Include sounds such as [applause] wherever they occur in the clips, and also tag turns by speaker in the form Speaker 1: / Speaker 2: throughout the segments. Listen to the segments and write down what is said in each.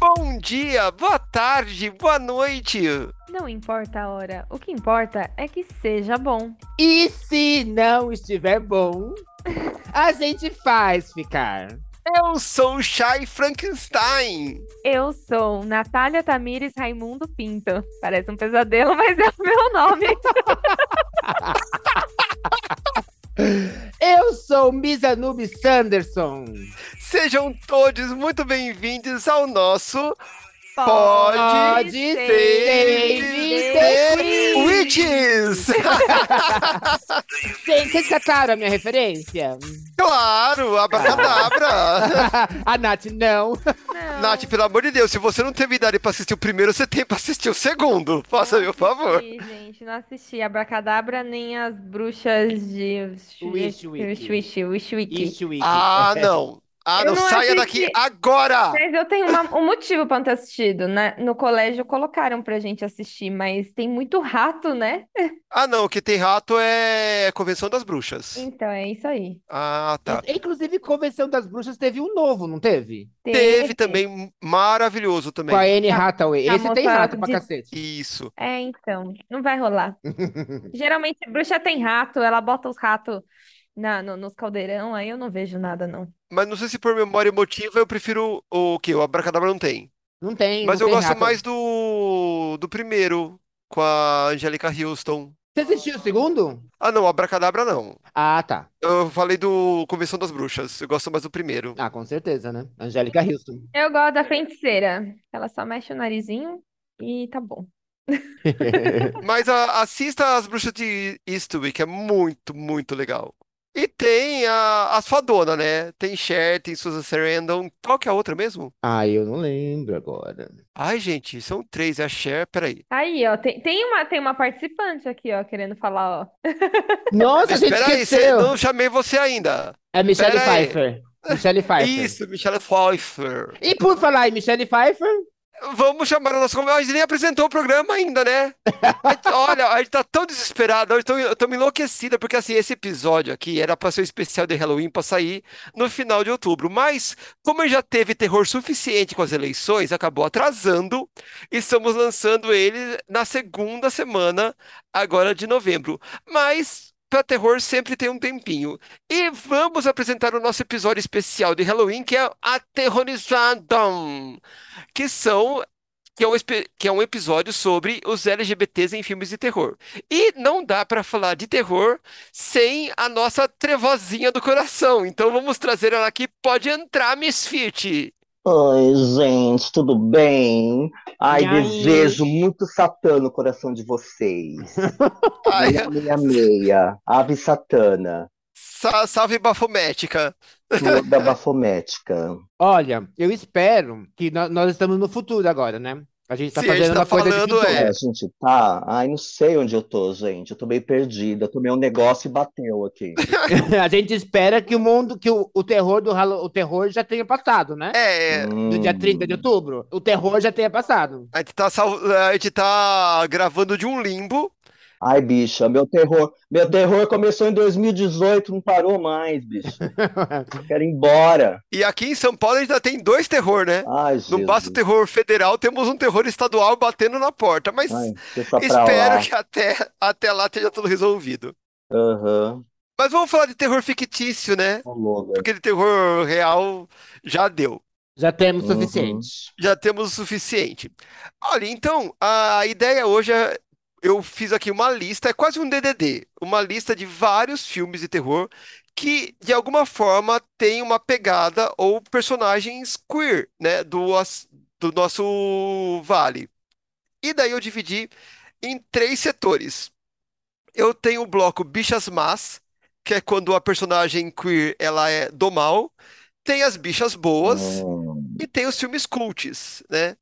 Speaker 1: Bom dia, boa tarde, boa noite.
Speaker 2: Não importa a hora, o que importa é que seja bom.
Speaker 3: E se não estiver bom, a gente faz ficar.
Speaker 1: Eu sou o Shai Frankenstein.
Speaker 2: Eu sou Natália Tamires Raimundo Pinto. Parece um pesadelo, [laughs] mas é o meu nome.
Speaker 3: Eu sou Miss Anubis Sanderson.
Speaker 1: Sejam todos muito bem-vindos ao nosso
Speaker 3: Pode
Speaker 1: ser
Speaker 3: ser
Speaker 2: Queen.
Speaker 1: Witches. [laughs]
Speaker 3: Sim, vocês cataram a minha referência? [laughs]
Speaker 1: claro,
Speaker 2: [laughs]
Speaker 1: abracadabra.
Speaker 3: a Nath, não.
Speaker 2: Não.
Speaker 1: Nath, pelo amor de Deus, se você não teve idade pra assistir o primeiro, você tem pra assistir o segundo. Faça meu favor.
Speaker 2: Ih, gente, não assisti Abracadabra nem as bruxas de
Speaker 3: Wish Wiki.
Speaker 2: Wish Wiki, Wish Wiki.
Speaker 3: Ixi, Wiki.
Speaker 1: Ah, não. Ah, não,
Speaker 2: Eu não
Speaker 1: saia
Speaker 2: assisti.
Speaker 1: daqui agora.
Speaker 3: tá.
Speaker 2: Mas eu tenho uma- um motivo pra não ter assistido. né? No colégio colocaram pra gente assistir, mas tem muito rato, né?
Speaker 1: Ah, não, o que tem rato é Convenção das Bruxas.
Speaker 2: Então é isso aí.
Speaker 1: Ah, tá.
Speaker 3: Inclusive, Convenção das Bruxas teve um novo, não teve?
Speaker 1: Teve também, maravilhoso também.
Speaker 3: Com a Anne Hathaway.
Speaker 2: Tá,
Speaker 3: Esse tem
Speaker 2: moça,
Speaker 3: rato pra
Speaker 2: de-
Speaker 3: cacete.
Speaker 1: Isso.
Speaker 2: É, então, não vai rolar. Geralmente bruxa tem rato, ela bota os ratos na, no- nos caldeirão, aí eu não vejo nada, não.
Speaker 1: Mas não sei se por memória emotiva eu prefiro o que? O Abracadabra não tem.
Speaker 3: Não tem,
Speaker 1: Mas
Speaker 3: não
Speaker 1: eu
Speaker 3: tem
Speaker 1: gosto
Speaker 3: rato.
Speaker 1: mais do, do primeiro, com a Angelica Houston.
Speaker 3: Você assistiu o segundo?
Speaker 1: Ah, não, Abracadabra não.
Speaker 3: Ah, tá.
Speaker 1: Eu falei do Convenção das Bruxas. Eu gosto mais do primeiro.
Speaker 3: Ah, com certeza, né? Angélica Houston. [laughs]
Speaker 2: Eu gosto da feiticeira. Ela só mexe o narizinho e tá bom.
Speaker 1: Mas a- assista As Bruxas de Eastwick, é muito, muito legal. E tem a, as fadonas, né? Tem Cher, tem Susan Sarandon. Qual que é a outra mesmo?
Speaker 3: ah, eu não lembro agora.
Speaker 1: Ai, gente, são três. É a Cher, peraí.
Speaker 2: Aí, ó, tem, tem uma, tem uma participante aqui, ó, querendo falar, ó.
Speaker 3: Nossa, a
Speaker 1: Mas
Speaker 3: gente
Speaker 1: peraí, cê-
Speaker 3: esqueceu.
Speaker 1: não chamei você ainda.
Speaker 3: É Michelle
Speaker 1: Pera aí.
Speaker 3: Pfeiffer. Michelle Pfeiffer.
Speaker 1: Isso, Michelle Pfeiffer.
Speaker 3: E por falar em Michelle Pfeiffer,
Speaker 1: Vamos chamar a nossa convidada. A gente nem apresentou o programa ainda, né? A gente- Olha, a gente tá tão desesperado, eu tô, eu tô enlouquecida, porque assim, esse episódio aqui era pra ser um especial de Halloween pra sair no final de outubro. Mas, como ele já teve terror suficiente com as eleições, acabou atrasando e estamos lançando ele na segunda semana agora de novembro. Mas. Pra terror sempre tem um tempinho. E vamos apresentar o nosso episódio especial de Halloween, que é Aterrorizadão que são que é, um, espe- que é um episódio sobre os LGBTs em filmes de terror. E não dá pra falar de terror sem a nossa trevozinha do coração. Então vamos trazer ela aqui. Pode entrar, Misfit.
Speaker 4: Oi, gente, tudo bem? Ai,
Speaker 3: E aí?
Speaker 4: desejo muito Satã no coração de vocês.
Speaker 1: [laughs] Ai,
Speaker 4: Meia, meia, meia. Ave Satana,
Speaker 1: sa- salve Bafomética. [laughs]
Speaker 4: toda bafomética.
Speaker 3: olha, eu espero que nó- nós estamos no futuro agora, né? A gente tá
Speaker 1: Sim, a gente
Speaker 3: fazendo
Speaker 1: tá
Speaker 3: uma coisa de
Speaker 1: falando,
Speaker 3: futuro.
Speaker 1: É.
Speaker 4: É, gente, tá? Ai, não sei onde eu tô, gente. Eu tô meio perdida. Eu tomei um negócio e bateu aqui.
Speaker 1: é.
Speaker 3: [laughs] A gente espera que o mundo, que o, o terror do Halo- o terror já tenha passado,
Speaker 1: [laughs]
Speaker 3: né?
Speaker 1: É,
Speaker 3: Do dia
Speaker 4: Hum.
Speaker 3: 30 de outubro, o terror já tenha passado. [laughs]
Speaker 1: a gente tá, sal- a gente tá gravando de um limbo.
Speaker 4: Ai, bicha, meu terror, meu terror começou em 2018, não parou mais, bicho.
Speaker 1: [laughs]
Speaker 4: Quero ir embora.
Speaker 1: E aqui em São Paulo a gente já tem dois terror, né?
Speaker 4: Ai,
Speaker 1: Não basta o
Speaker 4: Jesus.
Speaker 1: terror federal, temos um terror estadual batendo na porta. Mas
Speaker 4: Ai, deixa pra
Speaker 1: espero
Speaker 4: lá.
Speaker 1: que até, até lá esteja tudo resolvido.
Speaker 4: Aham.
Speaker 1: Mas vamos falar de terror fictício, né?
Speaker 4: Ô, louco.
Speaker 1: Porque de terror real já deu.
Speaker 3: Já temos o
Speaker 4: Uhum.
Speaker 3: suficiente.
Speaker 1: Já temos o suficiente. Olha, então, a ideia hoje é. Eu fiz aqui uma lista, é quase um DDD, uma lista de vários filmes de terror que, de alguma forma, tem uma pegada ou personagens queer, né, do, as- do nosso vale. E daí eu dividi em três setores. Eu tenho o bloco Bichas Más, que é quando a personagem queer ela é do mal. Tem as bichas boas
Speaker 4: Hum.
Speaker 1: e tem os filmes cults, né?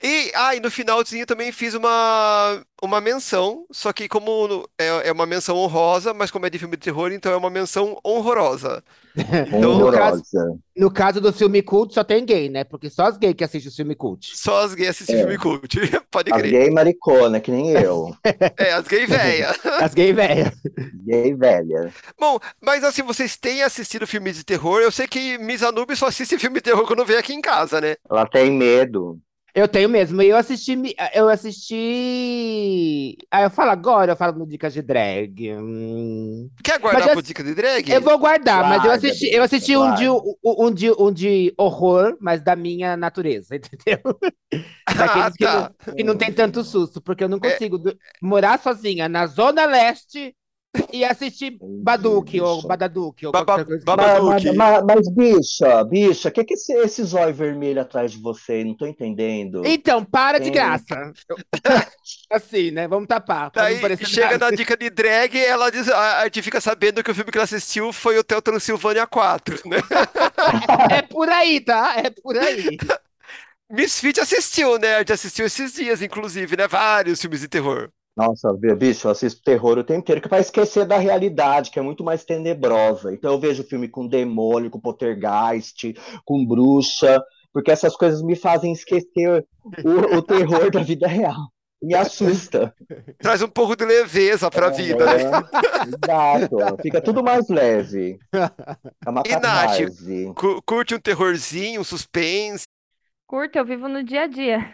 Speaker 1: E, ah, e no finalzinho também fiz uma, uma menção, só que como no- é, é uma menção honrosa, mas como é de filme de terror, então é uma menção
Speaker 3: [laughs]
Speaker 1: honrorosa. Então,
Speaker 3: No
Speaker 4: Horrorosa.
Speaker 3: No caso do filme cult, só tem gay, né? Porque só as gays que assistem o filme cult.
Speaker 1: só as gays assistem
Speaker 4: É.
Speaker 1: filme cult, [laughs] pode
Speaker 4: As
Speaker 1: crer.
Speaker 4: gay maricona, que nem eu. [laughs]
Speaker 1: É, as gays
Speaker 3: [laughs]
Speaker 1: véia.
Speaker 3: As gays velhas.
Speaker 4: gay velha.
Speaker 1: Bom, mas assim, vocês têm assistido filme de terror? Eu sei que Miss Anubis só assiste filme de terror quando vem aqui em casa, né?
Speaker 4: Ela tem medo.
Speaker 3: Eu tenho mesmo. E eu assisti. mi- Eu assisti. Ah, eu falo agora, eu falo no Dicas de Drag. Hum.
Speaker 1: Quer guardar
Speaker 3: já-
Speaker 1: pro dica de drag?
Speaker 3: Eu vou guardar, mas eu
Speaker 4: Guarda,
Speaker 3: assisti, eu assisti um,
Speaker 4: guarda.
Speaker 3: de, um, um de, um de horror, mas da minha natureza, [laughs] entendeu?
Speaker 1: [laughs] Ah,
Speaker 3: Daqueles que,
Speaker 1: tá.
Speaker 3: não, que não tem tanto susto, porque eu não consigo do- morar sozinha na Zona Leste e assistir Baduque ou
Speaker 4: bicho.
Speaker 3: Badaduque ou
Speaker 1: Baba-
Speaker 3: qualquer coisa. assim.
Speaker 1: Baba- Babadook.
Speaker 4: Mas, mas- mas- mas, bicha, bicha, o que, que esse, esse zóio vermelho atrás de você? Não tô entendendo.
Speaker 3: Então, para de
Speaker 4: Sim.
Speaker 3: graça. Assim, né? Vamos tapar.
Speaker 4: Tá
Speaker 3: pra
Speaker 1: Daí
Speaker 3: não parecer
Speaker 1: Tá chega
Speaker 3: nada.
Speaker 1: na dica de drag, ela diz, a, a gente fica sabendo que o filme que ela assistiu foi Hotel Transilvânia 4, né?
Speaker 3: É por aí, tá? É por aí.
Speaker 1: Misfit assistiu, né? A gente assistiu esses dias, inclusive, né? Vários filmes de terror.
Speaker 4: Nossa, vi- bicho, eu assisto terror o tempo inteiro, que é pra esquecer da realidade, que é muito mais tenebrosa. Então eu vejo filme com demônio, com poltergeist, com bruxa, porque essas coisas me fazem esquecer o, o terror da vida real. Me assusta.
Speaker 1: Traz um pouco de leveza pra vida, né?
Speaker 4: É, Tá exato. Fica tudo mais leve. É uma
Speaker 1: E, Nath?
Speaker 4: catarse.
Speaker 1: Cu- Curte um terrorzinho, um
Speaker 4: [laughs]
Speaker 1: suspense.
Speaker 2: Curto, eu vivo no dia a dia.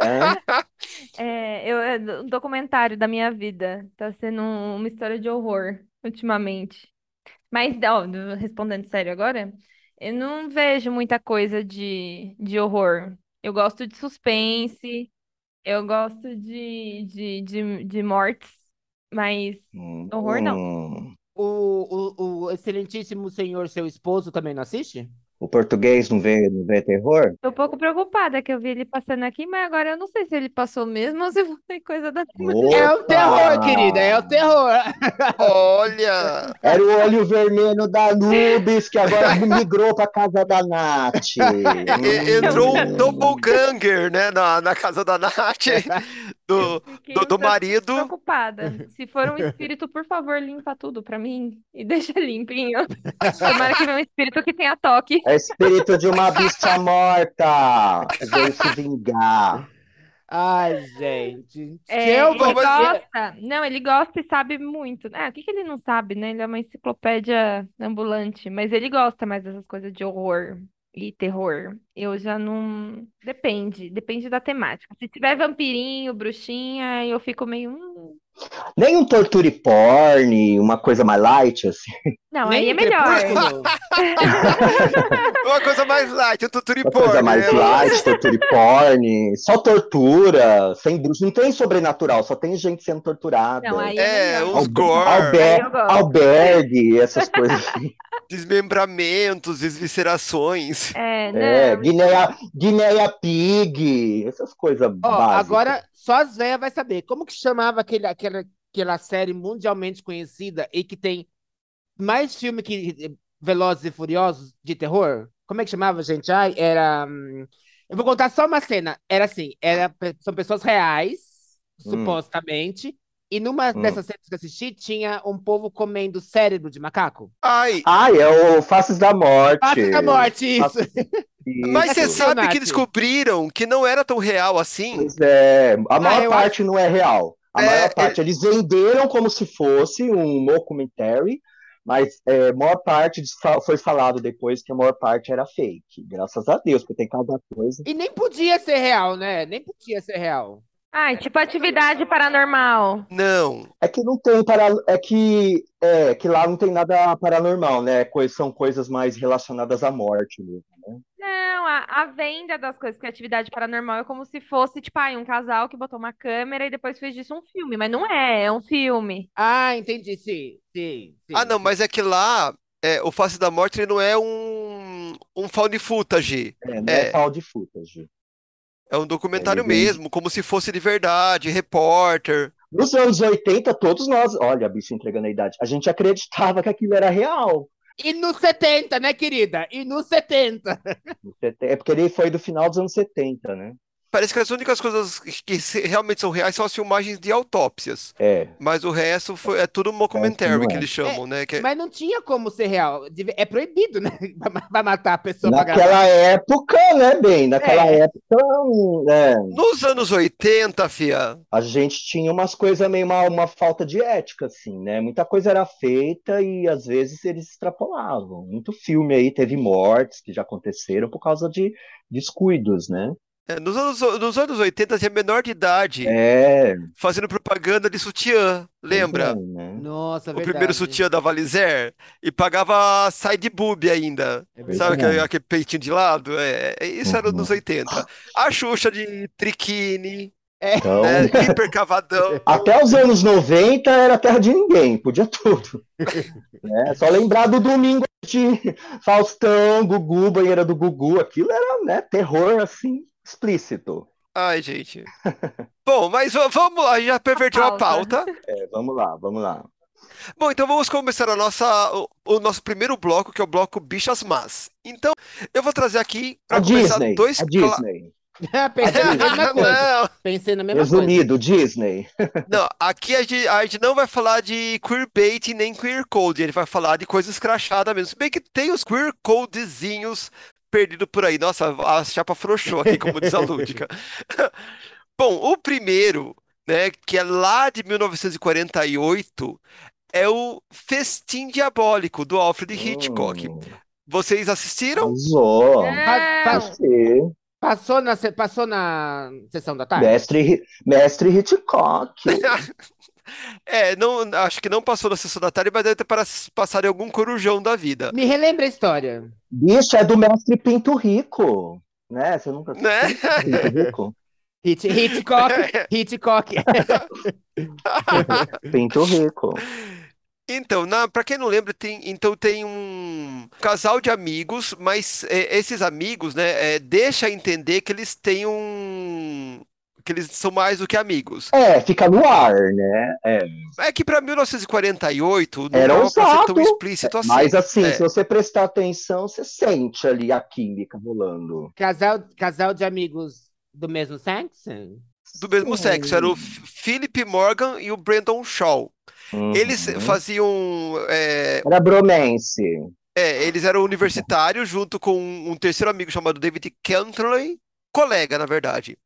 Speaker 4: É.
Speaker 2: É, eu, é do- um documentário da minha vida. Tá sendo um- uma história de horror ultimamente. Mas, ó, do- respondendo sério agora, eu não vejo muita coisa de, de horror. Eu gosto de suspense, eu gosto de, de, de, de mortes, mas
Speaker 3: É um
Speaker 2: Horror não.
Speaker 4: Hum.
Speaker 3: O, o, o excelentíssimo senhor, seu esposo, também não assiste?
Speaker 4: O português não vê, não vê terror?
Speaker 2: tô um pouco preocupada que eu vi ele passando aqui, mas agora eu não sei se ele passou mesmo ou se [laughs] foi coisa da...
Speaker 3: É o terror,
Speaker 4: Opa!
Speaker 3: querida, é o terror.
Speaker 1: Olha!
Speaker 4: Era o olho vermelho da Nubis,
Speaker 1: [laughs]
Speaker 4: que agora migrou pra casa da Nath. Hum.
Speaker 1: E- entrou um doppelganger, né? Na, na casa da
Speaker 4: [laughs]
Speaker 1: Nath, do,
Speaker 2: Fiquei
Speaker 1: do,
Speaker 2: um
Speaker 1: do
Speaker 2: tanto
Speaker 1: marido.
Speaker 2: preocupada. Se for um espírito, por favor, limpa tudo pra mim e [laughs] deixa limpinho. Tomara que venha um espírito que tenha
Speaker 4: [laughs]
Speaker 2: toque.
Speaker 4: É espírito de uma bicha morta. Veio se vingar.
Speaker 3: Ai, gente.
Speaker 2: É,
Speaker 3: Se eu
Speaker 2: ele
Speaker 1: vou-
Speaker 2: gosta. Não, ele gosta e sabe muito. Ah, o que que ele não sabe, né? Ele é uma enciclopédia ambulante, mas ele gosta mais dessas coisas de horror e terror. Eu já não. Depende, depende da temática. Se tiver vampirinho, bruxinha, eu fico meio. "Hum".
Speaker 4: Nem um torture porn, uma coisa mais light, assim.
Speaker 2: Não,
Speaker 3: nem
Speaker 2: aí é melhor.
Speaker 3: Crepúsculo.
Speaker 1: Uma coisa mais light, um o
Speaker 4: Uma coisa
Speaker 1: Tuturiporn,
Speaker 4: mais
Speaker 1: né?
Speaker 4: light, torture porn. Só tortura, sem bruxo. Não tem sobrenatural, só tem gente sendo torturada.
Speaker 2: Não, aí é
Speaker 1: É,
Speaker 2: melhor.
Speaker 1: uns
Speaker 4: Albe-
Speaker 1: gore,
Speaker 4: Alber-
Speaker 2: Aí eu gosto.
Speaker 4: albergue, essas
Speaker 2: [laughs]
Speaker 4: coisas. assim.
Speaker 1: desmembramentos, desviscerações.
Speaker 2: É,
Speaker 4: É,
Speaker 2: não.
Speaker 4: Guineia, Guineia Pig, essas coisas
Speaker 3: Ó,
Speaker 4: básicas.
Speaker 3: agora só as velhas vai saber. Como que chamava aquele, aquela, aquela série mundialmente conhecida e que tem mais filme que eh, Velozes e Furiosos de terror? Como é que chamava, gente? Ai, era. hum, Eu vou contar só uma cena. Era assim: era, pe- são pessoas reais,
Speaker 4: Hum.
Speaker 3: supostamente. E numa
Speaker 4: Hum.
Speaker 3: dessas cenas que eu assisti, tinha um povo comendo cérebro de macaco.
Speaker 1: Ai,
Speaker 4: Ai, é o Faces da Morte.
Speaker 3: Faces da morte, isso.
Speaker 4: Isso.
Speaker 1: mas você
Speaker 3: Isso.
Speaker 1: sabe que
Speaker 3: Nath.
Speaker 1: descobriram que não era tão real assim?
Speaker 4: Pois é, a maior
Speaker 3: eu
Speaker 4: parte não é real. A
Speaker 1: É,
Speaker 4: maior parte, eles venderam como se fosse um documentary, mas é, a maior parte disso fa- foi falado depois que a maior parte era fake. Graças a Deus, porque tem cada coisa.
Speaker 3: E nem podia ser real, né? Nem podia ser real.
Speaker 2: Ai, tipo atividade paranormal.
Speaker 1: Não.
Speaker 4: É que não tem para, é que é que lá não tem nada paranormal, né? Cois- são coisas mais relacionadas à morte mesmo.
Speaker 2: Não, a, a venda das coisas, porque atividade paranormal é como se fosse, tipo, ai, um casal que botou uma câmera e depois fez disso um filme, mas não é, é um filme.
Speaker 3: Ah, entendi, sim, sim, sim.
Speaker 1: Ah, não, mas é que lá é, o Face da Morte ele não é um, um found footage.
Speaker 4: É, não
Speaker 1: É.
Speaker 4: é pau de footage.
Speaker 1: É um documentário
Speaker 4: Ele vem-
Speaker 1: mesmo, como se fosse de verdade, repórter.
Speaker 4: Nos anos 80, todos nós, olha, bicho entregando a idade, a gente acreditava que aquilo era real.
Speaker 3: E nos 70, né, querida? E nos 70.
Speaker 4: É porque ele foi do final dos anos 70, né?
Speaker 1: Parece que as únicas coisas que se- realmente são reais são as filmagens de autópsias.
Speaker 4: É.
Speaker 1: Mas o resto foi, é tudo mockumentary
Speaker 4: não
Speaker 1: que
Speaker 4: é.
Speaker 1: eles chamam, né? Que é-
Speaker 3: Mas não tinha como ser real. Deve- É proibido, né? [laughs] Pra ma- Pra matar a pessoa pra gravar.
Speaker 4: Naquela época, né, bem? Naquela
Speaker 3: É.
Speaker 4: época, hum, né,
Speaker 1: Nos anos 80, fia,
Speaker 4: a gente tinha umas coisas meio uma, uma falta de ética, assim, né? Muita coisa era feita e às vezes eles extrapolavam. Muito filme aí teve mortes que já aconteceram por causa de descuidos, né?
Speaker 1: é, nos anos, nos anos 80 tinha menor de idade
Speaker 4: É.
Speaker 1: fazendo propaganda de sutiã, lembra?
Speaker 4: pois é, né?
Speaker 3: Nossa,
Speaker 1: O
Speaker 3: verdade.
Speaker 1: primeiro
Speaker 3: [laughs]
Speaker 1: sutiã da Valizer e pagava side boob ainda.
Speaker 3: É
Speaker 4: Pois
Speaker 1: Sabe
Speaker 4: é.
Speaker 1: aquele, aquele peitinho de lado? É, é- isso era nos
Speaker 4: Uhum.
Speaker 1: 80. A Xuxa de triquini,
Speaker 4: Então,
Speaker 1: né? Hiper
Speaker 4: [laughs]
Speaker 1: cavadão.
Speaker 4: até os anos 90 era terra de ninguém,
Speaker 1: [laughs]
Speaker 4: podia tudo. Né? Só lembrar do domingo de Faustão, Gugu, banheira do Gugu, aquilo era, né, terror assim explícito.
Speaker 1: Ai, gente. Bom, mas va- vamos lá, já pervertiu a
Speaker 2: pauta.
Speaker 1: pauta.
Speaker 4: É, vamos lá, vamos lá.
Speaker 1: Bom, então vamos começar a nossa, o, o nosso primeiro bloco, que é o bloco Bichas Más. Então, eu vou trazer aqui
Speaker 4: A
Speaker 1: para começar
Speaker 4: Disney,
Speaker 1: dois
Speaker 4: a
Speaker 1: cla- [laughs]
Speaker 4: Disney.
Speaker 3: É, Pensei na mesma coisa.
Speaker 1: Não,
Speaker 3: Pensei na mesma coisa.
Speaker 4: Resumido, Disney.
Speaker 1: não, aqui a gente, a gente não vai falar de queerbait nem queer code, ele vai falar de coisas escrachadas mesmo. Se bem que tem os queer codezinhos perdidos por aí. Nossa, a chapa frouxou aqui, como diz a Lúdica. [laughs] Bom, o primeiro, né, que é lá de 1948, é o Festim Diabólico, do Alfred Hitchcock. Então-
Speaker 4: Hum,
Speaker 1: Vocês assistiram?
Speaker 4: Arrasou.
Speaker 2: Não.
Speaker 4: Você,
Speaker 3: Passou na, se- passou na sessão da tarde?
Speaker 4: mestre, mestre Hitchcock.
Speaker 1: [laughs] É, não, acho que não passou na sessão da tarde, mas deve ter paras- passado em algum corujão da vida.
Speaker 3: Me relembra a história.
Speaker 4: Bicho, é do mestre Pinto Rico. Né?
Speaker 1: [laughs]
Speaker 4: Você nunca assistiu
Speaker 1: Né?
Speaker 4: Pinto Rico?
Speaker 1: [laughs]
Speaker 3: Hit, Hitchcock, Hitchcock.
Speaker 4: Pinto
Speaker 1: [laughs]
Speaker 4: Rico.
Speaker 1: Então, na, para quem não lembra, tem, então tem um casal de amigos, mas é, esses amigos, né, é, deixa entender que eles têm um, que eles são mais do que amigos.
Speaker 4: É, fica no ar, né? É,
Speaker 1: É que pra 1948 não
Speaker 4: Era
Speaker 1: dava pra ser tão
Speaker 4: ousado,
Speaker 1: explícito assim.
Speaker 4: mas assim,
Speaker 1: é.
Speaker 4: se você prestar atenção, você sente ali a química rolando.
Speaker 3: Casal, casal de amigos do mesmo sexo?
Speaker 1: Do mesmo sexo, era o F- Philip Morgan e o Brandon Shaw.
Speaker 4: Uhum.
Speaker 1: Eles faziam é,
Speaker 4: Era bromance.
Speaker 1: É, eles eram universitários junto com um terceiro amigo chamado David Cantley, colega, na verdade.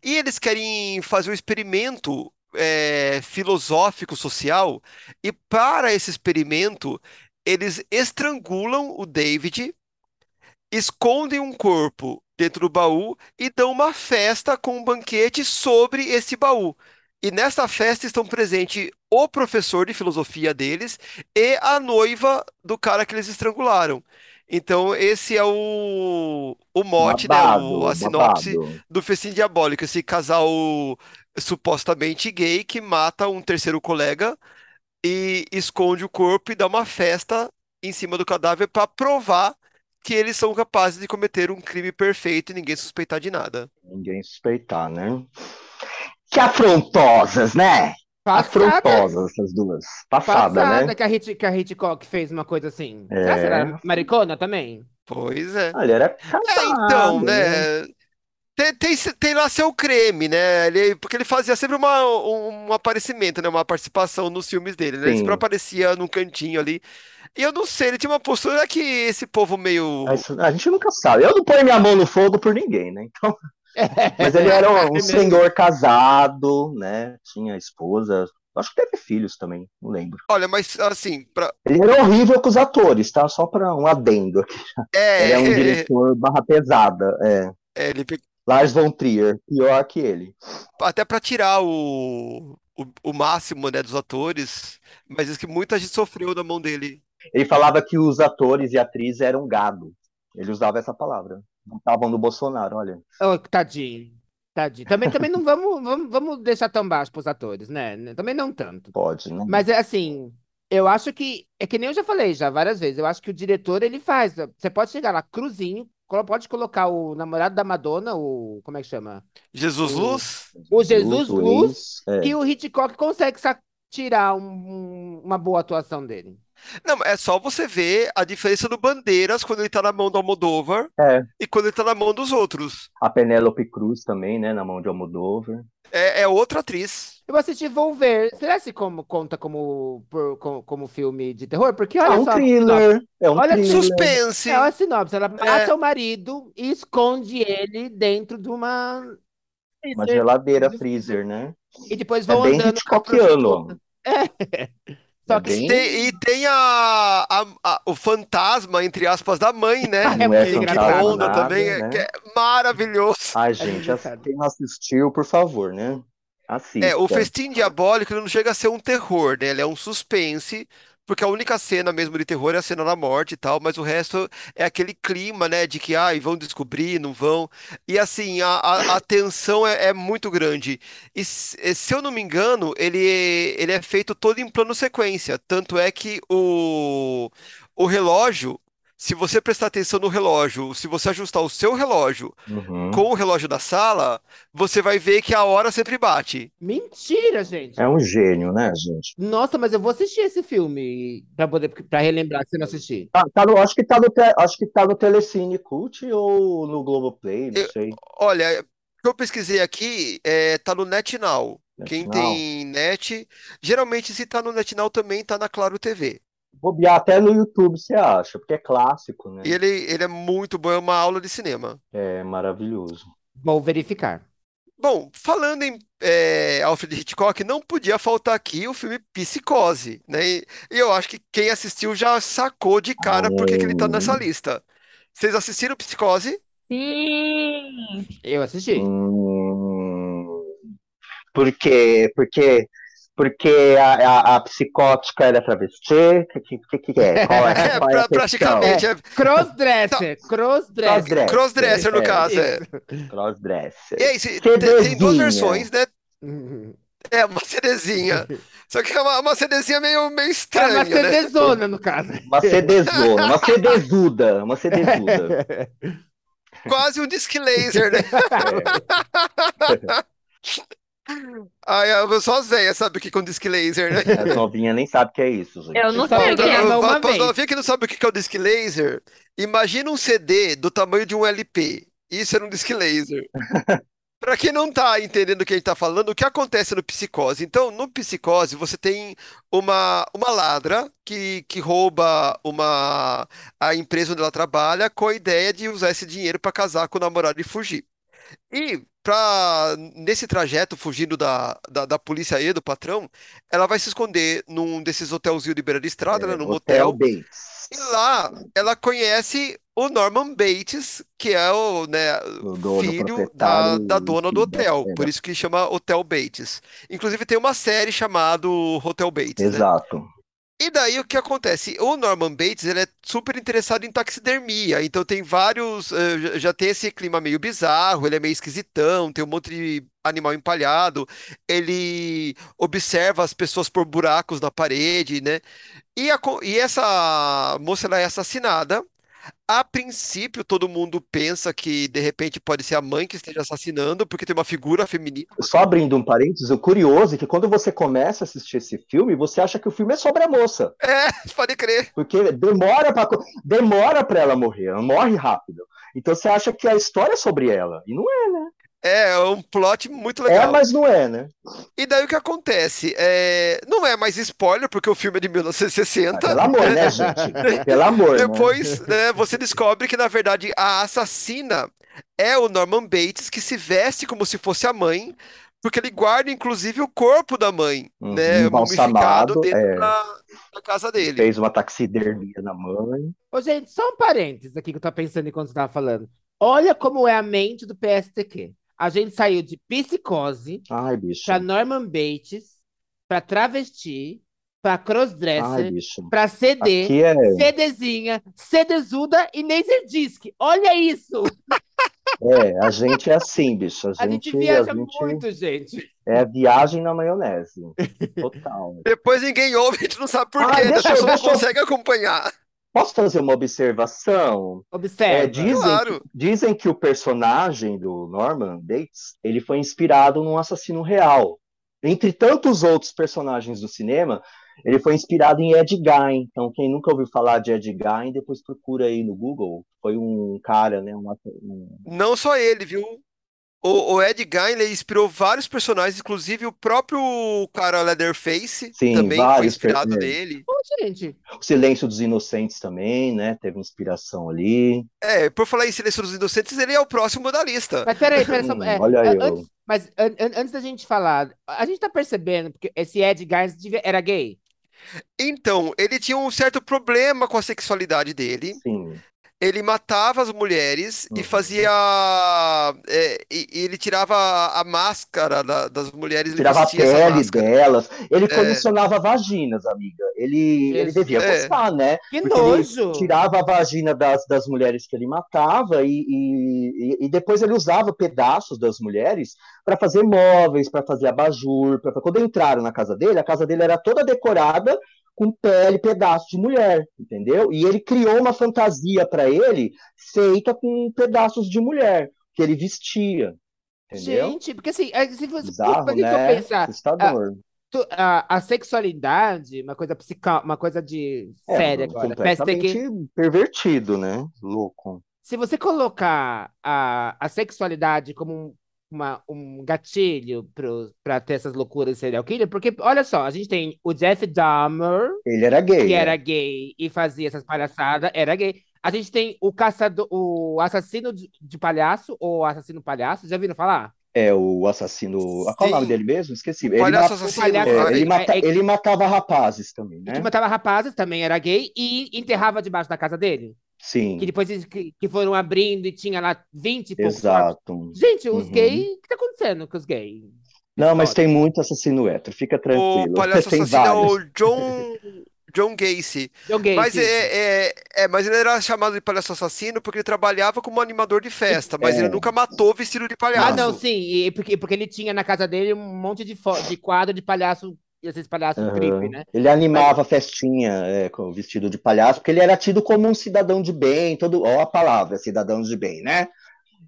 Speaker 1: E eles querem fazer um experimento é, filosófico social e para esse experimento eles estrangulam o David, escondem um corpo dentro do baú e dão uma festa com um banquete sobre esse baú. E nessa festa estão presentes o professor de filosofia deles e a noiva do cara que eles estrangularam. Então, esse é o, o mote, né? O, a sinopse
Speaker 4: babado.
Speaker 1: do Festim Diabólico, esse casal supostamente gay que mata um terceiro colega e esconde o corpo e dá uma festa em cima do cadáver para provar que eles são capazes de cometer um crime perfeito e ninguém suspeitar de nada.
Speaker 4: Ninguém suspeitar, né? Que afrontosas, né?
Speaker 3: Passada.
Speaker 4: Afrontosas essas duas. Passada,
Speaker 3: Passada
Speaker 4: né?
Speaker 3: que, a Hit, que a Hitchcock fez uma coisa assim.
Speaker 4: É.
Speaker 3: Será que era maricona também?
Speaker 1: Pois é.
Speaker 4: Olha, era
Speaker 1: É, então,
Speaker 4: casado,
Speaker 1: né? Tem, tem, tem lá seu creme, né? Ele, porque ele fazia sempre uma, um, um aparecimento, né? Uma participação nos filmes dele, né? Ele
Speaker 4: Sim.
Speaker 1: sempre aparecia num cantinho ali. E eu não sei, ele tinha uma postura que esse povo meio.
Speaker 4: Mas A gente nunca sabe. Eu não ponho minha mão no fogo por ninguém, né? Então...
Speaker 3: É.
Speaker 4: Mas
Speaker 3: [laughs]
Speaker 4: ele era um, um senhor casado, né? Tinha esposa. Acho que teve filhos também, não lembro.
Speaker 1: Olha, mas assim, pra...
Speaker 4: Ele era horrível com os atores, tá? Só pra um adendo aqui.
Speaker 1: é,
Speaker 4: Ele é um diretor barra pesada. É.
Speaker 1: é, ele pe-
Speaker 4: Lars von Trier, pior que ele.
Speaker 1: até pra tirar o, o, o máximo, né, dos atores, mas diz que muita gente sofreu da mão dele.
Speaker 4: Ele falava que os atores e atrizes eram gado. Ele usava essa palavra. Estavam no Bolsonaro, olha.
Speaker 3: Oh, tadinho. Tadinho. Também, também não vamos, vamos, vamos deixar tão baixo pros atores, né? Também não tanto.
Speaker 4: Pode, né?
Speaker 3: Mas é assim, eu acho que. É que nem eu já falei já várias vezes. Eu acho que o diretor ele faz. Você pode chegar lá cruzinho, colo- pode colocar o namorado da Madonna, o. Como é que chama?
Speaker 1: Jesus
Speaker 3: O-
Speaker 1: Luz?
Speaker 3: O Jesus
Speaker 4: Luz,
Speaker 3: Luz,
Speaker 4: é.
Speaker 3: que o Hitchcock consegue sa- tirar um- um- uma boa atuação dele.
Speaker 1: Não, é só você ver a diferença do Bandeiras quando ele tá na mão do Almodóvar
Speaker 4: É.
Speaker 1: e quando ele tá na mão dos outros.
Speaker 4: A Penélope Cruz também, né? Na mão de Almodóvar.
Speaker 1: É, é outra atriz.
Speaker 3: Eu assisti Vou Ver. Será se como, conta como, por- como, como filme de terror? Porque olha
Speaker 4: é um
Speaker 3: só. a
Speaker 4: thriller. É um
Speaker 3: Olha,
Speaker 4: thriller.
Speaker 1: Suspense.
Speaker 3: É uma sinopse. Ela mata
Speaker 1: É.
Speaker 3: o marido e esconde ele dentro de uma.
Speaker 4: Uma geladeira freezer, né?
Speaker 3: E depois
Speaker 4: É
Speaker 3: vão
Speaker 4: bem
Speaker 3: andando. com a
Speaker 4: Hitchcockiano. né?
Speaker 3: Só
Speaker 4: É
Speaker 3: que
Speaker 4: bem-
Speaker 1: Tem- e tem a- a- a- o fantasma, entre aspas, da mãe,
Speaker 4: [laughs]
Speaker 1: né?
Speaker 3: É
Speaker 4: Não é
Speaker 1: Que- que
Speaker 3: engraçado,
Speaker 4: fantasma
Speaker 1: onda
Speaker 4: nada,
Speaker 1: também, é-
Speaker 4: né?
Speaker 1: que é maravilhoso.
Speaker 4: Ai, gente,
Speaker 3: engraçado.
Speaker 4: quem não assistiu, por favor, né? Assista.
Speaker 1: É, o Festim Diabólico ele não chega a ser um terror, né? Ele é um suspense, porque a única cena mesmo de terror é a cena da morte e tal, mas o resto é aquele clima, né? De que, ai, vão descobrir, não vão. E assim, a, a- a tensão é, é muito grande. E s- e se eu não me engano, ele, ele é feito todo em plano sequência. Tanto é que o, o relógio, se você prestar atenção no relógio, se você ajustar o seu relógio
Speaker 4: Uhum.
Speaker 1: com o relógio da sala, você vai ver que a hora sempre bate.
Speaker 3: Mentira, gente.
Speaker 4: É um gênio, né, gente?
Speaker 3: Nossa, mas eu vou assistir esse filme pra poder pra relembrar se eu não assisti.
Speaker 4: Tá, tá no- acho, que tá no, te- acho que tá no Telecine Cult ou no Globoplay, não
Speaker 1: Eu-
Speaker 4: sei.
Speaker 1: Olha, o que eu pesquisei aqui é, tá no NetNow. Quem
Speaker 4: Não.
Speaker 1: tem net, geralmente se tá no NetNow também tá na Claro TV.
Speaker 4: Bobear até no YouTube, você acha, porque é clássico, né?
Speaker 1: E ele, ele é muito bom, é uma aula de cinema.
Speaker 4: É maravilhoso.
Speaker 3: Vou verificar.
Speaker 1: Bom, falando em é, Alfred Hitchcock, não podia faltar aqui o filme Psicose, né? E e eu acho que quem assistiu já sacou de cara por que que ele tá nessa
Speaker 4: Hum.
Speaker 1: lista. Vocês assistiram Psicose?
Speaker 2: Sim!
Speaker 3: Eu assisti.
Speaker 4: Hum, porque, porque, porque a, a, a psicótica era travesti? O que, que, que é?
Speaker 1: [laughs]
Speaker 4: Qual é,
Speaker 1: É,
Speaker 4: qual é a
Speaker 1: pra-
Speaker 4: questão? É,
Speaker 1: praticamente, é
Speaker 3: Crossdresser, crossdresser.
Speaker 4: Crossdresser.
Speaker 1: crossdresser no
Speaker 4: É,
Speaker 1: caso. é.
Speaker 4: Crossdresser.
Speaker 1: E é isso, tem, tem
Speaker 4: Que
Speaker 1: duas
Speaker 4: doidinha.
Speaker 1: versões, né?
Speaker 3: [laughs] Uhum.
Speaker 1: É, uma CDzinha. Só que é uma, uma CDzinha meio, meio
Speaker 3: É uma
Speaker 1: estranha, né?
Speaker 3: CDzona, no caso.
Speaker 1: [laughs]
Speaker 4: Uma CDzona, uma CDzuda, uma CDzuda.
Speaker 1: Quase um disque laser, né? Ai, eu só as velhas sabem o que que é um disque laser, né?
Speaker 3: [laughs]
Speaker 4: As novinhas nem sabem o que é isso, gente.
Speaker 2: Eu não
Speaker 3: [laughs] Só
Speaker 2: sei o que
Speaker 3: pra-
Speaker 2: é.
Speaker 3: uma
Speaker 1: Pra- pra
Speaker 3: vez.
Speaker 1: novinha que não sabe o que que é um disque laser, imagina um CD do tamanho de um LP. Isso era um disque laser. Pra quem não tá entendendo o que a gente tá falando, o que acontece no Psicose? Então, no Psicose, você tem uma, uma ladra que, que rouba uma, a empresa onde ela trabalha com a ideia de usar esse dinheiro pra casar com o namorado e fugir. E pra, nesse trajeto, fugindo da, da, da polícia e do patrão, ela vai se esconder num desses hotelzinhos de beira de estrada, né, num
Speaker 4: É, Hotel
Speaker 1: motel.
Speaker 4: Bates.
Speaker 1: E lá ela conhece o Norman Bates, que é o, né,
Speaker 4: O dono,
Speaker 1: filho da,
Speaker 4: proprietário,
Speaker 1: da dona do
Speaker 4: enfim,
Speaker 1: hotel,
Speaker 4: é.
Speaker 1: por isso que chama Hotel Bates. Inclusive tem uma série chamada Hotel Bates, né?
Speaker 4: Exato.
Speaker 1: E daí o que acontece? O Norman Bates, ele é super interessado em taxidermia, então tem vários, eh, já- já tem esse clima meio bizarro, ele é meio esquisitão, tem um monte de animal empalhado, ele observa as pessoas por buracos na parede, né? E, a co- e essa moça ela é assassinada. A princípio, todo mundo pensa que de repente pode ser a mãe que esteja assassinando, porque tem uma figura feminina. [laughs]
Speaker 4: Só abrindo um parênteses, o curioso é que quando você começa a assistir esse filme, você acha que o filme é sobre a moça.
Speaker 1: É, pode crer.
Speaker 4: Porque demora pra, demora pra ela morrer, ela morre rápido. Então você acha que a história é sobre ela. E não é.
Speaker 1: É um plot muito
Speaker 4: É,
Speaker 1: legal.
Speaker 4: mas não é, né?
Speaker 1: E daí o que acontece? É, Não é mais spoiler, porque o filme é de
Speaker 4: Ah,
Speaker 1: 1960.
Speaker 4: Pelo amor, né,
Speaker 1: [laughs]
Speaker 4: gente? Pelo amor. né?
Speaker 1: Então-
Speaker 4: [laughs]
Speaker 1: Depois, né, você descobre que, na verdade, a assassina é o Norman Bates, que se veste como se fosse a mãe, porque ele guarda, inclusive, o corpo da mãe,
Speaker 4: Uhum,
Speaker 1: né,
Speaker 4: embalsamado,
Speaker 1: mumificado dentro
Speaker 4: é.
Speaker 1: da, da casa dele.
Speaker 4: Fez uma taxidermia na mãe.
Speaker 3: Ô, gente, só um parênteses aqui que eu tô pensando enquanto você tava falando. Olha como é a mente do PSTQ. A gente saiu de psicose
Speaker 4: Ai, bicho.
Speaker 3: pra Norman Bates, pra travesti, pra
Speaker 2: é,
Speaker 4: Ai,
Speaker 3: crossdresser,
Speaker 4: bicho.
Speaker 3: pra CD,
Speaker 4: Aqui é,
Speaker 3: CDzinha, CDzuda e Laser Disc. Olha isso!
Speaker 4: é, a gente é assim, bicho. A
Speaker 3: A
Speaker 4: gente,
Speaker 3: gente
Speaker 4: a
Speaker 3: viaja
Speaker 4: gente
Speaker 3: muito, gente.
Speaker 4: é viagem na maionese.
Speaker 3: [laughs]
Speaker 4: Total.
Speaker 1: Depois ninguém ouve, a gente não sabe por
Speaker 4: Ah,
Speaker 1: quê, né? a
Speaker 4: deixa eu-
Speaker 1: pessoa não
Speaker 4: deixa eu-
Speaker 1: consegue acompanhar.
Speaker 4: Posso fazer uma observação?
Speaker 3: Observa.
Speaker 4: É, dizem,
Speaker 1: Claro.
Speaker 4: dizem que o personagem do Norman Bates, ele foi inspirado num assassino real. Entre tantos outros personagens do cinema, Ele foi inspirado em Ed Gein. Então, quem nunca ouviu falar de Ed Gein, depois procura aí no Google. Foi um cara, né? Um, ator- um-
Speaker 1: Não só ele, viu? O, o Ed Gein ele inspirou vários personagens, inclusive o próprio cara Leatherface
Speaker 4: Sim,
Speaker 1: também foi
Speaker 4: vários
Speaker 1: inspirado
Speaker 4: personagens.
Speaker 1: nele.
Speaker 3: Ô, gente,
Speaker 4: O Silêncio dos Inocentes também, né? Teve inspiração ali.
Speaker 1: É, por falar em Silêncio dos Inocentes, ele é o próximo da lista.
Speaker 3: mas peraí, peraí. só-
Speaker 4: Hum,
Speaker 3: é,
Speaker 4: olha
Speaker 3: an-
Speaker 4: eu.
Speaker 3: antes- mas an- an- antes da gente falar, a gente tá percebendo porque esse Ed Gein devia- era gay.
Speaker 1: Então, ele tinha um certo problema com a sexualidade dele.
Speaker 4: Sim.
Speaker 1: Ele matava as mulheres e
Speaker 4: Uhum.
Speaker 1: fazia. é, e, e ele tirava a máscara da- das mulheres, ele
Speaker 4: Tirava a
Speaker 1: vestia essa
Speaker 4: pele
Speaker 1: máscara.
Speaker 4: delas. Ele condicionava vaginas, amiga. Ele, ele
Speaker 3: Isso.
Speaker 4: devia
Speaker 1: É.
Speaker 4: gostar, né?
Speaker 3: Que
Speaker 4: Porque ele
Speaker 3: nojo!
Speaker 4: tirava a vagina das, das mulheres que ele matava e, e, e- e depois ele usava pedaços das mulheres para fazer móveis, para fazer abajur. Pra... Quando entraram na casa dele, a casa dele era toda decorada com pele, pedaço de mulher, entendeu? E ele criou uma fantasia para ele feita com pedaços de mulher que ele vestia, entendeu?
Speaker 3: Gente, porque assim, aí se você
Speaker 4: Bizarro,
Speaker 3: pra que que eu ah,
Speaker 4: né?
Speaker 3: pensar?
Speaker 4: Assustador.
Speaker 3: Tu- a, a sexualidade, uma coisa psica, uma coisa de
Speaker 4: É,
Speaker 3: séria agora. né? Parece ter que,
Speaker 4: completamente pervertido, né? Louco.
Speaker 3: se você colocar a, a sexualidade como um, uma- um gatilho para ter essas loucuras de serial killer, porque olha só, a gente tem o Jeff Dahmer,
Speaker 4: Ele era gay.
Speaker 3: que
Speaker 4: né?
Speaker 3: era gay e fazia essas palhaçadas, era gay. A gente tem o caçador, o assassino de, de palhaço ou assassino palhaço, já viram falar?
Speaker 4: É o assassino. ah, Qual o nome
Speaker 1: Sim.
Speaker 4: dele mesmo? Esqueci. Ele,
Speaker 1: Palhaço
Speaker 4: ma-
Speaker 1: assassino,
Speaker 3: palhaço-
Speaker 4: é,
Speaker 1: vai.
Speaker 4: ele, mata-
Speaker 3: É, é-
Speaker 4: ele matava rapazes também,
Speaker 3: E que
Speaker 4: né?
Speaker 3: matava rapazes, também era gay, e enterrava debaixo da casa dele.
Speaker 4: Sim,
Speaker 3: Que depois eles que, que foram abrindo e tinha lá 20 e poucos corpos.
Speaker 4: exato.
Speaker 3: Gente, os
Speaker 4: Uhum.
Speaker 3: gays, o que tá acontecendo com os gays?
Speaker 4: Não, mas
Speaker 3: Olha.
Speaker 4: tem muito assassino hétero, fica
Speaker 1: O
Speaker 4: tranquilo.
Speaker 1: palhaço
Speaker 4: [laughs] Tem
Speaker 1: assassino é o
Speaker 4: vários. [laughs]
Speaker 1: John, John Gacy.
Speaker 3: São gays,
Speaker 1: Mas,
Speaker 3: sim.
Speaker 1: é, é- é, mas ele era chamado de palhaço assassino porque ele trabalhava como animador de festa, mas ele
Speaker 4: É.
Speaker 1: nunca matou vestido de
Speaker 3: Ah,
Speaker 1: palhaço.
Speaker 3: não, sim, e porque, porque ele tinha na casa dele um monte de, fo- de quadro de palhaço, esses palhaços
Speaker 4: Aham.
Speaker 3: creepy, né?
Speaker 4: Ele animava a festinha é, com o vestido de palhaço, porque ele era tido como um cidadão de bem, todo, ó a palavra, cidadão de bem, né?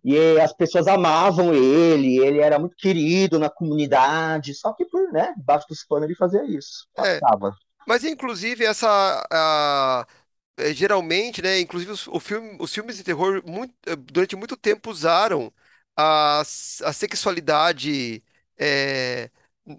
Speaker 4: E eh, as pessoas amavam ele, ele era muito querido na comunidade, só que por, né, debaixo dos panos ele fazia isso.
Speaker 1: É.
Speaker 4: Passava.
Speaker 1: Mas inclusive essa a- é, geralmente, né, inclusive os, o filme- os filmes de terror muito- eh, durante muito tempo usaram a, s- a sexualidade eh,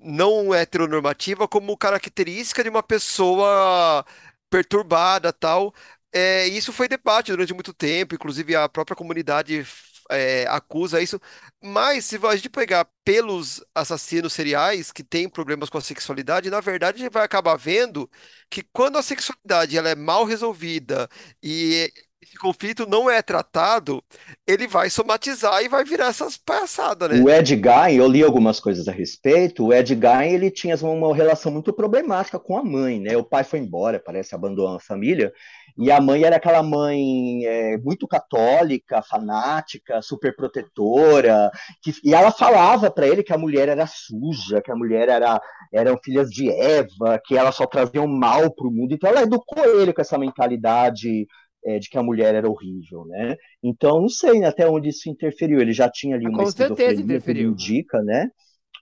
Speaker 1: não heteronormativa como característica de uma pessoa perturbada, tal. Eh, isso foi debate durante muito tempo, inclusive a própria comunidade f- eh, acusa isso. Mas se a gente pegar pelos assassinos seriais que têm problemas com a sexualidade, na verdade a gente vai acabar vendo que quando a sexualidade ela é mal resolvida e esse conflito não é tratado, ele vai somatizar e vai virar essas palhaçadas, né?
Speaker 4: O Ed Gein, eu li algumas coisas a respeito, o Ed Gein, ele tinha uma relação muito problemática com a mãe, né? O pai foi embora, parece, abandonou a família, e a mãe era aquela mãe é, muito católica, fanática, super protetora, que- e ela falava para ele que a mulher era suja, que a mulher era eram filhas de Eva, que elas só traziam mal para o mundo, então ela educou ele com essa mentalidade é, de que a mulher era horrível, né? Então, não sei né, até onde isso interferiu. Ele já tinha ali
Speaker 3: Ah,
Speaker 4: uma
Speaker 3: com certeza
Speaker 4: esquizofrenia,
Speaker 3: interferiu.
Speaker 4: tudo indica, né?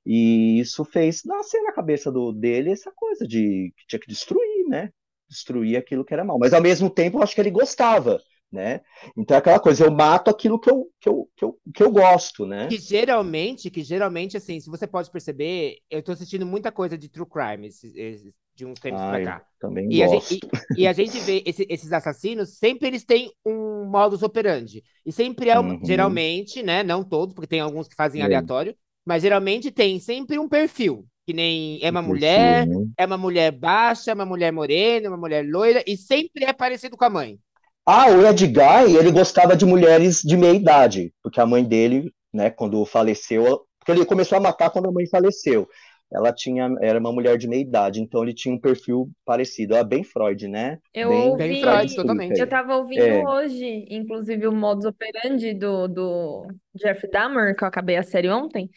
Speaker 4: E isso fez nascer na cabeça do, dele essa coisa de que tinha que destruir, né? Destruir aquilo que era mal. Mas, ao mesmo tempo, eu acho que ele gostava, né? Então, é aquela coisa, eu mato aquilo que eu, que eu, que eu, que eu gosto, né?
Speaker 3: Que geralmente, que geralmente, assim, se você pode perceber, eu tô assistindo muita coisa de true crime esses- esses- de uns tempos pra
Speaker 4: Ai,
Speaker 3: cá.
Speaker 4: Ah, Também
Speaker 3: E a,
Speaker 4: gosto.
Speaker 3: gente, e, e a gente vê esse- esses assassinos, sempre eles têm um modus operandi. E sempre é, uma-
Speaker 4: Uhum.
Speaker 3: geralmente, né? Não todos, porque tem alguns que fazem
Speaker 4: É.
Speaker 3: aleatório, mas geralmente tem sempre um perfil. Que nem
Speaker 4: [laughs]
Speaker 3: é uma
Speaker 4: Inclusive,
Speaker 3: mulher,
Speaker 4: né?
Speaker 3: é uma mulher baixa, é uma mulher morena, é uma mulher loira, e sempre é parecido com a mãe.
Speaker 4: Ah, o Ed Guy, ele gostava de mulheres de meia idade, porque a mãe dele, né, quando faleceu, ela- porque ele começou a matar quando a mãe faleceu. Ela tinha, era uma mulher de meia idade, então ele tinha um perfil parecido, ah, bem Freud, né?
Speaker 2: Eu
Speaker 4: Bem-
Speaker 2: ouvi,
Speaker 3: Bem
Speaker 2: Sim.
Speaker 3: Freud, totalmente.
Speaker 2: eu tava ouvindo
Speaker 4: É.
Speaker 2: hoje, inclusive, o modus operandi do, do Jeff Dahmer, que eu acabei a série ontem,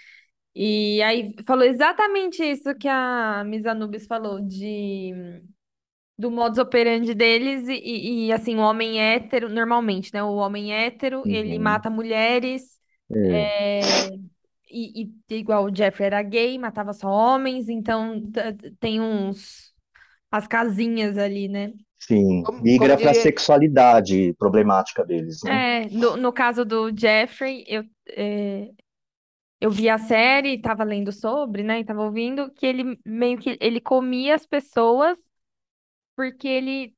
Speaker 2: e aí falou exatamente isso que a Miss Anubis falou, de do modus operandi deles e, e- e, assim, o homem hétero, normalmente, né? O homem hétero, ele
Speaker 4: Uhum.
Speaker 2: mata mulheres, é, e, e igual o Jeffrey era gay, matava só homens, então t- t- tem uns as casinhas ali, né?
Speaker 4: Sim,
Speaker 3: Como-
Speaker 4: migra
Speaker 3: como
Speaker 4: para a
Speaker 3: diria-
Speaker 4: sexualidade problemática deles, né?
Speaker 2: É, no, no caso do Jeffrey, eu, é, eu vi a série, tava lendo sobre, né, e tava ouvindo, que ele meio que ele comia as pessoas porque ele,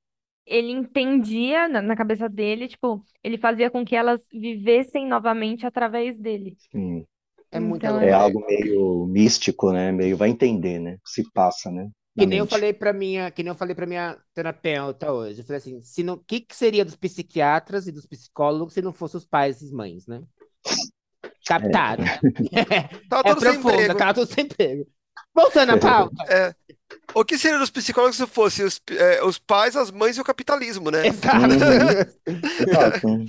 Speaker 2: ele entendia na, na cabeça dele, tipo, ele fazia com que elas vivessem novamente através dele.
Speaker 4: Sim.
Speaker 3: É muito
Speaker 2: Então-
Speaker 3: louco.
Speaker 4: É algo meio místico, né? Meio vai entender, né? Se passa, né?
Speaker 3: Que
Speaker 4: Na
Speaker 3: nem eu
Speaker 4: mente.
Speaker 3: falei pra minha, que nem eu falei pra minha terapeuta hoje. Eu falei assim, se não, o que que seria dos psiquiatras e dos psicólogos se não fossem os pais e as mães,
Speaker 4: [laughs]
Speaker 3: né?
Speaker 4: É.
Speaker 3: Captaram.
Speaker 1: Tava
Speaker 3: É
Speaker 1: todo sem
Speaker 3: profunda,
Speaker 1: emprego.
Speaker 3: tá todo sem emprego.
Speaker 4: [laughs]
Speaker 3: Voltando à pauta.
Speaker 1: É. O que seria dos psicólogos se fosse os, é, os pais, as mães e o capitalismo, né?
Speaker 3: Exato.
Speaker 4: Uhum.
Speaker 3: [laughs]
Speaker 1: [laughs]
Speaker 4: Exato. né?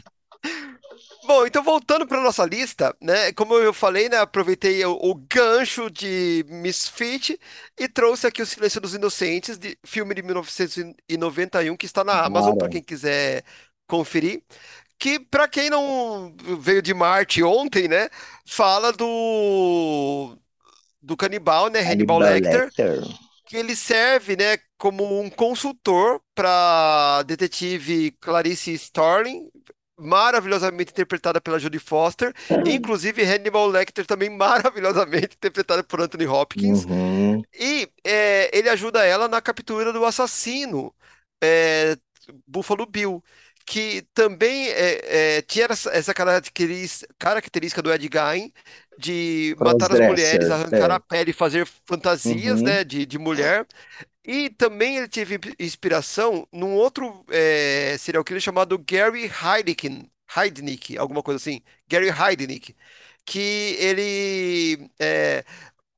Speaker 1: Bom, então voltando para nossa lista, né? Como eu falei, né? Aproveitei o, o gancho de Misfit e trouxe aqui O Silêncio dos Inocentes, de filme de 1991, que está na Amazon, para
Speaker 4: Mara.
Speaker 1: quem quiser conferir. Que, para quem não veio de Marte ontem, né? Fala do, do canibal, né? Hannibal
Speaker 4: Hannibal
Speaker 1: Lecter
Speaker 4: Lecter.
Speaker 1: que ele serve, né, como um consultor para detetive Clarice Starling, maravilhosamente interpretada pela Jodie Foster,
Speaker 4: Uhum.
Speaker 1: e, inclusive Hannibal Lecter também [laughs] maravilhosamente interpretada por Anthony Hopkins,
Speaker 4: Uhum.
Speaker 1: e é, ele ajuda ela na captura do assassino, é, Buffalo Bill. Que também é, é, tinha essa essa caracteris- característica do Ed Gein de matar as mulheres,
Speaker 4: Crossdresser,
Speaker 1: arrancar
Speaker 4: é.
Speaker 1: a pele, fazer fantasias,
Speaker 4: Uhum.
Speaker 1: né, de, de mulher. E também ele teve inspiração num outro eh, serial killer chamado Gary Heidnick, Heidnick, alguma coisa assim. Gary Heidnick, que ele eh,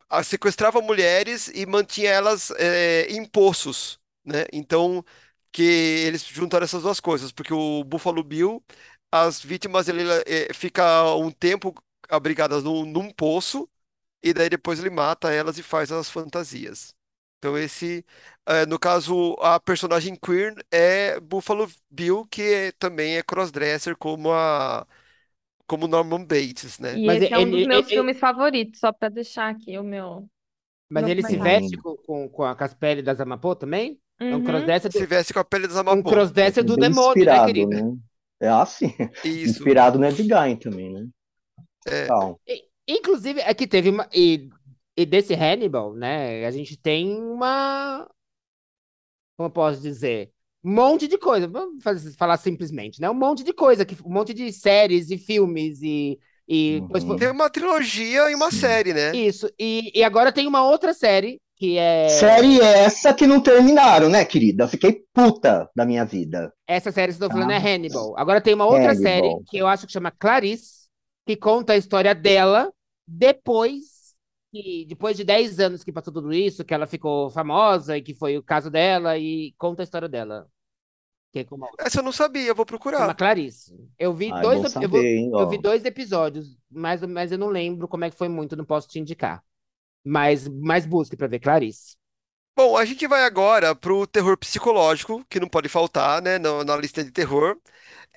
Speaker 1: a- sequestrava mulheres e mantinha elas eh, em poços, né? Então, que eles juntaram essas duas coisas, porque o Buffalo Bill, as vítimas, ele eh, fica um tempo abrigadas num, num poço, e daí depois ele mata elas e faz as fantasias. Então esse, eh, no caso, a personagem queer é Buffalo Bill, que é- também é crossdresser como a como Norman Bates, né?
Speaker 2: E
Speaker 3: Mas
Speaker 2: esse é um
Speaker 3: ele-
Speaker 2: dos meus
Speaker 3: ele-
Speaker 2: filmes favoritos, só pra deixar aqui o meu.
Speaker 3: Mas
Speaker 2: Meu
Speaker 3: ele se
Speaker 2: comentário.
Speaker 3: veste com, com, com, a, com as peles das Amapô também? É um
Speaker 2: Uhum.
Speaker 3: crossdresser
Speaker 1: Se
Speaker 3: do,
Speaker 1: veste com a pele das
Speaker 3: um
Speaker 1: Amapolas.
Speaker 3: crossdresser do
Speaker 4: Bem
Speaker 3: demônio, né,
Speaker 4: inspirado,
Speaker 3: querida?
Speaker 4: né? É assim.
Speaker 1: Isso.
Speaker 4: Inspirado no Ed Gein também, né?
Speaker 1: É.
Speaker 4: Então,
Speaker 3: E- Inclusive, aqui teve uma. E, e desse Hannibal, né? A gente tem uma. Como eu posso dizer? Um monte de coisa. Vamos faz- falar simplesmente, né? Um monte de coisa, que, um monte de séries e filmes e. e
Speaker 4: Uhum.
Speaker 3: pois foi-
Speaker 1: Tem uma trilogia e uma
Speaker 4: Sim.
Speaker 1: série, né?
Speaker 3: Isso. E, e agora tem uma outra série que é.
Speaker 4: série essa que não terminaram, né, querida? Eu fiquei puta da minha vida.
Speaker 3: Essa série que eu tô falando é Hannibal. Agora tem uma outra
Speaker 4: Tá. Hannibal.
Speaker 3: série que eu acho que chama Clarice, que conta a história dela depois que depois de 10 anos que passou tudo isso, que ela ficou famosa e que foi o caso dela e conta a história dela. Que é como
Speaker 1: Essa eu não sabia, eu vou
Speaker 3: chama
Speaker 1: procurar.
Speaker 3: Clarice. Eu vi
Speaker 4: Ai,
Speaker 3: dois
Speaker 4: bom
Speaker 3: ep-
Speaker 4: saber,
Speaker 3: eu, vou-
Speaker 4: hein, ó.
Speaker 3: eu vi dois episódios, mas mas eu não lembro como é que foi muito, não posso te indicar. Mas mas busque pra ver Clarice.
Speaker 1: Bom, a gente vai agora pro terror psicológico, que não pode faltar, né, na, na lista de terror.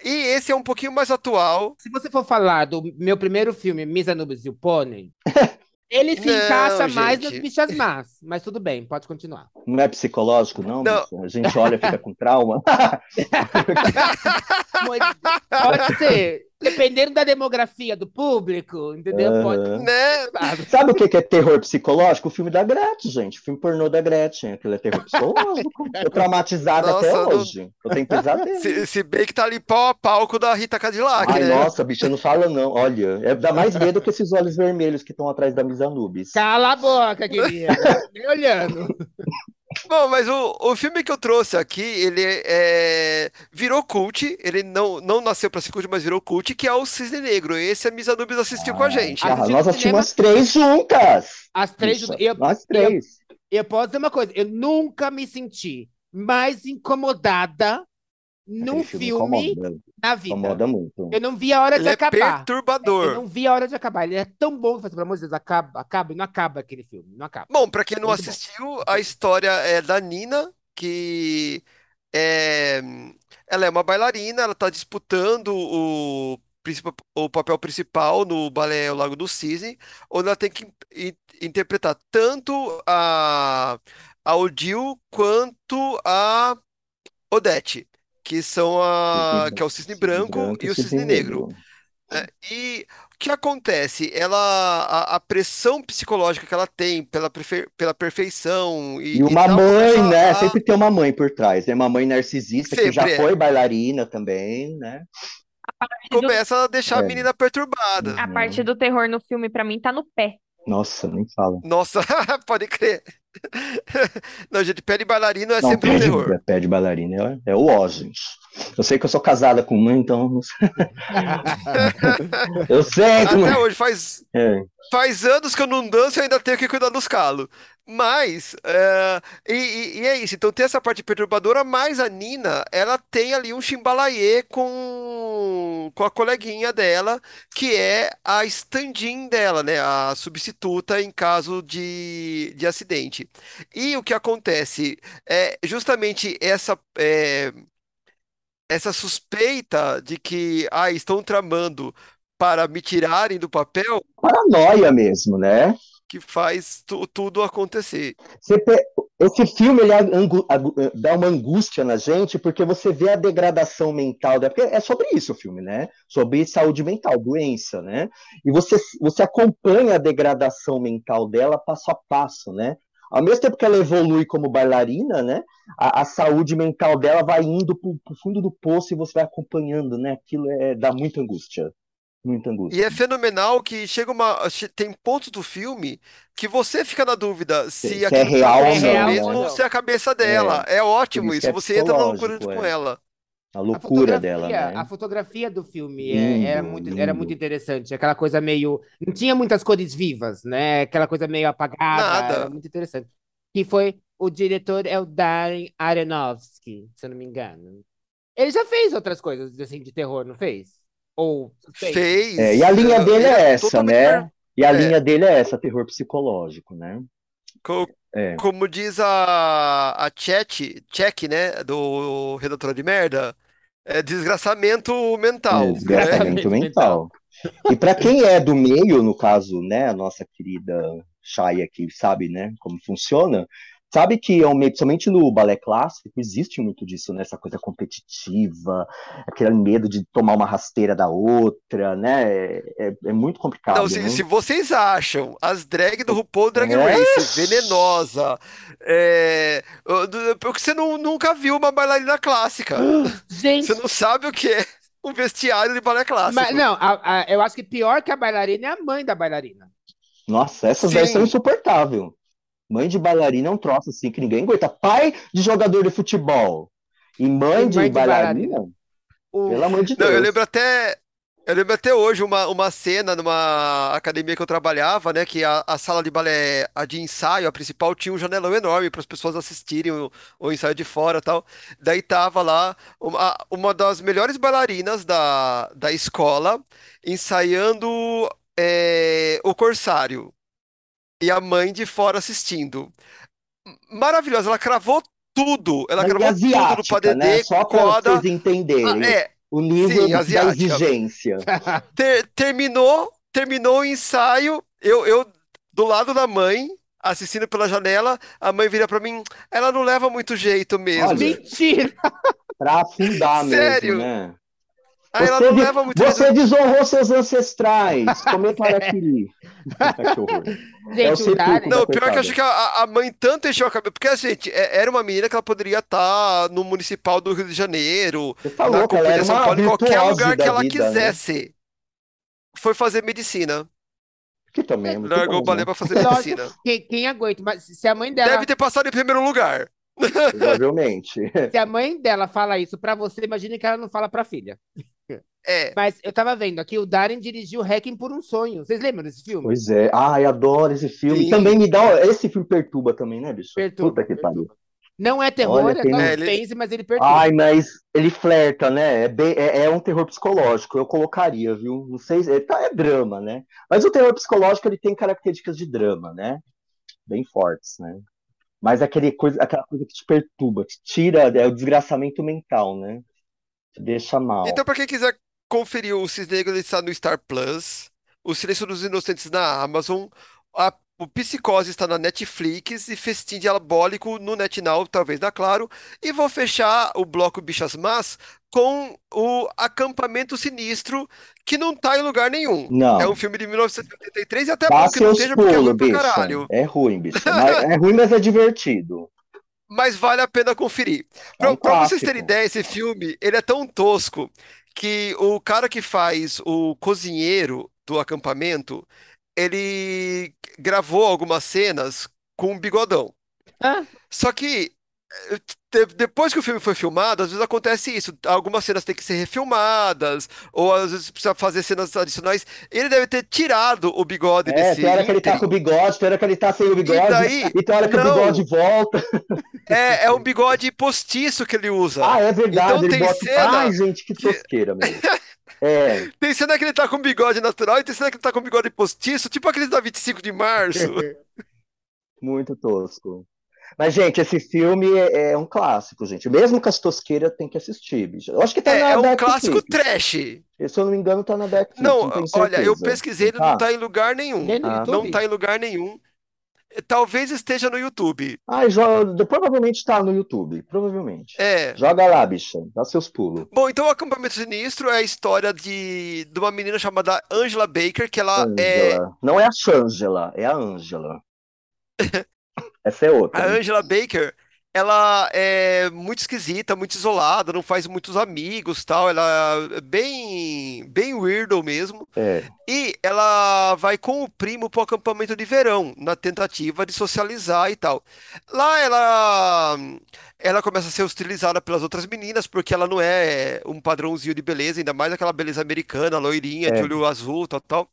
Speaker 1: E esse é um pouquinho mais atual.
Speaker 3: Se você for falar do meu primeiro filme, Miss Anubis e
Speaker 1: [laughs]
Speaker 3: o Pônei, ele se
Speaker 1: Não,
Speaker 3: encaixa mais
Speaker 1: gente.
Speaker 3: nas bichas más. Mas tudo bem, pode
Speaker 1: [laughs]
Speaker 3: continuar.
Speaker 4: Não é psicológico, não?
Speaker 1: Não.
Speaker 4: bicho? A gente olha e fica com trauma. [laughs]
Speaker 3: Pode ser. Dependendo da demografia do público, entendeu?
Speaker 4: Aham.
Speaker 3: Pode ser.
Speaker 1: Né?
Speaker 4: Sabe o que que é terror psicológico? O filme da Gretchen, gente. O filme pornô da Gretchen. Aquilo é
Speaker 1: [laughs]
Speaker 4: terror psicológico. Tô traumatizado
Speaker 1: Nossa,
Speaker 4: até
Speaker 1: não-
Speaker 4: hoje. Eu tenho pesadelo.
Speaker 1: Se, se bem que tá ali pau a pau com o da Rita Cadillac,
Speaker 4: Ai,
Speaker 1: né?
Speaker 4: nossa, bicha, não fala não. Olha, é, dá mais medo que esses olhos vermelhos que estão atrás da Misa Nubis.
Speaker 3: Cala a boca, querida. Nem olhando.
Speaker 1: Bom, mas o, o filme que eu trouxe aqui, ele é, virou cult, ele não, não nasceu pra ser cult, mas virou cult, que é o Cisne Negro. Esse a Misa Nubis assistiu com a gente.
Speaker 3: Ah,
Speaker 4: Ah,
Speaker 3: assisti
Speaker 4: nós
Speaker 3: no
Speaker 4: assistimos as três juntas.
Speaker 3: As três.
Speaker 4: Bicha,
Speaker 3: Eu,
Speaker 4: nós três.
Speaker 3: eu posso dizer uma coisa. Eu nunca me senti mais incomodada num
Speaker 4: Aquele
Speaker 3: filme
Speaker 4: incomoda,
Speaker 3: na vida.
Speaker 4: incomoda muito.
Speaker 3: Eu não vi a hora de
Speaker 1: Ele é
Speaker 3: acabar. Eu
Speaker 1: perturbador.
Speaker 3: não vi a hora de acabar. Ele é tão bom que eu falei, pelo amor de Deus, acaba, acaba, e não acaba aquele filme, não acaba.
Speaker 1: Bom, pra quem não
Speaker 3: Muito bom.
Speaker 1: assistiu, a história é da Nina, que é, ela é uma bailarina, ela tá disputando o, princip- o papel principal no balé O Lago do Cisne, onde ela tem que in- in- interpretar tanto a, a Odil quanto a Odete, que são a, que é o cisne branco e o cisne negro. né? E o que acontece? Ela, a, a pressão psicológica que ela tem pela, perfe- pela perfeição e,
Speaker 4: E uma
Speaker 1: tal,
Speaker 4: mãe,
Speaker 1: começa
Speaker 4: né?
Speaker 1: a-
Speaker 4: Sempre tem uma mãe por trás, né? Uma mãe narcisista que já
Speaker 1: Sempre é.
Speaker 4: foi bailarina também, né?
Speaker 2: do-
Speaker 1: começa a deixar a
Speaker 4: É.
Speaker 1: menina perturbada.
Speaker 2: A parte do terror no filme, pra mim, tá no pé.
Speaker 4: Nossa, nem fala.
Speaker 1: Nossa, [laughs] pode crer. [laughs] Não, gente, pé de bailarino é
Speaker 4: Não,
Speaker 1: sempre um
Speaker 4: pé de-
Speaker 1: terror.
Speaker 4: pé de bailarina é, é o ó, gente. Eu sei que eu sou casada com uma, então.
Speaker 1: [laughs]
Speaker 4: não sei. eu sei que.
Speaker 1: Até hoje, faz,
Speaker 4: É.
Speaker 1: faz anos que eu não danço e ainda tenho que cuidar dos calos. Mas, é, e, e- e é isso. Então tem essa parte perturbadora, mas a Nina, ela tem ali um chimbalaiê com, com a coleguinha dela, que é a stand-in dela, né? A substituta em caso de, de acidente. E o que acontece é justamente essa. é, essa suspeita de que ah, estão tramando para me tirarem do papel
Speaker 4: Paranoia mesmo, né?
Speaker 1: que faz tu- tudo acontecer.
Speaker 4: Você pe- Esse filme ele angu- agu- dá uma angústia na gente porque você vê a degradação mental. da- Porque é sobre isso o filme, né? Sobre saúde mental, doença, né? E você, você acompanha a degradação mental dela passo a passo, né? Ao mesmo tempo que ela evolui como bailarina, né? A, a saúde mental dela vai indo pro, pro fundo do poço e você vai acompanhando, né? Aquilo é, dá muita angústia. Muita angústia.
Speaker 1: E é fenomenal que chega uma. che- Tem pontos do filme que você fica na dúvida se
Speaker 4: Se é
Speaker 1: aquilo tá
Speaker 4: real
Speaker 3: ou
Speaker 1: acontecendo
Speaker 3: não,
Speaker 1: mesmo
Speaker 3: né?
Speaker 1: ou se é a cabeça dela. É ótimo
Speaker 4: isso que
Speaker 1: isso.
Speaker 4: é
Speaker 1: Você entra na loucura
Speaker 4: psicológico,
Speaker 1: com
Speaker 4: é.
Speaker 1: ela.
Speaker 4: A
Speaker 3: A
Speaker 4: loucura
Speaker 3: fotografia-
Speaker 4: dela, né?
Speaker 3: A fotografia do filme
Speaker 4: Lindo,
Speaker 3: é, era, muito, era
Speaker 4: lindo.
Speaker 3: muito interessante. É Aquela coisa meio. Não tinha muitas cores vivas, né? Aquela coisa meio apagada.
Speaker 1: Nada.
Speaker 3: Era muito interessante. Que foi. O diretor é o Darren Aronofsky, se eu não me engano. Ele já fez outras coisas assim de terror, não fez? Ou.
Speaker 1: Fez.
Speaker 4: É, e a linha
Speaker 1: eh,
Speaker 4: dele
Speaker 1: ele
Speaker 4: é essa,
Speaker 1: totalmente
Speaker 4: né?
Speaker 1: per-
Speaker 4: E a
Speaker 1: É.
Speaker 4: linha dele é essa, terror psicológico, né?
Speaker 1: co-
Speaker 4: É.
Speaker 1: Como diz a, a Chat, Check, né? Do Redator de Merda. É desgraçamento mental. né?
Speaker 4: É, desgraçamento
Speaker 3: Desgraçamento
Speaker 4: mental. E para quem é do meio, no caso, né, a nossa querida Shaya que sabe, né, como funciona, sabe que é um meio, principalmente no balé clássico, existe muito disso, né, essa coisa competitiva, aquele medo de tomar uma rasteira da outra, né? É, é- é muito complicado,
Speaker 1: Não, se,
Speaker 4: né?
Speaker 1: se vocês acham as drag do RuPaul Drag
Speaker 4: É.
Speaker 1: Race venenosa, é, uh, do- porque você não- nunca viu uma bailarina
Speaker 4: [gasps]
Speaker 1: clássica,
Speaker 3: Gente,
Speaker 1: você não sabe o que é um vestiário de balé
Speaker 3: mas,
Speaker 1: clássico.
Speaker 3: não, a- a- eu acho que pior que a bailarina é a mãe da bailarina.
Speaker 4: Nossa, essas daí
Speaker 1: Sim.
Speaker 4: são insuportáveis. Mãe de bailarina é um troço assim que ninguém aguenta. Pai de jogador de futebol e mãe,
Speaker 3: E
Speaker 4: de,
Speaker 3: mãe de
Speaker 4: bailarina,
Speaker 3: O-
Speaker 4: pelo amor de
Speaker 1: Não,
Speaker 4: Deus.
Speaker 1: eu lembro até, eu lembro até hoje uma, uma cena numa academia que eu trabalhava, né, que a, a sala de balé, a de ensaio, a principal, tinha um janelão enorme para as pessoas assistirem o, o ensaio de fora, e tal. Daí tava lá uma, a- uma das melhores bailarinas da, da escola ensaiando é, o Corsário e a mãe de fora assistindo. Maravilhosa, ela cravou tudo, ela um
Speaker 4: Mãe
Speaker 1: cravou tudo no
Speaker 4: é asiática,
Speaker 1: padedê,
Speaker 4: né? Só para
Speaker 1: coda.
Speaker 4: vocês entenderem
Speaker 1: Ah, é,
Speaker 4: o nível
Speaker 1: sim,
Speaker 4: da
Speaker 1: asiática.
Speaker 4: exigência.
Speaker 1: ter- terminou, terminou o ensaio, eu, eu do lado da mãe, assistindo pela janela, a mãe vira pra mim, ela não leva muito jeito mesmo.
Speaker 4: Olha,
Speaker 3: Mentira!
Speaker 4: para afundar
Speaker 1: Sério?
Speaker 4: mesmo, né?
Speaker 1: Aí ela
Speaker 4: você
Speaker 1: não
Speaker 4: de-
Speaker 1: leva muito jeito.
Speaker 4: você desonrou seus ancestrais. Como é que
Speaker 1: [laughs]
Speaker 4: era aquele? Que horror. É o
Speaker 3: Gente, o
Speaker 4: circuito
Speaker 3: Darren.
Speaker 4: da
Speaker 1: Não, pior que eu
Speaker 4: coitada.
Speaker 1: acho que a, a mãe tanto encheu a cabeça, porque, gente, é- era uma menina que ela poderia estar no municipal do Rio de Janeiro,
Speaker 4: Você tá
Speaker 1: na
Speaker 4: louco, ela
Speaker 1: Companhia
Speaker 4: era
Speaker 1: de São
Speaker 4: uma
Speaker 1: Paulo, em qualquer
Speaker 4: virtuose
Speaker 1: lugar
Speaker 4: da
Speaker 1: que ela
Speaker 4: vida, né?
Speaker 1: quisesse. Foi fazer medicina.
Speaker 4: Que também é muito
Speaker 1: Largou
Speaker 4: bom,
Speaker 1: o balé
Speaker 4: né?
Speaker 1: pra fazer
Speaker 3: Lógico.
Speaker 1: medicina.
Speaker 3: Quem, quem aguenta? Mas se a mãe dela,
Speaker 1: Deve ter passado em primeiro lugar.
Speaker 4: Provavelmente.
Speaker 3: se a mãe dela fala isso pra você, imagine que ela não fala pra filha.
Speaker 1: É.
Speaker 3: Mas eu tava vendo aqui, o Darren dirigiu Hacking por um Sonho. Vocês lembram desse filme?
Speaker 4: Pois é, ai, adoro esse filme.
Speaker 1: Sim.
Speaker 4: Também me dá. Esse filme perturba também, né, bicho?
Speaker 3: Perturba,
Speaker 4: Puta que
Speaker 3: perturba.
Speaker 4: pariu.
Speaker 3: Não é terror,
Speaker 4: Olha,
Speaker 3: é
Speaker 4: tem- um-
Speaker 3: só
Speaker 1: É, ele-
Speaker 3: suspense, mas ele perturba.
Speaker 4: Ai, mas ele flerta, né? É, bem- é- é um terror psicológico, eu colocaria, viu? Não sei, se- é, tá, é drama, né? Mas o terror psicológico ele tem características de drama, né? Bem fortes, né? Mas aquele coisa, aquela coisa que te perturba, te tira, é o desgraçamento mental, né? Te deixa mal.
Speaker 1: Então, pra quem quiser conferir o Cisne Negro, ele está no Star Plus. O Silêncio dos Inocentes na Amazon. A O Psicose está na Netflix e Festim Diabólico no NetNow, talvez na Claro. E vou fechar o bloco Bichas Más com o Acampamento Sinistro, que não tá em lugar nenhum.
Speaker 4: Não.
Speaker 1: É um filme de 1973 e até bom
Speaker 4: Dá
Speaker 1: que não
Speaker 4: seus
Speaker 1: esteja, porque é
Speaker 4: pulos,
Speaker 1: ruim pra
Speaker 4: bicha.
Speaker 1: caralho.
Speaker 4: É
Speaker 1: [laughs]
Speaker 4: ruim, bicha. Mas- é ruim, mas é divertido.
Speaker 1: Mas vale a pena conferir.
Speaker 4: É um
Speaker 1: Pra, pra vocês
Speaker 4: clássico.
Speaker 1: terem ideia, esse filme, ele é tão tosco que o cara que faz o cozinheiro do acampamento, ele gravou algumas cenas com um bigodão.
Speaker 3: Hã?
Speaker 1: Só que eh, de- depois que o filme foi filmado, às vezes acontece isso. Algumas cenas têm que ser refilmadas, ou às vezes precisa fazer cenas adicionais. Ele deve ter tirado o bigode
Speaker 4: É,
Speaker 1: desse
Speaker 4: tem hora que ele tá
Speaker 1: íntegro.
Speaker 4: com o bigode, tem hora que ele tá sem o
Speaker 1: E
Speaker 4: bigode,
Speaker 1: daí,
Speaker 4: e tem hora que
Speaker 1: Não.
Speaker 4: o bigode volta.
Speaker 1: é, é um bigode postiço que ele usa.
Speaker 4: Ah, é verdade,
Speaker 1: Então
Speaker 4: ele
Speaker 1: tem
Speaker 4: bota.
Speaker 1: cena
Speaker 4: Ai, gente, que
Speaker 1: [laughs]
Speaker 4: tosqueira mesmo. É,
Speaker 1: Tem cena que ele tá com bigode natural e tem cena que ele tá com bigode postiço, tipo aqueles da 25 de março.
Speaker 4: muito tosco. Mas, gente, esse filme é, é um clássico, gente. Mesmo com as tosqueiras, tem que assistir, bicho. Eu acho que tá
Speaker 1: [laughs] É,
Speaker 4: na
Speaker 1: é um
Speaker 4: Netflix.
Speaker 1: clássico trash.
Speaker 4: Se eu não me engano, tá na Netflix,
Speaker 1: Não,
Speaker 4: tenho
Speaker 1: olha, eu
Speaker 4: certeza.
Speaker 1: pesquisei, ele
Speaker 4: Tá?
Speaker 1: não tá em lugar nenhum.
Speaker 3: Nem é no
Speaker 4: Ah.
Speaker 3: YouTube?
Speaker 1: Não tá em lugar nenhum. É, Talvez esteja no YouTube.
Speaker 4: Ah, joga... provavelmente tá no YouTube, provavelmente.
Speaker 1: É.
Speaker 4: Joga lá, bicha, dá seus pulos.
Speaker 1: Bom, então o Acampamento Sinistro é a história de, de uma menina chamada Angela Baker, que ela é.
Speaker 4: Ângela. Não é a Shangela, é
Speaker 1: [laughs]
Speaker 4: a Ângela. Essa é
Speaker 1: A
Speaker 4: outra. né?
Speaker 1: Angela Baker, ela é muito esquisita, muito isolada, não faz muitos amigos, tal. Ela é bem, bem weirdo mesmo.
Speaker 4: É.
Speaker 1: E ela vai com o primo pro acampamento de verão, na tentativa de socializar e tal. Lá ela ela começa a ser hostilizada pelas outras meninas, porque ela não é um padrãozinho de beleza, ainda mais aquela beleza americana, loirinha, de
Speaker 4: É.
Speaker 1: olho azul, tal, tal.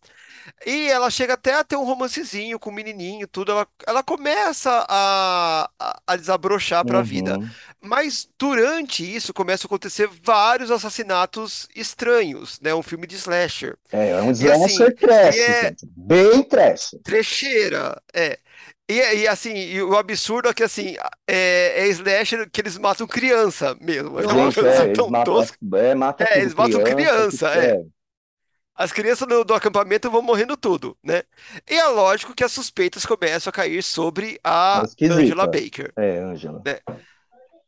Speaker 1: E ela chega até a ter um romancezinho com o menininho, tudo. Ela, ela começa a, a, a desabrochar pra vida.
Speaker 4: Uhum.
Speaker 1: Mas durante isso começam a acontecer vários assassinatos estranhos, né? Um filme de slasher.
Speaker 4: É, é um
Speaker 1: E assim,
Speaker 4: slasher trash,
Speaker 1: e é-
Speaker 4: gente. Bem trash.
Speaker 1: Trecheira, é. E, e assim, e o absurdo é que assim, é, é slasher que eles matam criança mesmo. É uma
Speaker 4: Gente,
Speaker 1: coisa
Speaker 4: é,
Speaker 1: assim
Speaker 4: eles
Speaker 1: tão
Speaker 4: matam,
Speaker 1: tosca.
Speaker 4: é, mata
Speaker 1: É,
Speaker 4: tudo,
Speaker 1: eles matam criança,
Speaker 4: tudo-
Speaker 1: é. As crianças do, do acampamento vão morrendo tudo, né? E é lógico que as suspeitas começam a cair sobre
Speaker 4: é
Speaker 1: a Angela
Speaker 4: esquisita.
Speaker 1: Baker.
Speaker 4: É, Ângela.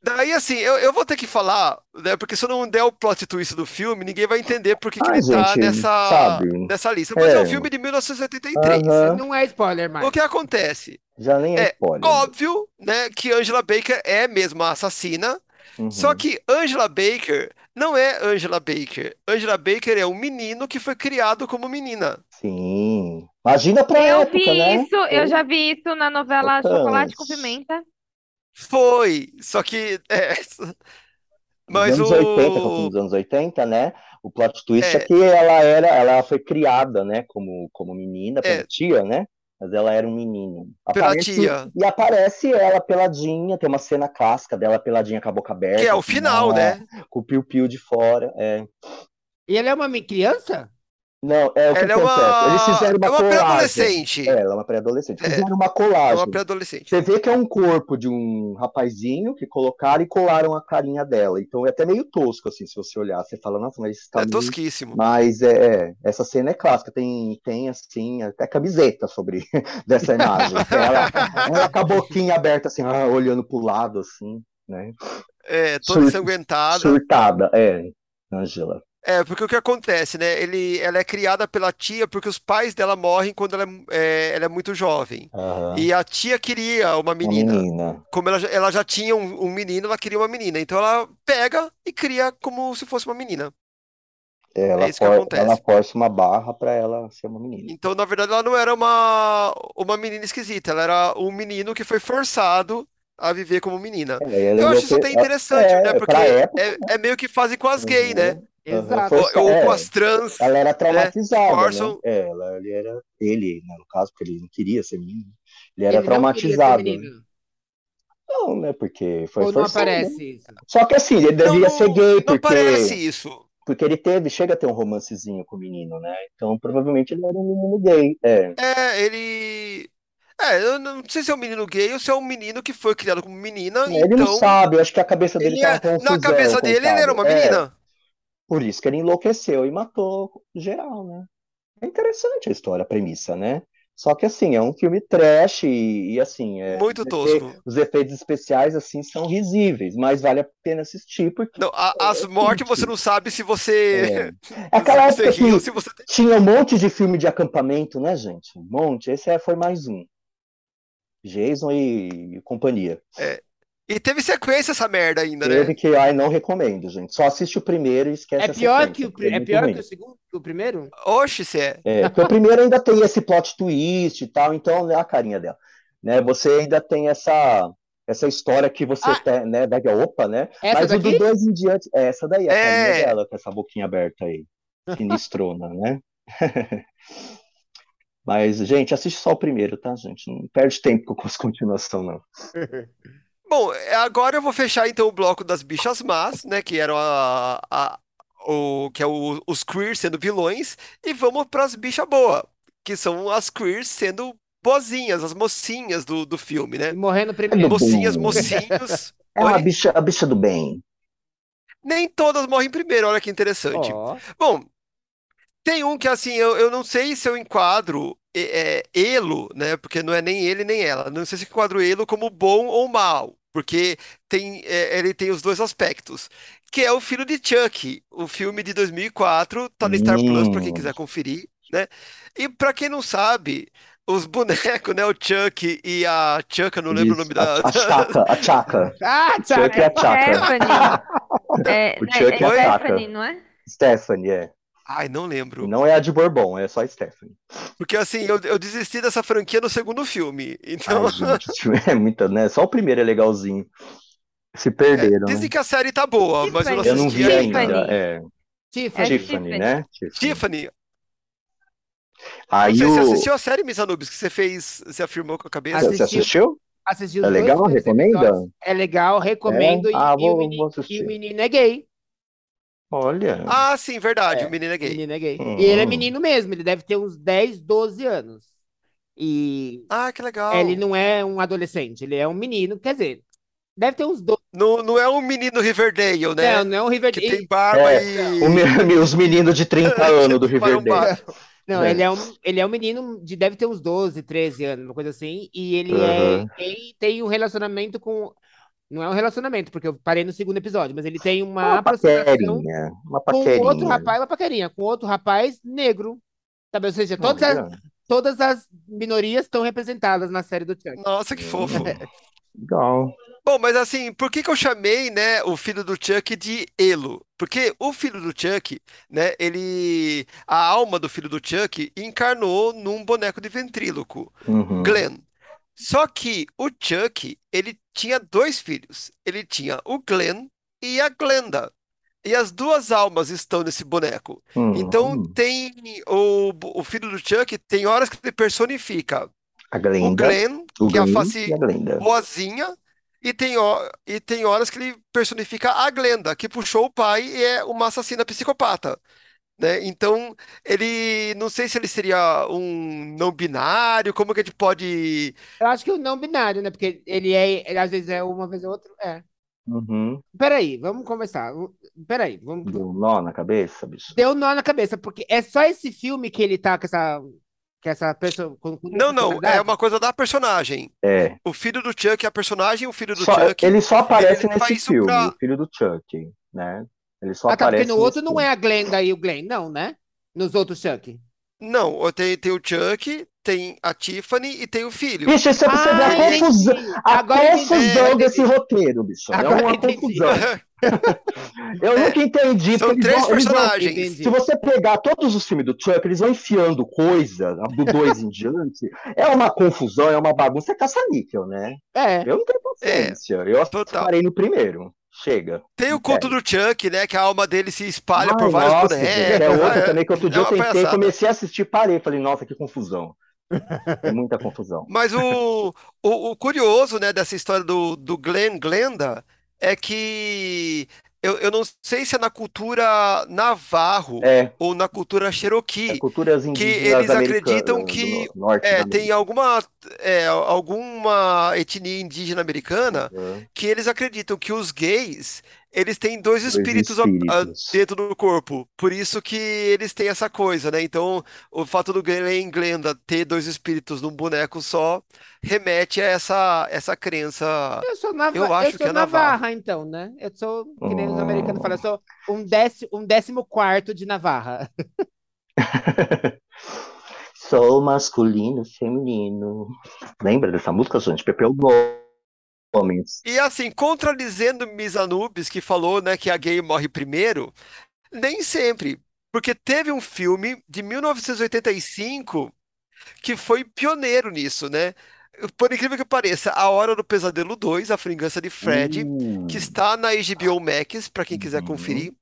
Speaker 1: Daí, assim, eu, eu vou ter que falar, né? Porque se eu não der o plot twist do filme, ninguém vai entender por que que
Speaker 4: Ah,
Speaker 1: ele tá
Speaker 4: gente,
Speaker 1: nessa,
Speaker 4: sabe.
Speaker 1: nessa lista. Mas é um
Speaker 4: É.
Speaker 1: filme de 1983.
Speaker 4: Aham.
Speaker 3: Não é spoiler mais.
Speaker 1: O que acontece?
Speaker 4: Já nem é
Speaker 1: né? É,
Speaker 4: spoiler.
Speaker 1: Óbvio, né, que Angela Baker é mesmo a assassina,
Speaker 4: Uhum.
Speaker 1: só que Angela Baker não é Angela Baker. Angela Baker é um menino que foi criado como menina.
Speaker 4: Sim. Imagina pra
Speaker 2: Eu
Speaker 4: época,
Speaker 2: vi
Speaker 4: né?
Speaker 2: isso, eu já vi isso na novela
Speaker 4: Chocante.
Speaker 2: Chocolate com Pimenta.
Speaker 1: Foi, só que [laughs] é, mas
Speaker 4: Nos anos tá 80, com
Speaker 1: o
Speaker 4: nos anos 80, né? O plot twist é,
Speaker 1: É.
Speaker 4: que ela era, ela foi criada, né, como, como menina, pela
Speaker 1: É.
Speaker 4: tia, né? Mas ela era um menino.
Speaker 1: Pela
Speaker 4: Aparece-
Speaker 1: tia.
Speaker 4: E aparece ela peladinha, tem uma cena casca dela peladinha com a boca aberta.
Speaker 1: que é o
Speaker 4: assim,
Speaker 1: final,
Speaker 4: ah,
Speaker 1: né?
Speaker 4: Com o piu-piu de fora. É.
Speaker 3: E ela é uma me- criança?
Speaker 4: Não, é o que
Speaker 1: Ela é
Speaker 4: acontece. Eles fizeram
Speaker 1: uma, é uma
Speaker 4: uma colagem.
Speaker 1: pré-adolescente.
Speaker 4: É, ela é uma pré-adolescente.
Speaker 1: É.
Speaker 4: Fizeram uma
Speaker 1: É
Speaker 4: colagem.
Speaker 1: uma pré-adolescente.
Speaker 4: Você vê que é um corpo de um rapazinho que colocaram e colaram a carinha dela. Então é até meio tosco, assim, se você olhar. Você fala, nossa, mas isso tá
Speaker 1: É
Speaker 4: meio
Speaker 1: tosquíssimo.
Speaker 4: Mas é, é, essa cena é clássica, tem, tem assim, até camiseta sobre [laughs] dessa imagem. Ela, ela com a boquinha aberta, assim, ah, olhando pro lado, assim, né?
Speaker 1: É, toda
Speaker 4: Sur-
Speaker 1: ensanguentada.
Speaker 4: Surtada, é, Angela.
Speaker 1: É, porque o que acontece, né? Ele, ela é criada pela tia porque os pais dela morrem quando ela é, é, ela é muito jovem.
Speaker 4: Aham.
Speaker 1: E a tia queria uma
Speaker 4: Ah. Uma
Speaker 1: menina.
Speaker 4: menina.
Speaker 1: Como ela, já- ela já tinha um, um menino, ela queria uma menina. Então ela pega e cria como se fosse uma menina.
Speaker 4: Ela,
Speaker 1: É isso que
Speaker 4: for-
Speaker 1: acontece.
Speaker 4: ela força uma barra pra ela ser uma menina.
Speaker 1: Então, na verdade, ela não era uma, uma menina esquisita. Ela era um menino que foi forçado a viver como menina.
Speaker 4: É, ela
Speaker 1: Eu
Speaker 4: é
Speaker 1: acho isso até
Speaker 4: bloque-
Speaker 1: interessante,
Speaker 4: é,
Speaker 1: né?
Speaker 4: pra
Speaker 1: Porque
Speaker 4: época,
Speaker 1: é, é meio que fazem com as gays, né?
Speaker 3: Exato.
Speaker 4: Foi-
Speaker 1: Ou, ou com
Speaker 4: é.
Speaker 1: as trans.
Speaker 4: Ela era traumatizada, né?
Speaker 1: Orson-
Speaker 4: É, ela, ele era ele, né, no caso, porque ele não queria ser menino. Ele era
Speaker 3: Ele não queria ser
Speaker 4: traumatizado. né?
Speaker 3: menino.
Speaker 4: Não, né? Porque foi
Speaker 3: Ou não
Speaker 4: forçado, né?
Speaker 3: aparece isso.
Speaker 4: Só que assim, ele devia ser gay,
Speaker 1: Então não parece
Speaker 4: porque,
Speaker 1: isso.
Speaker 4: porque ele teve, chega a ter um romancezinho com o menino, né? Então provavelmente ele era um menino gay. É,
Speaker 1: É, ele. É, eu não sei se é um menino gay ou se é um menino que foi criado como menina,
Speaker 4: ele não
Speaker 1: então
Speaker 4: sabe, eu acho que a cabeça dele tá
Speaker 1: ele
Speaker 4: tava
Speaker 1: é-
Speaker 4: confusão,
Speaker 1: na cabeça dele ele era uma
Speaker 4: coitado. É,
Speaker 1: menina.
Speaker 4: por isso que ele enlouqueceu e matou geral, né? É interessante a história, a premissa, né? Só que assim, é um filme trash e, e, assim, é,
Speaker 1: Muito
Speaker 4: os
Speaker 1: tosco.
Speaker 4: efe- os efeitos especiais assim são risíveis, mas vale a pena assistir porque
Speaker 1: Não, a- as mortes você não sabe [laughs] se você.
Speaker 4: é, aquela
Speaker 1: se você
Speaker 4: época
Speaker 1: riu,
Speaker 4: que
Speaker 1: se você.
Speaker 4: tinha um monte de filme de acampamento, né, gente? Um monte. Esse é, foi mais um. Jason e, e companhia.
Speaker 1: E teve sequência essa merda ainda, né?
Speaker 4: Teve que, ai, não recomendo, gente. Só assiste o primeiro e esquece
Speaker 3: É
Speaker 4: a
Speaker 3: pior que
Speaker 4: sequência,
Speaker 3: o,
Speaker 4: porque é
Speaker 3: pri- é
Speaker 4: muito
Speaker 3: pior
Speaker 4: ruim.
Speaker 3: que o segundo, que o primeiro?
Speaker 1: Oxe, se é.
Speaker 4: É, porque o primeiro ainda tem esse plot twist e tal, então né, a carinha dela, né? Você ainda tem essa essa história que você
Speaker 3: Ah!
Speaker 4: tem, né? Da opa, né?
Speaker 3: Essa
Speaker 4: Mas o
Speaker 3: daqui?
Speaker 4: dos dois em diante, é essa daí, a
Speaker 1: É.
Speaker 4: carinha dela, com essa boquinha aberta aí, sinistrona, né? [laughs] Mas, gente, assiste só o primeiro, tá, gente? Não perde tempo com as continuação, não.
Speaker 1: Bom, é, agora eu vou fechar então o bloco das bichas más, né? Que eram a, a- o que é o- os queers sendo vilões e vamos para as bichas boas, que são as queers sendo boazinhas, as mocinhas do, do filme,
Speaker 3: E
Speaker 1: né?
Speaker 4: É
Speaker 3: morrendo primeiro.
Speaker 4: Tudo bom.
Speaker 1: Mocinhas,
Speaker 4: [laughs]
Speaker 1: mocinhos.
Speaker 4: É uma
Speaker 1: Oi?
Speaker 4: bicha, a bicha do bem.
Speaker 1: Nem todas morrem primeiro, olha que interessante.
Speaker 3: Ó,
Speaker 1: Bom, tem um que assim, eu, eu não sei se eu enquadro é, é, Elo, né? Porque não é nem ele nem ela. Não sei se eu enquadro Elo como bom ou mal, porque tem, é, ele tem os dois aspectos. Que é o filho de Chuck, o filme de 2004, tá no Star Plus pra quem
Speaker 4: Hum.
Speaker 1: quiser conferir, né? E pra quem não sabe, os bonecos, né? O Chuck e a Chuck, eu não lembro o nome
Speaker 4: Isso, a,
Speaker 1: da.
Speaker 4: a Chaca, a Chaca.
Speaker 3: Ah, tchau.
Speaker 4: Chuck é a Chaca.
Speaker 2: Stephanie.
Speaker 4: [laughs]
Speaker 2: É,
Speaker 4: O
Speaker 2: né,
Speaker 4: Chuck
Speaker 1: é
Speaker 2: é
Speaker 1: a
Speaker 4: Chaka.
Speaker 2: Stephanie, não é?
Speaker 4: Stephanie, é.
Speaker 1: [laughs] Ai, não lembro.
Speaker 4: Não é a de Bourbon, é só a Stephanie.
Speaker 1: Porque assim, eu, eu desisti dessa franquia no segundo filme. Então. [laughs]
Speaker 4: Ai, gente, esse filme é muita, né? Só o primeiro é legalzinho. Se perderam, né?
Speaker 1: Dizem que a série tá boa, mas eu não
Speaker 2: que
Speaker 4: Eu não
Speaker 1: assisti
Speaker 4: vi
Speaker 2: Tiffany.
Speaker 1: ainda.
Speaker 4: ainda. É,
Speaker 2: É
Speaker 3: Tiffany.
Speaker 4: Tiffany,
Speaker 2: Tiffany.
Speaker 4: né? Tiffany.
Speaker 1: Tiffany, não
Speaker 4: Aí
Speaker 1: sei se você
Speaker 4: o.
Speaker 1: assistiu a série Miss Anubis, que você fez, você afirmou com a cabeça.
Speaker 4: Você assistiu?
Speaker 3: Assisti os
Speaker 4: É
Speaker 3: dois
Speaker 4: legal?
Speaker 3: primeiros
Speaker 4: Recomenda?
Speaker 3: episódios. Tá É legal, recomendo.
Speaker 4: É?
Speaker 3: E,
Speaker 4: Ah,
Speaker 3: e o
Speaker 4: vou-
Speaker 3: menino,
Speaker 4: vou
Speaker 3: e
Speaker 4: assistir.
Speaker 3: o menino é gay.
Speaker 4: Olha.
Speaker 1: Ah, sim, verdade,
Speaker 3: É,
Speaker 1: o menino é
Speaker 3: O
Speaker 1: gay.
Speaker 3: menino é gay.
Speaker 4: Hum.
Speaker 3: E ele é menino mesmo, ele deve ter uns 10, 12 anos. E
Speaker 1: Ah, que legal.
Speaker 3: ele não é um adolescente, ele é um menino, quer dizer, deve ter uns 12.
Speaker 1: Não, não é um menino Riverdale, né?
Speaker 3: Não, não é um Riverdale.
Speaker 1: Que tem barba
Speaker 4: É,
Speaker 1: e.
Speaker 4: O [laughs] me- Os meninos de
Speaker 1: [laughs]
Speaker 4: 30 anos do Riverdale.
Speaker 1: marombado.
Speaker 3: Não,
Speaker 4: É.
Speaker 3: ele é um, ele é um menino de deve ter uns 12, 13 anos, uma coisa assim, e ele
Speaker 4: Aham.
Speaker 3: é gay, tem um relacionamento com não é um relacionamento, porque eu parei no segundo episódio, mas ele tem uma
Speaker 4: Uma
Speaker 3: aproximação
Speaker 4: paquerinha. Uma
Speaker 3: então, com outro
Speaker 4: paquerinha.
Speaker 3: rapaz, uma paquerinha, com outro rapaz negro. Sabe? Ou seja, todas as,
Speaker 4: Olha.
Speaker 3: todas as minorias estão representadas na série do
Speaker 4: [laughs]
Speaker 3: Chuck.
Speaker 1: Nossa, que fofo.
Speaker 4: Legal.
Speaker 1: Bom, mas assim, por que que eu chamei, né, o filho do Chuck de Elo? Porque o filho do Chuck, né, ele, a alma do filho do Chuck encarnou num boneco de ventríloco.
Speaker 4: Uhum.
Speaker 1: Glenn. Só que o Chuck, ele tinha dois filhos. Ele tinha o Glenn e a Glenda. E as duas almas estão nesse boneco.
Speaker 4: Hum.
Speaker 1: Então tem o, o filho do Chuck, tem horas que ele personifica
Speaker 4: A
Speaker 1: o
Speaker 4: Glenda.
Speaker 1: Glenn,
Speaker 4: O
Speaker 1: que é a
Speaker 4: Glenn
Speaker 1: face
Speaker 4: e a Glenda.
Speaker 1: boazinha, e tem, ho- e tem horas que ele personifica a Glenda, que puxou o pai e é uma assassina psicopata. Né? Então, ele, não sei se ele seria um não binário, como que a gente pode
Speaker 3: Eu acho que o não binário, né? Porque ele é, ele às vezes é uma vez ou outra, é.
Speaker 4: Uhum.
Speaker 3: Peraí, vamos conversar. Peraí, vamos
Speaker 4: Deu um nó na cabeça, bicho.
Speaker 3: Deu um nó na cabeça, porque é só esse filme que ele tá com essa. Com essa pessoa. Com, com
Speaker 1: Não, não, é
Speaker 3: personalidade?
Speaker 1: uma coisa da personagem.
Speaker 4: É.
Speaker 1: O filho do Chuck, a personagem, o filho do
Speaker 4: Só-
Speaker 1: Chuck.
Speaker 4: ele só aparece
Speaker 1: ele faz
Speaker 4: nesse
Speaker 1: isso
Speaker 4: filme,
Speaker 1: pra-
Speaker 4: o filho do Chuck, né? Ele só
Speaker 3: Ah, tá, porque
Speaker 4: aparece
Speaker 3: no outro
Speaker 4: nesse
Speaker 3: não é a Glenda e o Glenn, não, né? Nos outros Chuck.
Speaker 1: Não, ó, tem, tem o Chuck, tem a Tiffany e tem o filho.
Speaker 4: filme. Bicho, você É você vê a
Speaker 1: Ah, entendi.
Speaker 4: confusão, a
Speaker 3: é. Agora entendi.
Speaker 4: confusão
Speaker 3: É,
Speaker 4: desse roteiro, bicho.
Speaker 3: Agora
Speaker 4: é uma
Speaker 3: entendi.
Speaker 4: confusão. Eu nunca
Speaker 1: [laughs]
Speaker 4: entendi.
Speaker 1: É. São
Speaker 4: porque eles
Speaker 1: três
Speaker 4: vão- eles vão-
Speaker 1: personagens.
Speaker 3: entendi.
Speaker 4: se você pegar todos os filmes do Chuck, eles vão enfiando coisa né, do dois em diante. É uma confusão, é uma bagunça, é caça-níquel, né?
Speaker 3: É.
Speaker 4: Eu não tenho paciência. Eu
Speaker 1: É, total.
Speaker 4: parei no primeiro. Chega.
Speaker 1: Tem o culto do Chuck, né? Que a alma dele se espalha
Speaker 4: Ai,
Speaker 1: por vários
Speaker 4: nossa, gente, é
Speaker 1: bonecos.
Speaker 4: outra também que outro dia
Speaker 1: é
Speaker 4: eu
Speaker 1: uma
Speaker 4: tentei,
Speaker 1: palhaçada.
Speaker 4: comecei a assistir, parei, falei, nossa, que confusão. É muita
Speaker 1: [laughs]
Speaker 4: confusão.
Speaker 1: Mas o, o, o curioso, né, dessa história do, do Glenn Glenda é que eu, eu não sei se é na cultura navarro
Speaker 4: É,
Speaker 1: ou na cultura
Speaker 4: é
Speaker 1: Cherokee.
Speaker 4: culturas
Speaker 1: que
Speaker 4: indígenas
Speaker 1: eles
Speaker 4: americanas
Speaker 1: acreditam
Speaker 4: do
Speaker 1: que
Speaker 4: no- norte
Speaker 1: é,
Speaker 4: da
Speaker 1: tem
Speaker 4: América.
Speaker 1: alguma, é,
Speaker 4: É.
Speaker 1: alguma etnia indígena americana que eles acreditam que os gays eles têm dois espíritos, a- a-
Speaker 4: espíritos.
Speaker 1: dentro do corpo. Por isso que eles têm essa coisa, né? Então, o fato do Glenn Glenda ter dois espíritos num boneco só remete a essa, essa crença.
Speaker 3: Eu sou Navarra,
Speaker 1: Eu acho
Speaker 3: sou
Speaker 1: que é
Speaker 3: Navarra,
Speaker 1: Navarra.
Speaker 3: então, né? Eu sou, que nem os
Speaker 4: Oh.
Speaker 3: americanos falam, eu sou um, décimo, um décimo quarto de Navarra.
Speaker 4: Sou masculino, feminino. Lembra dessa música, é gente? Pepeu Gomes.
Speaker 1: E assim, contradizendo Miss Anubis, que falou, né, que a gay morre primeiro, nem sempre. Porque teve um filme de 1985 que foi pioneiro nisso, né? Por incrível que pareça, A Hora do Pesadelo 2, A Vingança de Fred,
Speaker 4: Hum.
Speaker 1: que está na HBO Max, para quem quiser
Speaker 4: Uhum.
Speaker 1: conferir.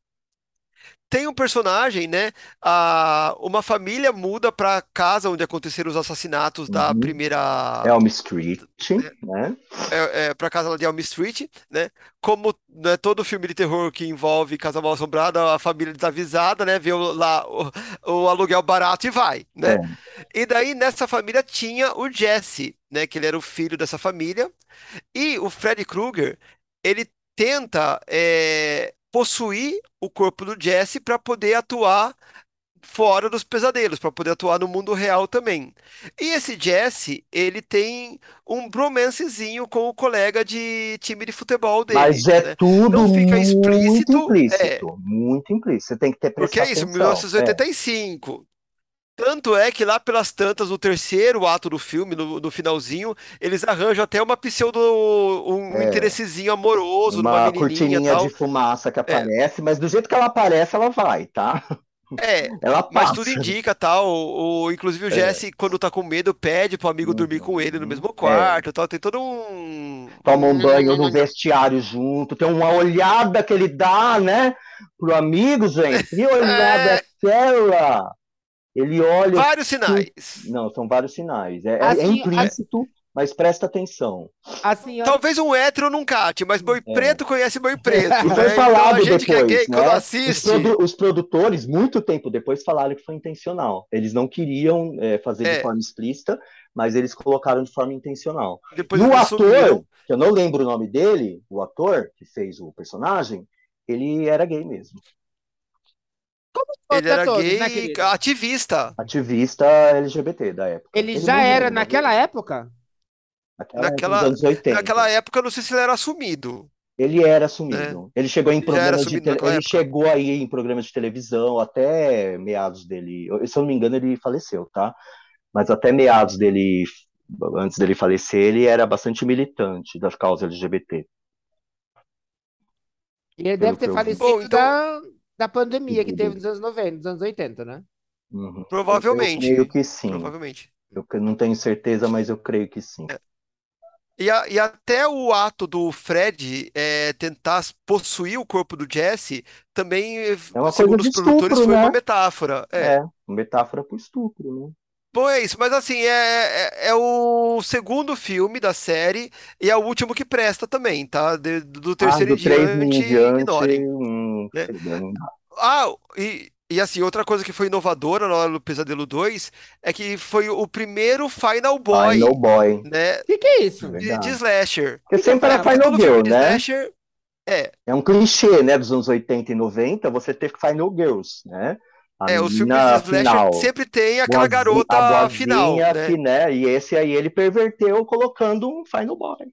Speaker 1: Tem um personagem, né? A, uma família muda para casa onde aconteceram os assassinatos da
Speaker 4: Uhum.
Speaker 1: primeira.
Speaker 4: Elm Street,
Speaker 1: É,
Speaker 4: né?
Speaker 1: para é, casa lá de Elm Street, né? Como né, todo filme de terror que envolve Casa Mal Assombrada, a família desavisada, né? Vê o- lá o, o aluguel barato e vai, né?
Speaker 4: É.
Speaker 1: E daí nessa família tinha o Jesse, né? Que ele era o filho dessa família. E o Freddy Krueger, ele tenta eh, possuir o corpo do Jesse para poder atuar fora dos pesadelos, para poder atuar no mundo real também. E esse Jesse, ele tem um bromancezinho com o colega de time de futebol dele,
Speaker 4: Mas é
Speaker 1: né?
Speaker 4: tudo
Speaker 1: Não fica
Speaker 4: muito
Speaker 1: explícito,
Speaker 4: implícito.
Speaker 1: é.
Speaker 4: Muito implícito. Você tem que ter
Speaker 1: Porque
Speaker 4: prestar
Speaker 1: é isso,
Speaker 4: atenção. É.
Speaker 1: 1985. Tanto é que lá pelas tantas, no terceiro ato do filme, no, no finalzinho, eles arranjam até uma pseudo, um
Speaker 4: É.
Speaker 1: interessezinho amoroso numa
Speaker 4: Uma
Speaker 1: menininha e
Speaker 4: cortininha
Speaker 1: tal.
Speaker 4: de fumaça que aparece, mas do jeito que ela aparece, ela vai, tá?
Speaker 1: É,
Speaker 4: Ela
Speaker 1: mas
Speaker 4: passa.
Speaker 1: tudo indica, tal. O, o-
Speaker 4: É.
Speaker 1: inclusive o Jesse, quando tá com medo, pede pro amigo dormir com ele no mesmo
Speaker 4: Uhum.
Speaker 1: quarto, tal. Tem todo um
Speaker 4: Toma um banho no vestiário junto, tem uma olhada que ele dá, né? Pro amigo, gente. Que olhada é aquela? Ele olha.
Speaker 1: vários sinais.
Speaker 4: Não, são vários sinais. É, é- é
Speaker 3: Assim,
Speaker 4: implícito, mas presta atenção.
Speaker 3: A senhora,
Speaker 1: Talvez um hétero não cate, mas boi
Speaker 4: É.
Speaker 1: preto conhece
Speaker 4: [laughs]
Speaker 1: boi preto,
Speaker 4: E
Speaker 1: né?
Speaker 4: foi
Speaker 1: Então
Speaker 4: falado
Speaker 1: a gente que é gay,
Speaker 4: depois, né?
Speaker 1: quando
Speaker 4: Os,
Speaker 1: assiste,
Speaker 4: produ- os produtores, muito tempo depois, falaram que foi intencional. Eles não queriam é, fazer de
Speaker 1: É.
Speaker 4: forma explícita, mas eles colocaram de forma intencional.
Speaker 1: depois
Speaker 4: no
Speaker 1: eles
Speaker 4: ator,
Speaker 1: assumiram.
Speaker 4: que eu não lembro o nome dele, o ator que fez o personagem, ele era gay mesmo.
Speaker 1: Ele era
Speaker 3: todos,
Speaker 1: gay
Speaker 3: né,
Speaker 1: e
Speaker 3: querido?
Speaker 1: ativista.
Speaker 4: Ativista LGBT da época.
Speaker 3: Ele
Speaker 4: não
Speaker 3: já era
Speaker 4: era,
Speaker 3: naquela época?
Speaker 4: naquela, época,
Speaker 1: naquela-
Speaker 4: nos anos 80.
Speaker 1: Naquela época, eu não sei se ele era assumido.
Speaker 4: Ele era sumido. Ele chegou
Speaker 1: é.
Speaker 4: em
Speaker 1: Ele já
Speaker 4: programas
Speaker 1: era
Speaker 4: de
Speaker 1: sumido
Speaker 4: tele-
Speaker 1: naquela
Speaker 4: ele
Speaker 1: época.
Speaker 4: chegou aí em programas de televisão até meados dele, se eu não me engano ele faleceu, tá? Mas até meados dele, antes dele falecer, ele era bastante militante das causas LGBT.
Speaker 3: E ele
Speaker 4: Pelo
Speaker 3: deve
Speaker 4: que
Speaker 3: ter
Speaker 4: eu vi.
Speaker 3: falecido
Speaker 1: Bom, então-
Speaker 3: da, da pandemia que teve nos anos 90, nos anos 80, né?
Speaker 4: Uhum.
Speaker 1: Provavelmente.
Speaker 4: Eu creio que sim.
Speaker 1: Provavelmente. É,
Speaker 4: Eu não tenho certeza, mas eu creio que sim.
Speaker 1: E, a- e até o ato do Fred é, tentar s- possuir o corpo do Jesse também, eh,
Speaker 4: É uma
Speaker 1: segundo
Speaker 4: coisa de
Speaker 1: os produtores,
Speaker 4: estupro,
Speaker 1: foi uma
Speaker 4: né?
Speaker 1: metáfora. É.
Speaker 4: É, uma metáfora pro estupro, né?
Speaker 1: Bom, é isso. Mas assim, é, é- é o segundo filme da série e é o último que presta também, tá? De- do terceiro
Speaker 4: ah,
Speaker 1: em
Speaker 4: do três em
Speaker 1: diante,
Speaker 4: diante,
Speaker 1: ignorem.
Speaker 4: hum,
Speaker 1: né?
Speaker 4: perdão.
Speaker 1: Ah, e, e assim, outra coisa que foi inovadora na hora do Pesadelo 2 é que foi o primeiro Final Boy,
Speaker 4: Final Boy.
Speaker 1: né?
Speaker 3: O que, que é isso?
Speaker 4: É
Speaker 1: De,
Speaker 4: verdade.
Speaker 1: de slasher.
Speaker 4: Porque sempre era
Speaker 3: Porque
Speaker 4: Final
Speaker 1: Todo filme
Speaker 4: Girl,
Speaker 1: de
Speaker 4: né?
Speaker 1: slasher é.
Speaker 4: É um clichê, né, dos anos 80 e 90, você ter Final Girls, né? A
Speaker 1: É, os filmes
Speaker 4: menina
Speaker 1: de slasher sempre tem aquela
Speaker 4: boazinha-
Speaker 1: garota
Speaker 4: a boazinha,
Speaker 1: final, né?
Speaker 4: fi- né? E esse aí ele perverteu colocando um Final Boy.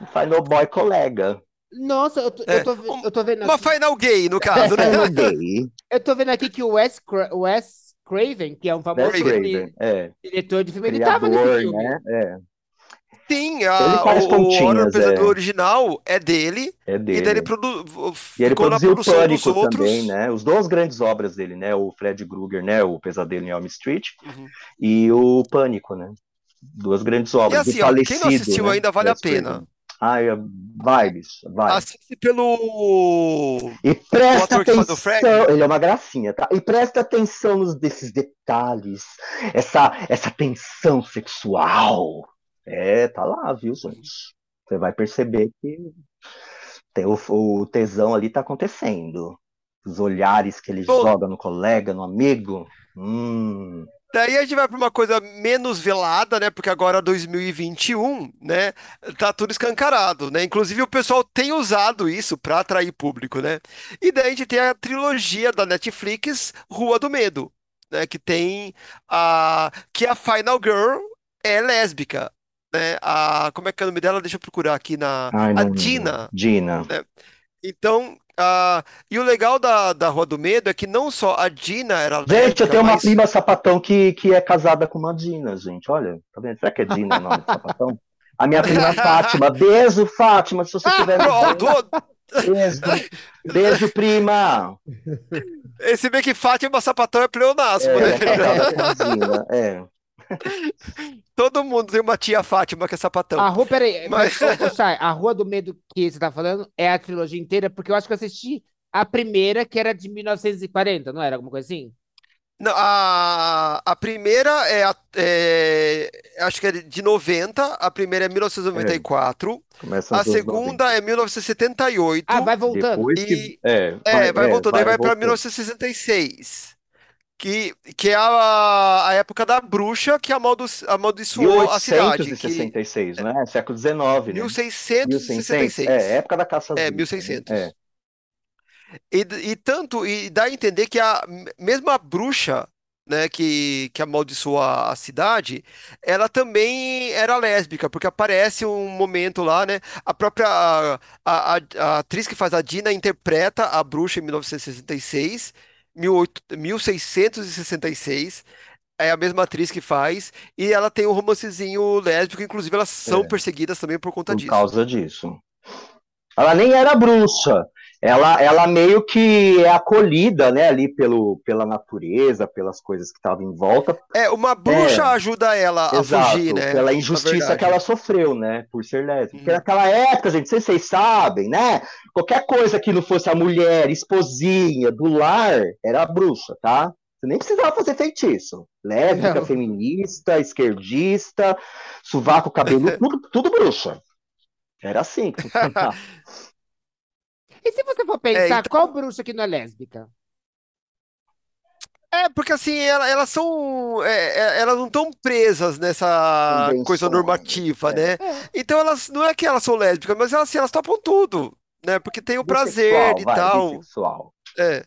Speaker 4: Um Final
Speaker 1: [laughs]
Speaker 4: Boy colega.
Speaker 3: Nossa, eu tô, eu
Speaker 1: É,
Speaker 3: tô, ve-
Speaker 1: um-
Speaker 3: eu tô vendo
Speaker 1: Uma
Speaker 3: aqui,
Speaker 1: final gay, no caso,
Speaker 4: [laughs]
Speaker 1: né?
Speaker 4: Final gay.
Speaker 3: eu tô vendo aqui que o Wes, Cra- Wes Craven, que é um famoso
Speaker 1: Wes
Speaker 3: dire-
Speaker 4: Craven, né, é.
Speaker 3: diretor de filme, ele tava nesse
Speaker 4: Criador,
Speaker 3: filme.
Speaker 4: né? É,
Speaker 1: Sim, a,
Speaker 4: Ele faz
Speaker 1: o, o Hora do
Speaker 4: continhas,
Speaker 1: Pesadelo
Speaker 4: é.
Speaker 1: original é dele,
Speaker 4: é
Speaker 1: e daí ele,
Speaker 4: dele.
Speaker 1: produ
Speaker 4: E ele
Speaker 1: ficou na
Speaker 4: produziu
Speaker 1: produção dos
Speaker 4: Pânico
Speaker 1: outros.
Speaker 4: também, né? Os duas grandes obras dele, né? O Fred Krueger, né? O Pesadelo em Elm Street
Speaker 1: Uhum.
Speaker 4: e o Pânico, né? Duas grandes
Speaker 1: E
Speaker 4: obras. do
Speaker 1: assim, ó, quem não
Speaker 4: falecido,
Speaker 1: assistiu
Speaker 4: né? Ah,
Speaker 1: ainda vale a
Speaker 4: Wes Craven.
Speaker 1: pena.
Speaker 4: Ai, vibes, vibes.
Speaker 1: Assiste pelo.
Speaker 4: E presta
Speaker 1: ator que faz o
Speaker 4: atenção,
Speaker 1: Fred?
Speaker 4: ele é uma gracinha, tá? E presta atenção nos desses detalhes, essa essa tensão sexual. É, tá lá, viu, gente? Você vai perceber que tem o, o tesão ali tá acontecendo. Os olhares que ele
Speaker 1: Bom.
Speaker 4: joga no colega, no amigo. Hum,
Speaker 1: Daí a gente vai para uma coisa menos velada, né? Porque agora 2021, né? Tá tudo escancarado, né? Inclusive o pessoal tem usado isso para atrair público, né? E daí a gente tem a trilogia da Netflix, Rua do Medo, né? Que tem a que a Final Girl é lésbica, né? A como é que é o nome dela? Deixa eu procurar aqui na
Speaker 4: Ai,
Speaker 1: a
Speaker 4: não lembro.
Speaker 1: Dina.
Speaker 4: Dina.
Speaker 1: Então, ah, e o legal da, da Rua do Medo é que não só a Dina era
Speaker 4: Gente, eu
Speaker 1: lésbica,
Speaker 4: tenho uma
Speaker 1: mas
Speaker 4: prima sapatão que, que é casada com uma Dina, gente. Olha, tá vendo? Será que é Dina o nome do sapatão? A minha prima
Speaker 1: [laughs]
Speaker 4: é Fátima. Beijo, Fátima, se
Speaker 1: Ah,
Speaker 4: você estiver
Speaker 1: [laughs]
Speaker 4: me
Speaker 1: Ó,
Speaker 4: vendo.
Speaker 1: do-
Speaker 4: Beijo. Beijo,
Speaker 1: [laughs]
Speaker 4: prima.
Speaker 1: Esse meio que Fátima Sapatão é
Speaker 4: É,
Speaker 1: pleonasmo, né?
Speaker 4: é, Dina, é.
Speaker 1: Todo mundo tem uma tia Fátima que é sapatão.
Speaker 3: A rua, peraí,
Speaker 1: Mas-
Speaker 3: mas, ô, ô, Chay, a Rua do Medo que você tá falando é a trilogia inteira, porque eu acho que eu assisti a primeira, que era de 1940, não era? Alguma coisa assim?
Speaker 1: Não, a, a primeira é, a- é- acho que é de 90, a primeira é 1994,
Speaker 4: Começa
Speaker 1: a
Speaker 4: nos anos
Speaker 1: segunda é 1978
Speaker 3: Ah, vai
Speaker 4: 90.
Speaker 3: voltando.
Speaker 4: Depois
Speaker 1: e
Speaker 4: que. É,
Speaker 1: é, vai voltando, aí vai para
Speaker 4: voltando.
Speaker 1: 1966, que, que é a, a época da bruxa que amaldu, amaldiçoou a cidade, que
Speaker 4: 1866, né? Século XIX, né?
Speaker 1: 1666.
Speaker 4: É, época da caça às
Speaker 1: É,
Speaker 4: bruxas, né?
Speaker 1: 1600.
Speaker 4: É.
Speaker 1: E, d- e tanto, e dá a entender que a mesmo a bruxa, né, que, que amaldiçoa a cidade, ela também era lésbica, porque aparece um momento lá, né, a própria a, a- a atriz que faz a Dina interpreta a bruxa em 1966, 18 1666, é a mesma atriz que faz, e ela tem um romancezinho lésbico, inclusive elas são
Speaker 4: É.
Speaker 1: perseguidas também por conta
Speaker 4: Por
Speaker 1: disso.
Speaker 4: causa disso. Ela nem era bruxa. Ela, ela meio que é acolhida, né, ali pelo, pela natureza, pelas coisas que estavam em volta.
Speaker 1: É, uma bruxa ajuda ela a
Speaker 4: Exato,
Speaker 1: fugir, né? Na
Speaker 4: pela injustiça que
Speaker 1: verdade.
Speaker 4: ela sofreu, né, por ser lésbica. Porque
Speaker 1: Uhum.
Speaker 4: naquela época, gente, não sei se vocês sabem, né? Qualquer coisa que não fosse a mulher, esposinha, do lar, era bruxa, tá? Você nem precisava fazer feitiço. Lésbica,
Speaker 3: Não.
Speaker 4: feminista, esquerdista, sovaco,
Speaker 1: [laughs]
Speaker 4: cabelo, tudo, tudo bruxa. Era assim que funcionava.
Speaker 3: E se você for pensar,
Speaker 1: então-
Speaker 3: qual bruxa que não é lésbica?
Speaker 1: É, porque assim, ela- elas são. é, é, elas não estão presas nessa
Speaker 4: Convenções,
Speaker 1: coisa normativa, né? Então elas. Não é que elas são lésbicas, mas elas, assim, elas topam tudo, né? Porque tem o prazer
Speaker 4: Bissexual,
Speaker 1: e
Speaker 4: vai,
Speaker 1: tal.
Speaker 4: bissexual.
Speaker 1: É.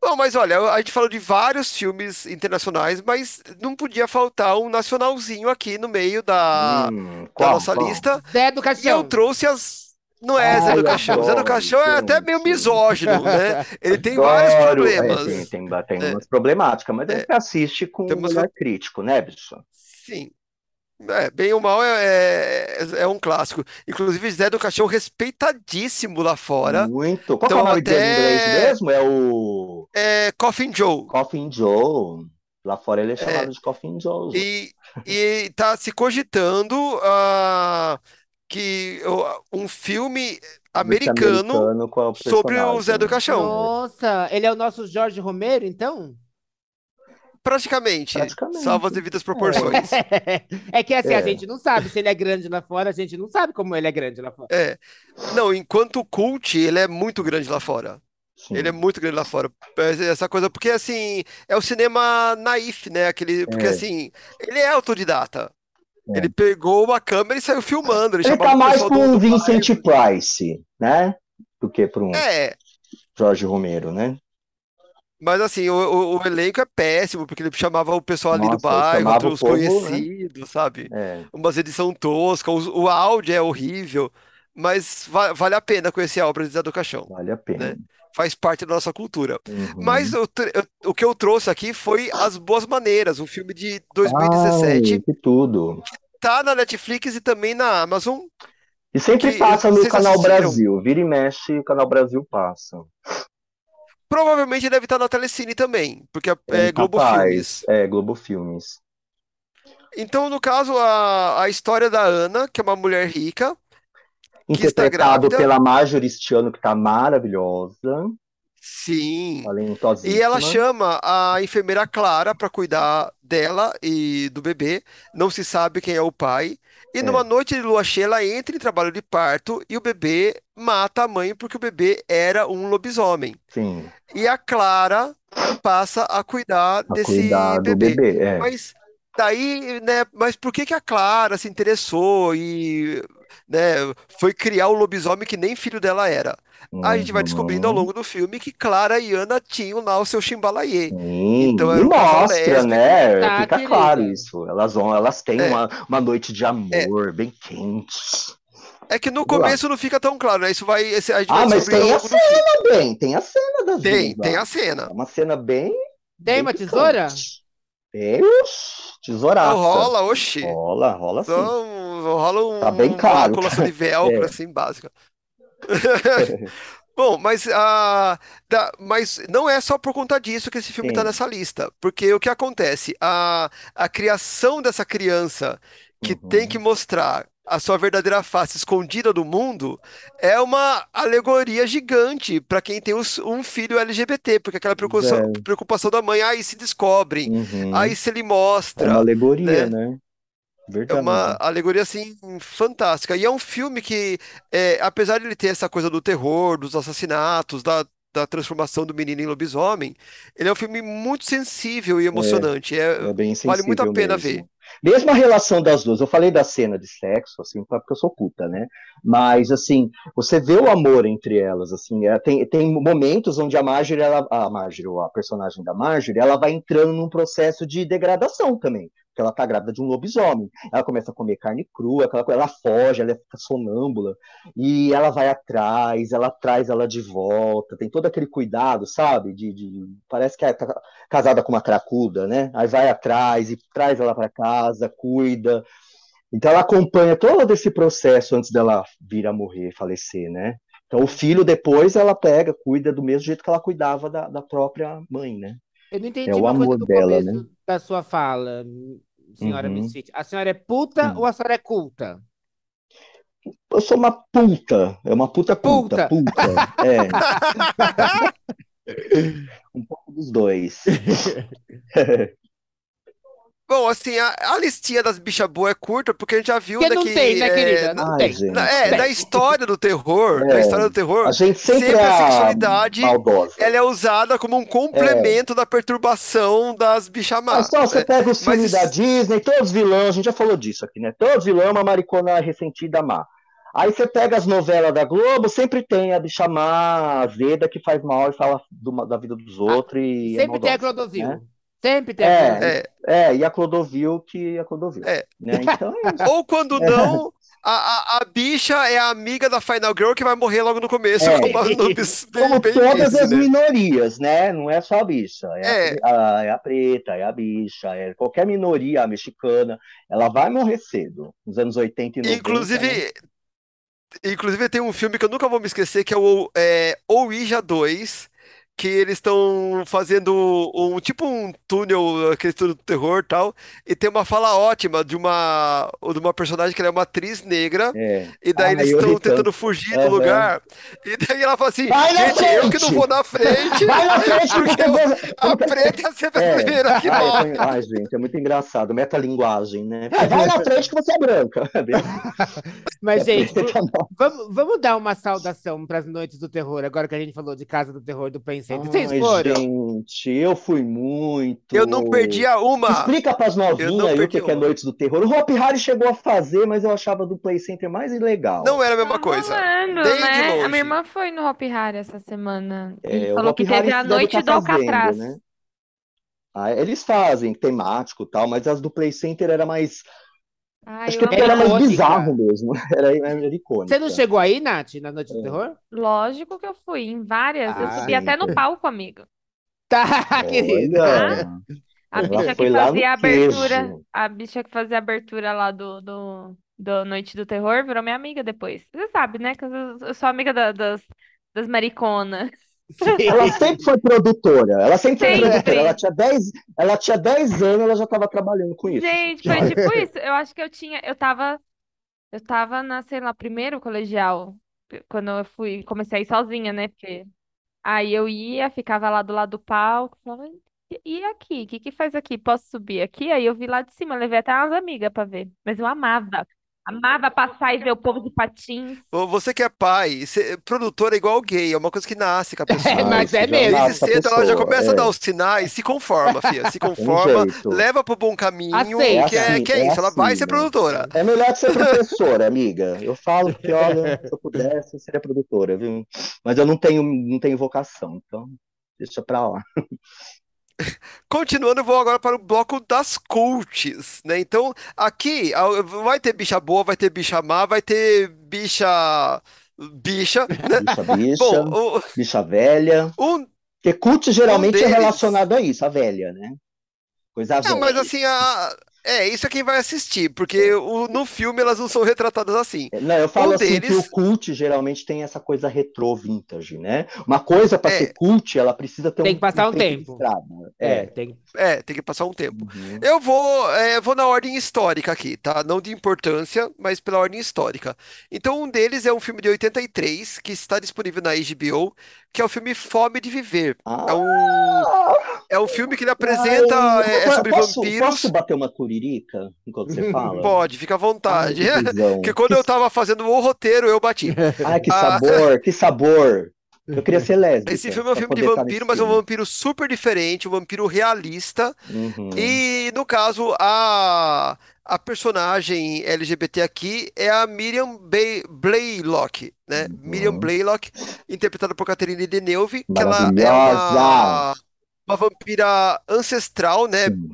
Speaker 1: Bom, mas olha, a gente falou de vários filmes internacionais, mas não podia faltar um nacionalzinho aqui no meio da,
Speaker 4: Hum,
Speaker 1: da
Speaker 4: qual,
Speaker 1: nossa
Speaker 4: qual?
Speaker 1: lista.
Speaker 3: Zé do
Speaker 1: E é eu
Speaker 3: Caixão.
Speaker 1: trouxe as. Não é Zé
Speaker 4: Ai,
Speaker 1: do Caixão. Zé do
Speaker 4: adoro,
Speaker 1: Caixão é até meio
Speaker 4: gente.
Speaker 1: misógino, né? Ele tem vários
Speaker 4: Adoro. É,
Speaker 1: problemas.
Speaker 4: tem, tem, tem
Speaker 1: É.
Speaker 4: umas problemáticas, mas
Speaker 1: É.
Speaker 4: é que assiste com
Speaker 1: Tem
Speaker 4: um
Speaker 1: umas-
Speaker 4: olhar crítico, né, bicho?
Speaker 1: Sim. É, bem ou mal é, é, é um clássico. Inclusive, Zé do Caixão respeitadíssimo lá fora.
Speaker 4: Muito. Qual que é
Speaker 1: Então,
Speaker 4: o nome dele em inglês
Speaker 1: até-
Speaker 4: mesmo? É o
Speaker 1: É Coffin Joe.
Speaker 4: Coffin Joe. Lá fora ele é chamado de Coffin Joe. gente.
Speaker 1: E, e tá se cogitando ah, que ó, um filme
Speaker 4: Esse
Speaker 1: americano
Speaker 4: americano com o
Speaker 1: sobre o Zé do
Speaker 4: personagem.
Speaker 1: Caixão.
Speaker 3: Nossa, ele é o nosso Jorge Romero, então?
Speaker 1: Praticamente,
Speaker 4: Praticamente.
Speaker 1: salvo as devidas proporções.
Speaker 3: [laughs] É que assim, a
Speaker 4: É.
Speaker 3: gente não sabe se ele é grande lá fora, a gente não sabe como ele é grande lá fora.
Speaker 1: É. Não, enquanto o cult, ele é muito grande lá fora.
Speaker 4: Sim. tá
Speaker 1: Ele é muito grande lá fora. Essa coisa, porque assim, é o cinema naif, né? Aquele, porque
Speaker 4: É.
Speaker 1: assim, ele é autodidata.
Speaker 4: É.
Speaker 1: Ele pegou uma câmera e saiu filmando. Ele
Speaker 4: Ele
Speaker 1: chamava
Speaker 4: tá
Speaker 1: o
Speaker 4: mais
Speaker 1: pessoal
Speaker 4: para um
Speaker 1: do, do
Speaker 4: Vincent Price, né? Do que para um
Speaker 1: É,
Speaker 4: Jorge Romero, né?
Speaker 1: mas assim, o, o- o elenco é péssimo, porque ele chamava o pessoal ali do
Speaker 4: Nossa,
Speaker 1: bairro,
Speaker 4: chamava o
Speaker 1: os
Speaker 4: povo, né?
Speaker 1: conhecidos, sabe?
Speaker 4: É.
Speaker 1: Umas edição tosca, os- o, áudio é horrível, mas va- vale a pena conhecer a obra de Zé do Caixão.
Speaker 4: Vale a pena.
Speaker 1: Faz parte da nossa cultura.
Speaker 4: Uhum.
Speaker 1: É. Mas eu tr- eu- o que eu trouxe aqui foi As Boas Maneiras, um filme de 2017.
Speaker 4: Ai, que tudo.
Speaker 1: Tá na Netflix e também na Amazon.
Speaker 4: E sempre
Speaker 1: Que-
Speaker 4: passa no
Speaker 1: vocês
Speaker 4: Canal
Speaker 1: assistiram?
Speaker 4: Brasil. Vira e mexe, o Canal Brasil passa.
Speaker 1: Provavelmente deve estar na Telecine também, porque é, é
Speaker 4: É,
Speaker 1: Globo
Speaker 4: capaz.
Speaker 1: Filmes.
Speaker 4: É, Globo Filmes.
Speaker 1: Então, no caso, a, a história da Ana, que é uma mulher rica, está
Speaker 4: Interpretado
Speaker 1: grávida.
Speaker 4: pela Marjorie Stiano, que tá maravilhosa. é
Speaker 1: Sim.
Speaker 4: talentosíssima.
Speaker 1: E ela chama a enfermeira Clara para cuidar dela e do bebê. Não se sabe quem é o pai. E
Speaker 4: É.
Speaker 1: numa noite de lua cheia, ela entra em trabalho de parto e o bebê mata a mãe porque o bebê era um lobisomem.
Speaker 4: Sim,
Speaker 1: E a Clara passa a cuidar
Speaker 4: a
Speaker 1: desse
Speaker 4: cuidar do
Speaker 1: bebê.
Speaker 4: bebê. É.
Speaker 1: Mas daí, né, mas por que que a Clara se interessou e, né, foi criar o lobisomem que nem filho dela era? A gente vai descobrindo ao
Speaker 4: Uhum.
Speaker 1: longo do filme que Clara e Ana tinham lá o seu chimbalaiê.
Speaker 4: Sim,
Speaker 1: Então
Speaker 4: e
Speaker 1: era um casal
Speaker 4: mostra,
Speaker 1: lésbico.
Speaker 4: né?
Speaker 3: Tá,
Speaker 4: Fica
Speaker 3: querida.
Speaker 4: claro isso. Elas vão, elas têm
Speaker 1: É.
Speaker 4: uma, uma noite de amor bem quente.
Speaker 1: É que no
Speaker 4: Vamos lá.
Speaker 1: começo não fica tão claro, né? Isso vai, esse- a gente vai
Speaker 4: Ah, mas
Speaker 1: descobrindo ao
Speaker 4: tem a
Speaker 1: longo do filme.
Speaker 4: Também tem a cena das
Speaker 1: Tem,
Speaker 4: duas
Speaker 1: tem
Speaker 4: lá.
Speaker 1: a cena.
Speaker 4: É uma cena bem.
Speaker 3: Tem
Speaker 4: bem
Speaker 1: é
Speaker 3: uma
Speaker 4: picante.
Speaker 3: tesoura?
Speaker 4: Tem, oxi, tesouraça.
Speaker 1: Não Então rola, oxi.
Speaker 4: Rola, rola sim.
Speaker 1: Só um- rola
Speaker 4: Assim. Tá bem
Speaker 1: um- uma
Speaker 4: caro,
Speaker 1: colação de
Speaker 4: É.
Speaker 1: velcro, assim, básica. [laughs] Bom, mas, a, da- mas não é só por conta disso que esse filme está
Speaker 4: Sim.
Speaker 1: nessa lista, porque o que acontece? A, a criação dessa criança que
Speaker 4: Uhum.
Speaker 1: tem que mostrar a sua verdadeira face escondida do mundo é uma alegoria gigante para quem tem os- um filho LGBT, porque aquela preocupação,
Speaker 4: É.
Speaker 1: preocupação da mãe, aí se descobrem,
Speaker 4: Uhum.
Speaker 1: aí se lhe
Speaker 4: É uma
Speaker 1: mostra.
Speaker 4: alegoria, né?
Speaker 1: É
Speaker 4: Verdade.
Speaker 1: uma alegoria assim fantástica. E é um filme que, é, apesar de ele ter essa coisa do terror, dos assassinatos, da, da transformação do menino em lobisomem, ele é um filme muito sensível e emocionante. É,
Speaker 4: É bem
Speaker 1: vale muito a
Speaker 4: sensível
Speaker 1: pena
Speaker 4: mesmo.
Speaker 1: ver.
Speaker 4: Mesmo a relação das duas, eu falei da cena de sexo, assim, claro que eu sou puta, né? Mas, assim, você vê o amor entre elas, assim, é, tem, tem momentos onde a Marjorie, ela, a Marjorie, ou a personagem da Marjorie, ela vai entrando num processo de degradação também, porque ela tá grávida de um lobisomem, ela começa a comer carne crua, aquela coisa, ela foge, ela fica sonâmbula, e ela vai atrás, ela traz ela de volta, tem todo aquele cuidado, sabe? De, de- parece que é, tá- casada com uma cracuda, né? Aí vai atrás e traz ela para casa, cuida. Então ela acompanha todo esse processo antes dela vir a morrer, falecer, né? Então o filho depois ela pega, cuida do mesmo jeito que ela cuidava da, da própria mãe, né?
Speaker 3: Eu não entendi
Speaker 4: É o
Speaker 3: uma coisa
Speaker 4: amor
Speaker 3: do
Speaker 4: dela, né?
Speaker 3: começo da sua fala, senhora
Speaker 4: Uhum.
Speaker 3: Miss Fit. A senhora é puta
Speaker 4: Hum.
Speaker 3: ou a senhora é culta?
Speaker 4: Eu sou uma puta, é uma puta
Speaker 3: Puta.
Speaker 4: puta, puta. É. Um pouco dos dois.
Speaker 1: Bom, assim, a, a listinha das bichas boas é curta, porque a gente já viu
Speaker 3: Porque
Speaker 1: né,
Speaker 3: não
Speaker 1: que,
Speaker 3: tem, né,
Speaker 1: é,
Speaker 3: querida? Não
Speaker 4: Ai,
Speaker 3: tem.
Speaker 4: gente.
Speaker 1: na, é, na história do terror, na
Speaker 4: É.
Speaker 1: história do terror,
Speaker 4: A gente sempre,
Speaker 1: sempre
Speaker 4: é
Speaker 1: a
Speaker 4: a
Speaker 1: sexualidade,
Speaker 4: maldosa.
Speaker 1: ela é usada como um complemento da perturbação das
Speaker 4: Mas
Speaker 1: bichamás,
Speaker 4: É. Ah, só você
Speaker 1: né?
Speaker 4: pega os filmes
Speaker 1: Mas
Speaker 4: da
Speaker 1: isso-
Speaker 4: Disney, todos vilões, a gente já falou disso aqui, né? Todos vilão é uma maricona ressentida má. Aí você pega as novelas da Globo, sempre tem a de chamar a Zeda que faz mal e fala do ma- da vida dos outros. e
Speaker 3: Ah,
Speaker 4: é
Speaker 3: Sempre tem a
Speaker 4: maldosa.
Speaker 3: Clodovil.
Speaker 4: né?
Speaker 3: Sempre tem a
Speaker 4: É.
Speaker 3: Clodovil.
Speaker 1: É,
Speaker 4: É, e a Clodovil que a Clodovil.
Speaker 1: É.
Speaker 4: Né? Então
Speaker 1: [laughs]
Speaker 4: é isso.
Speaker 1: Ou quando não, a, a, a bicha é a amiga da Final Girl que vai morrer logo no começo,
Speaker 4: É.
Speaker 1: como a Nubis bem,
Speaker 4: [laughs] Como
Speaker 1: bem
Speaker 4: todas
Speaker 1: disse,
Speaker 4: as
Speaker 1: né?
Speaker 4: minorias, né? Não é só a bicha. É,
Speaker 1: É.
Speaker 4: A, pre- a- é a preta, é a bicha, é qualquer minoria a mexicana. Ela vai morrer cedo, nos anos 80 e 90. né?
Speaker 1: Inclusive, inclusive tem um filme que eu nunca vou me esquecer, que é o é, Ouija 2, que eles estão fazendo um tipo um túnel, aquele túnel do terror e tal, e tem uma fala ótima de uma, de uma personagem que ela é uma atriz negra,
Speaker 4: É.
Speaker 1: E daí
Speaker 4: Ah,
Speaker 1: eles
Speaker 4: eu ri
Speaker 1: estão
Speaker 4: tanto.
Speaker 1: tentando fugir do
Speaker 4: Aham.
Speaker 1: lugar. E daí ela fala assim:
Speaker 4: Vai na
Speaker 1: gente, eu que não
Speaker 4: frente!
Speaker 1: vou na frente,
Speaker 4: Vai na frente,
Speaker 1: [laughs] porque
Speaker 4: porque
Speaker 1: eu-
Speaker 4: você-
Speaker 1: a preta é sempre a
Speaker 4: É.
Speaker 1: primeira que
Speaker 4: Ai,
Speaker 1: morre.
Speaker 4: é, ai, gente, é muito engraçado. Metalinguagem, né? Vai, vai na frente que você é [laughs] branca.
Speaker 3: Mas, gente,
Speaker 4: Tá bom.
Speaker 3: [laughs] vamos, vamos dar uma saudação para as noites do terror, agora que a gente falou de Casa do Terror do Pen Center. Vocês
Speaker 4: [laughs] Ai,
Speaker 3: foram?
Speaker 4: gente, eu fui muito.
Speaker 1: Eu não perdi a uma.
Speaker 4: Explica pras
Speaker 1: Eu não
Speaker 4: novinhas aí o
Speaker 1: perdi
Speaker 4: que que é
Speaker 1: uma.
Speaker 4: Noites do Terror. O Hop Harry chegou a fazer, mas eu achava do Play Center mais ilegal.
Speaker 1: Não era a mesma
Speaker 2: Tô
Speaker 1: É coisa.
Speaker 2: Tá falando,
Speaker 1: Bem de
Speaker 2: né? A
Speaker 1: longe.
Speaker 2: minha irmã foi no Hopi Hari essa semana e
Speaker 4: É, o
Speaker 2: falou
Speaker 4: Hopi
Speaker 2: que teve
Speaker 4: Hari
Speaker 2: a
Speaker 4: deve
Speaker 2: noite
Speaker 4: tá
Speaker 2: do
Speaker 4: fazendo,
Speaker 2: Alcatraz.
Speaker 4: né? Ah, eles fazem temático e tal, mas as do Play Center era mais.
Speaker 2: Ai,
Speaker 4: Acho
Speaker 2: eu
Speaker 4: que
Speaker 2: amei.
Speaker 4: era mais
Speaker 3: icônica.
Speaker 4: bizarro mesmo. [laughs] Era, era icônico.
Speaker 3: Você não chegou aí, Nath, na noite do
Speaker 4: É.
Speaker 3: terror? [laughs]
Speaker 2: Lógico que eu fui em várias. Eu
Speaker 3: Ah,
Speaker 2: subi até no
Speaker 4: sim.
Speaker 2: palco, amigo.
Speaker 3: Tá, [laughs] querida.
Speaker 4: Olha.
Speaker 2: A
Speaker 4: Ela
Speaker 2: bicha
Speaker 4: foi
Speaker 2: que
Speaker 4: lá no
Speaker 2: fazia a abertura,
Speaker 4: queijo.
Speaker 2: a bicha que fazia a abertura lá do, do, do Noite do Terror virou minha amiga depois. Você sabe, né? Que eu, eu sou amiga da- das, das mariconas.
Speaker 4: Ela sempre foi produtora, ela sempre foi
Speaker 2: Sempre.
Speaker 4: produtora. Ela tinha 10, ela tinha 10 anos, ela já estava trabalhando com isso.
Speaker 2: Gente, foi
Speaker 4: [laughs]
Speaker 2: tipo isso. Eu acho que eu tinha, eu tava, eu tava na, sei lá, primeiro colegial, quando eu fui, comecei a ir sozinha, né? Porque Aí eu ia, ficava lá do lado do palco, falava, e e aqui? O que que faz aqui? Posso subir aqui? Aí eu vi lá de cima, levei até umas amigas pra ver. Mas eu amava. Amava passar e ver o povo de
Speaker 4: [laughs]
Speaker 2: patins.
Speaker 1: Ô, Você que é pai, cê- produtor é igual gay, é uma coisa que nasce com
Speaker 4: [laughs]
Speaker 1: a pessoa.
Speaker 3: É, mas
Speaker 4: Ah, isso
Speaker 3: é
Speaker 4: já
Speaker 3: mesmo.
Speaker 4: nasce
Speaker 1: Desde
Speaker 4: com a
Speaker 1: cedo ela já
Speaker 4: pessoa,
Speaker 1: começa
Speaker 4: é.
Speaker 1: a dar os sinais, se conforma, filha, se
Speaker 4: [laughs] Tem um
Speaker 1: conforma,
Speaker 4: jeito.
Speaker 1: leva pro bom caminho,
Speaker 3: Aceita.
Speaker 1: que é, que é
Speaker 4: É
Speaker 1: isso, ela vai
Speaker 4: assim,
Speaker 1: ser
Speaker 4: né?
Speaker 1: produtora.
Speaker 4: É melhor que ser professora, amiga. Eu falo
Speaker 1: [laughs]
Speaker 4: que, olha, se eu pudesse, eu seria produtora, viu? Mas eu não tenho, não tenho vocação, então deixa pra lá.
Speaker 1: Continuando, eu vou agora para o bloco das cults, né? Então, aqui a- vai ter bicha boa, vai ter bicha má, vai ter bicha bicha, né?
Speaker 4: Bicha,
Speaker 1: [laughs]
Speaker 4: bicha,
Speaker 1: Bom,
Speaker 4: bicha velha.
Speaker 1: o- um
Speaker 4: Porque cult geralmente é
Speaker 1: deles-
Speaker 4: relacionado a isso, a velha, né? Coisa
Speaker 1: Não,
Speaker 4: velha.
Speaker 1: mas assim, a- é, isso é quem vai assistir, porque
Speaker 4: É.
Speaker 1: o- no filme elas não são retratadas assim.
Speaker 4: Não, eu falo
Speaker 1: Um
Speaker 4: assim que
Speaker 1: deles-
Speaker 4: o cult geralmente tem essa coisa retrô vintage, né? Uma coisa para
Speaker 1: É.
Speaker 4: ser cult, ela precisa ter
Speaker 3: Tem que passar um
Speaker 4: tempo de
Speaker 3: tempo.
Speaker 4: estrada.
Speaker 3: É,
Speaker 4: É.
Speaker 3: tem.
Speaker 1: É, tem que passar um tempo.
Speaker 4: Uhum.
Speaker 1: Eu vou, é, vou na ordem histórica aqui, tá? Não de importância, mas pela ordem histórica. Então, um deles é um filme de 83, que está disponível na HBO, que é o filme Fome de Viver. É
Speaker 4: Ah,
Speaker 1: um, é um filme que ele apresenta,
Speaker 4: ai,
Speaker 1: é, é sobre
Speaker 4: posso,
Speaker 1: vampiros.
Speaker 4: Posso bater uma curirica enquanto
Speaker 1: [laughs]
Speaker 4: você fala?
Speaker 1: Pode, fica à
Speaker 4: Ai,
Speaker 1: vontade. [laughs]
Speaker 4: que tesão.
Speaker 1: Porque quando eu tava fazendo o roteiro, eu
Speaker 4: [laughs]
Speaker 1: bati.
Speaker 4: Ai, que
Speaker 1: Ah.
Speaker 4: sabor, que sabor. Eu queria ser lésbica.
Speaker 1: Esse filme é um
Speaker 4: pra
Speaker 1: filme de
Speaker 4: poder estar
Speaker 1: vampiro,
Speaker 4: nesse
Speaker 1: mas é um
Speaker 4: filme.
Speaker 1: vampiro super diferente, um vampiro realista.
Speaker 4: Uhum.
Speaker 1: E no caso, a, a personagem LGBT aqui é a Miriam Bay- Blaylock, né? Miriam
Speaker 4: Uhum.
Speaker 1: Blaylock, interpretada por Catherine Deneuve, que ela é uma,
Speaker 4: Maravilhosa.
Speaker 1: uma vampira ancestral, né?
Speaker 4: Sim.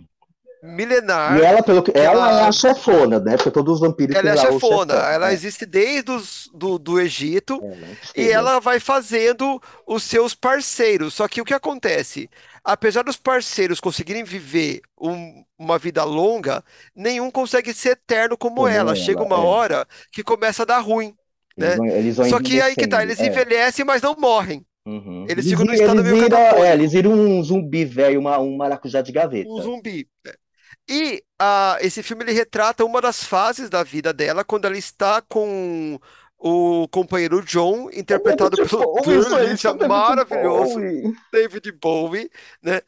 Speaker 1: Milenar.
Speaker 4: E ela, pelo que,
Speaker 1: que
Speaker 4: ela,
Speaker 1: ela-
Speaker 4: é a chefona, né? Porque todos os vampiros
Speaker 1: Ela é
Speaker 4: têm
Speaker 1: a
Speaker 4: lá o
Speaker 1: chefona,
Speaker 4: chefão,
Speaker 1: ela
Speaker 4: né?
Speaker 1: existe desde os, do, do Egito.
Speaker 4: Ela é
Speaker 1: E
Speaker 4: estrela.
Speaker 1: ela vai fazendo os seus parceiros. Só que o que acontece? Apesar dos parceiros conseguirem viver um- uma vida longa, nenhum consegue ser eterno como
Speaker 4: Como
Speaker 1: ela.
Speaker 4: ela,
Speaker 1: Chega uma
Speaker 4: é.
Speaker 1: hora que começa a dar ruim,
Speaker 4: Eles
Speaker 1: né?
Speaker 4: vão, eles vão
Speaker 1: Só que aí que tá,
Speaker 4: envelhecendo,
Speaker 1: eles
Speaker 4: é.
Speaker 1: envelhecem, mas não morrem.
Speaker 4: Uhum.
Speaker 1: Eles ficam num
Speaker 4: vi-
Speaker 1: estado meio
Speaker 4: viram,
Speaker 1: catatônico.
Speaker 4: é, eles viram um zumbi velho, uma, um maracujá de gaveta.
Speaker 1: um zumbi. E ah, esse filme ele retrata uma das fases da vida dela quando ela está com o companheiro John, interpretado
Speaker 4: tipo,
Speaker 1: pelo
Speaker 4: "Ah,
Speaker 1: delícia maravilhoso David Bowie, né?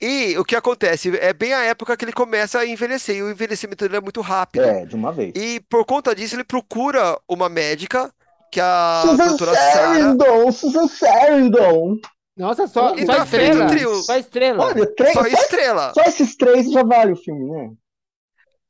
Speaker 1: E o que acontece? É bem a época que ele começa a envelhecer, e o envelhecimento dele é muito rápido.
Speaker 4: É, de uma vez.
Speaker 1: E por conta disso, ele procura uma médica, que é a
Speaker 4: Susan
Speaker 1: doutora Sarah.
Speaker 4: Sarandon, Susan Sarandon.
Speaker 3: Nossa, só,
Speaker 1: E
Speaker 3: só
Speaker 1: tá feito
Speaker 3: estrela.
Speaker 1: o trio.
Speaker 3: Só estrela.
Speaker 4: Olha, três,
Speaker 1: Só
Speaker 4: só,
Speaker 1: estrela.
Speaker 4: só esses três já vale o filme, né?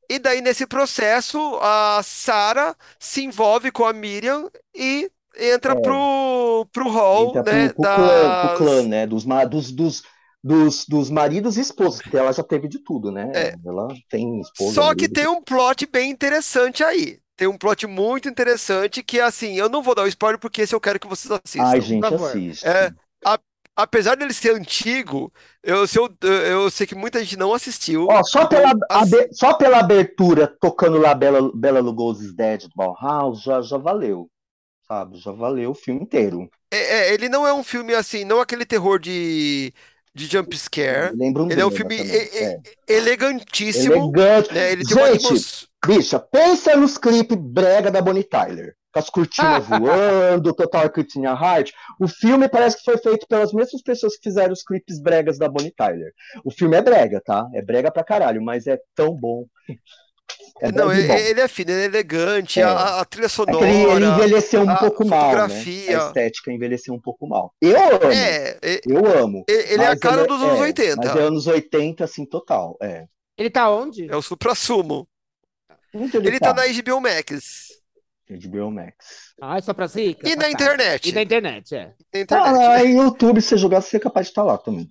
Speaker 1: E daí, nesse processo, a Sarah se envolve com a Miriam e entra
Speaker 4: É.
Speaker 1: pro, pro hall,
Speaker 4: Entra
Speaker 1: né,
Speaker 4: pro, pro tá clã, pro
Speaker 1: das-
Speaker 4: clã, né? Dos, ma- dos, dos, dos, dos maridos e esposas, porque ela já teve de tudo, né?
Speaker 1: É.
Speaker 4: Ela tem esposa.
Speaker 1: Só que
Speaker 4: marido,
Speaker 1: tem um plot bem interessante aí. Tem um plot muito interessante que, assim, eu não vou dar o spoiler porque esse eu quero que vocês
Speaker 4: Ai,
Speaker 1: assistam.
Speaker 4: gente,
Speaker 3: favor.
Speaker 4: assiste.
Speaker 1: É, a- apesar dele ser antigo, eu, se eu- eu sei que muita gente não assistiu.
Speaker 4: Ó, só pela,
Speaker 1: Assi-
Speaker 4: abe- só pela abertura tocando lá Bela, Bela Lugosi's Dead do Bauhaus, já, já valeu. Sabe? Já valeu o filme inteiro.
Speaker 1: É, é, ele não é um filme assim, não aquele terror de, de jump scare.
Speaker 4: Lembra um
Speaker 1: Ele é um
Speaker 4: drama
Speaker 1: filme
Speaker 4: também,
Speaker 1: e- e-
Speaker 4: é.
Speaker 1: elegantíssimo,
Speaker 4: Elegante.
Speaker 1: né? Ele tem uma
Speaker 4: Gente,
Speaker 1: atmos-
Speaker 4: Bicha, pensa nos clipes brega da Bonnie Tyler. Com
Speaker 1: [laughs]
Speaker 4: as cortinas voando, total Christina Hart. O filme parece que foi feito pelas mesmas pessoas que fizeram os clipes bregas da Bonnie Tyler. O filme é brega, tá? É brega pra caralho, mas é tão bom. [laughs] É
Speaker 1: Não,
Speaker 4: bom de
Speaker 1: ele,
Speaker 4: bom.
Speaker 1: ele é fino, ele é elegante,
Speaker 4: É.
Speaker 1: a, a trilha
Speaker 4: É que ele, ele
Speaker 1: sonora.
Speaker 4: envelheceu um
Speaker 1: a
Speaker 4: pouco mal, né?
Speaker 1: fotografia.
Speaker 4: A estética envelheceu um pouco mal. Eu amo,
Speaker 1: É, e-
Speaker 4: eu amo.
Speaker 1: e- ele é a
Speaker 4: Mas
Speaker 1: cara dos anos
Speaker 4: é,
Speaker 1: 80.
Speaker 4: Mas é anos 80, assim, total. É.
Speaker 3: Ele tá onde?
Speaker 1: É o supra-sumo.
Speaker 4: Onde ele,
Speaker 1: Ele tá na HBO Max
Speaker 4: De Bill Max.
Speaker 3: Ah, é só pra si?
Speaker 1: e
Speaker 4: tá.
Speaker 1: na internet.
Speaker 3: E na internet, é.
Speaker 1: Tá Na internet.
Speaker 4: Ah, lá, em YouTube, se jogar, você é capaz de estar lá também.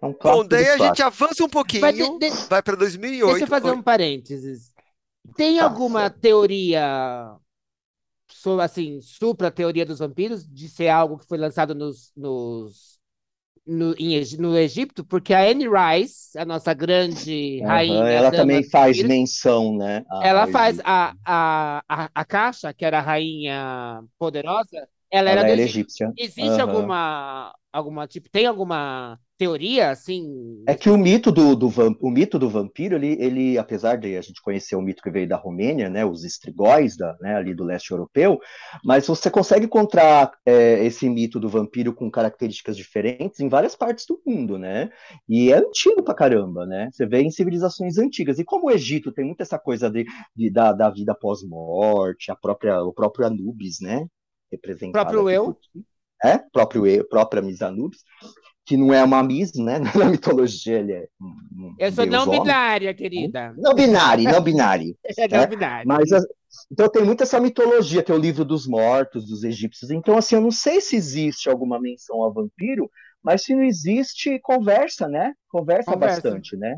Speaker 4: É um
Speaker 1: Bom,
Speaker 4: clássico
Speaker 1: daí
Speaker 4: dos
Speaker 1: a gente
Speaker 4: clássicos.
Speaker 1: avança um
Speaker 3: Mas de-
Speaker 1: pouquinho,
Speaker 3: de-
Speaker 1: vai pra
Speaker 3: deixa
Speaker 1: 2008.
Speaker 3: eu fazer
Speaker 1: Oi.
Speaker 3: um parênteses. Tem
Speaker 4: Tá.
Speaker 3: alguma teoria, so- assim, supra teoria dos vampiros, de ser algo que foi lançado nos, nos, no, em Egi- no Egito? Porque a Anne Rice, a nossa grande
Speaker 4: Aham,
Speaker 3: rainha.
Speaker 4: ela
Speaker 3: dama
Speaker 4: também
Speaker 3: dos
Speaker 4: faz
Speaker 3: vampiros,
Speaker 4: menção, né? a-
Speaker 3: né, Ela
Speaker 4: ao
Speaker 3: faz
Speaker 4: Egito.
Speaker 3: a, a, a, a Caixa, que era a rainha poderosa, ela é
Speaker 4: Ela
Speaker 3: era do
Speaker 4: era
Speaker 3: Egito.
Speaker 4: egípcia.
Speaker 3: Existe
Speaker 4: Aham.
Speaker 3: alguma alguma, tipo, tem alguma teoria, assim?
Speaker 4: É que o mito do, do, vam- o mito do vampiro, ele, ele, apesar de a gente conhecer o mito que veio da Romênia, né, os estrigóis da, né, ali do leste europeu, mas você consegue encontrar é, esse mito do vampiro com características diferentes em várias partes do mundo, né? E é antigo pra caramba, né? Você vê em civilizações antigas. E como o Egito tem muito essa coisa de, de- da, da vida pós-morte, a própria, o próprio Anubis, né? Representado
Speaker 3: Próprio
Speaker 4: aqui
Speaker 3: eu.
Speaker 4: por ti. É, próprio eu, própria Miss Anubis que não é uma Miss, né? [laughs] Na mitologia ele é um, um
Speaker 3: Eu sou
Speaker 4: deus
Speaker 3: não
Speaker 4: homem.
Speaker 3: binária, querida.
Speaker 4: Não binário, não binário.
Speaker 3: É não binária.
Speaker 4: Mas a- então tem muita essa mitologia, tem o livro dos mortos, dos egípcios. Então, assim, eu não sei se existe alguma menção a vampiro, mas se não existe, conversa, né? Conversa,
Speaker 3: Conversa.
Speaker 4: bastante, né?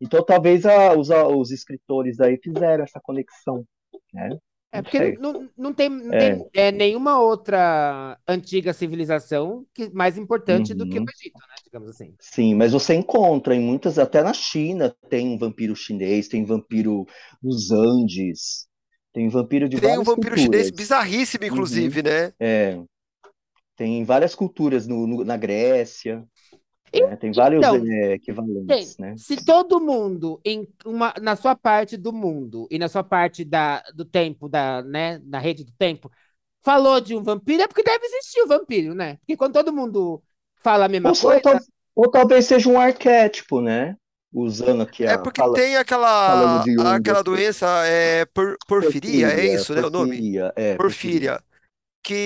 Speaker 4: Então talvez a- os, a- os escritores aí fizeram essa conexão.
Speaker 3: É porque
Speaker 4: sei.
Speaker 3: não, não tem, não
Speaker 4: É.
Speaker 3: tem, é, nenhuma outra antiga civilização que, mais importante do que o
Speaker 4: Uhum.
Speaker 3: Egito, né? Digamos assim.
Speaker 4: Sim, mas você encontra em muitas, até na China tem um vampiro chinês, tem vampiro dos Andes, tem vampiro de
Speaker 1: Tem um
Speaker 4: várias
Speaker 1: vampiro chinês
Speaker 4: culturas.
Speaker 1: bizarríssimo,
Speaker 4: Uhum.
Speaker 1: inclusive, né?
Speaker 4: É, tem várias culturas no, no- na Grécia, né? Tem vários
Speaker 3: então,
Speaker 4: é, equivalentes, né?
Speaker 3: Se todo mundo, em uma, na sua parte do mundo e na sua parte da, do tempo, da, né, na rede do tempo, falou de um vampiro, é porque deve existir o vampiro, né? Porque quando todo mundo fala a mesma
Speaker 4: Ou, só-
Speaker 3: coisa,
Speaker 4: ou tal- ou talvez seja um arquétipo, né? Usando aqui
Speaker 1: É
Speaker 4: a
Speaker 1: porque
Speaker 4: fala-
Speaker 1: tem aquela,
Speaker 4: falando de um
Speaker 1: aquela
Speaker 4: desses-
Speaker 1: doença, é, por- porfiria, é isso, né, o nome?
Speaker 4: porfiria, é, porfiria.
Speaker 1: Porfíria.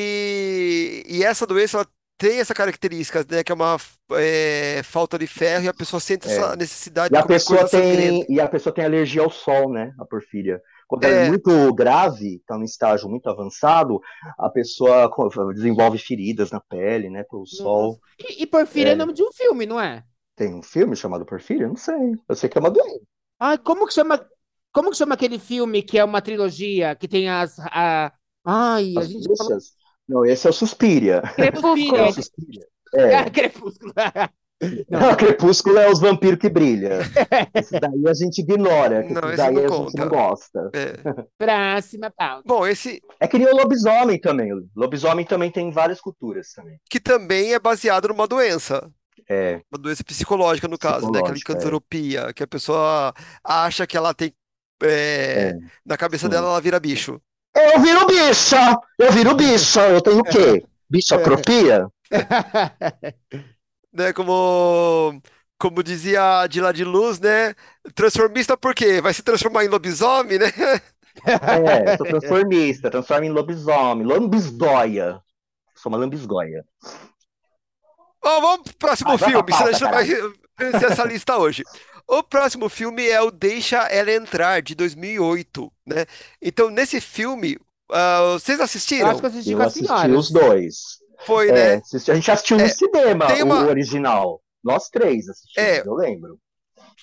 Speaker 1: Que, e essa doença, ela tem essa característica, né, que é uma é, falta de ferro e a pessoa sente
Speaker 4: É.
Speaker 1: essa necessidade
Speaker 4: E
Speaker 1: de
Speaker 4: a
Speaker 1: comer
Speaker 4: pessoa
Speaker 1: coisa
Speaker 4: tem,
Speaker 1: sangrenta.
Speaker 4: e a pessoa tem alergia ao sol, né? A porfíria. Quando ela
Speaker 1: É.
Speaker 4: é muito grave, está num estágio muito avançado, a pessoa co- desenvolve feridas na pele, né? Pelo sol.
Speaker 3: e, e Porfírio é
Speaker 4: É.
Speaker 3: nome de um filme, não é?
Speaker 4: Tem um filme chamado Porfíria? Não sei. Eu sei que é uma doença.
Speaker 3: Ai, Ah, como que chama, como que chama aquele filme que é uma trilogia, que tem as, a, ai, a
Speaker 4: As
Speaker 3: gente falou
Speaker 4: bruxas. Não, esse é o Suspiria.
Speaker 2: Crepúsculo.
Speaker 3: Suspiria.
Speaker 4: É o Suspiria.
Speaker 3: [laughs]
Speaker 4: É.
Speaker 3: Ah, Crepúsculo.
Speaker 4: Não, Crepúsculo é os vampiros que brilham.
Speaker 3: É.
Speaker 4: Esse daí a gente ignora, que
Speaker 1: Não,
Speaker 4: esse
Speaker 1: esse
Speaker 4: daí
Speaker 1: não
Speaker 4: a gente
Speaker 1: conta.
Speaker 4: não gosta.
Speaker 1: É.
Speaker 3: Próxima
Speaker 4: [laughs]
Speaker 3: pauta.
Speaker 1: Bom, esse
Speaker 4: É que nem o lobisomem também. O lobisomem também tem várias culturas também.
Speaker 1: que também é baseado numa doença.
Speaker 4: É.
Speaker 1: Uma doença psicológica, no caso, né? Aquela
Speaker 4: Psicológica, é.
Speaker 1: licantropia, que a pessoa acha que ela tem. é,
Speaker 4: É,
Speaker 1: na cabeça
Speaker 4: sim.
Speaker 1: dela, ela vira bicho.
Speaker 4: Eu viro bicha! Eu viro bicha! Eu tenho o quê?
Speaker 3: É.
Speaker 4: Bichotropia?
Speaker 1: Né? Como, como dizia a de lá de luz, né? Transformista por quê? Vai se transformar em lobisomem, né? [laughs]
Speaker 4: É, sou transformista, transformo em lobisomem, lambisgoia. Sou uma lambisgoia.
Speaker 1: Bom, vamos pro próximo
Speaker 4: Vai, vai pra
Speaker 1: filme, senão a
Speaker 4: pauta,
Speaker 1: gente não vai [laughs] vencer essa lista hoje. O próximo filme é o Deixa Ela Entrar, de 2008, né? Então, nesse filme, ah, vocês
Speaker 3: Eu acho
Speaker 1: assistiram?
Speaker 3: que eu assisti
Speaker 4: Eu
Speaker 3: com a
Speaker 4: assisti
Speaker 3: senhora.
Speaker 4: os dois.
Speaker 1: Foi,
Speaker 4: É,
Speaker 1: né?
Speaker 4: assisti- a gente assistiu no
Speaker 1: É,
Speaker 4: cinema
Speaker 1: tem
Speaker 4: o
Speaker 1: uma-
Speaker 4: original. Nós três assistimos,
Speaker 1: É.
Speaker 4: eu lembro.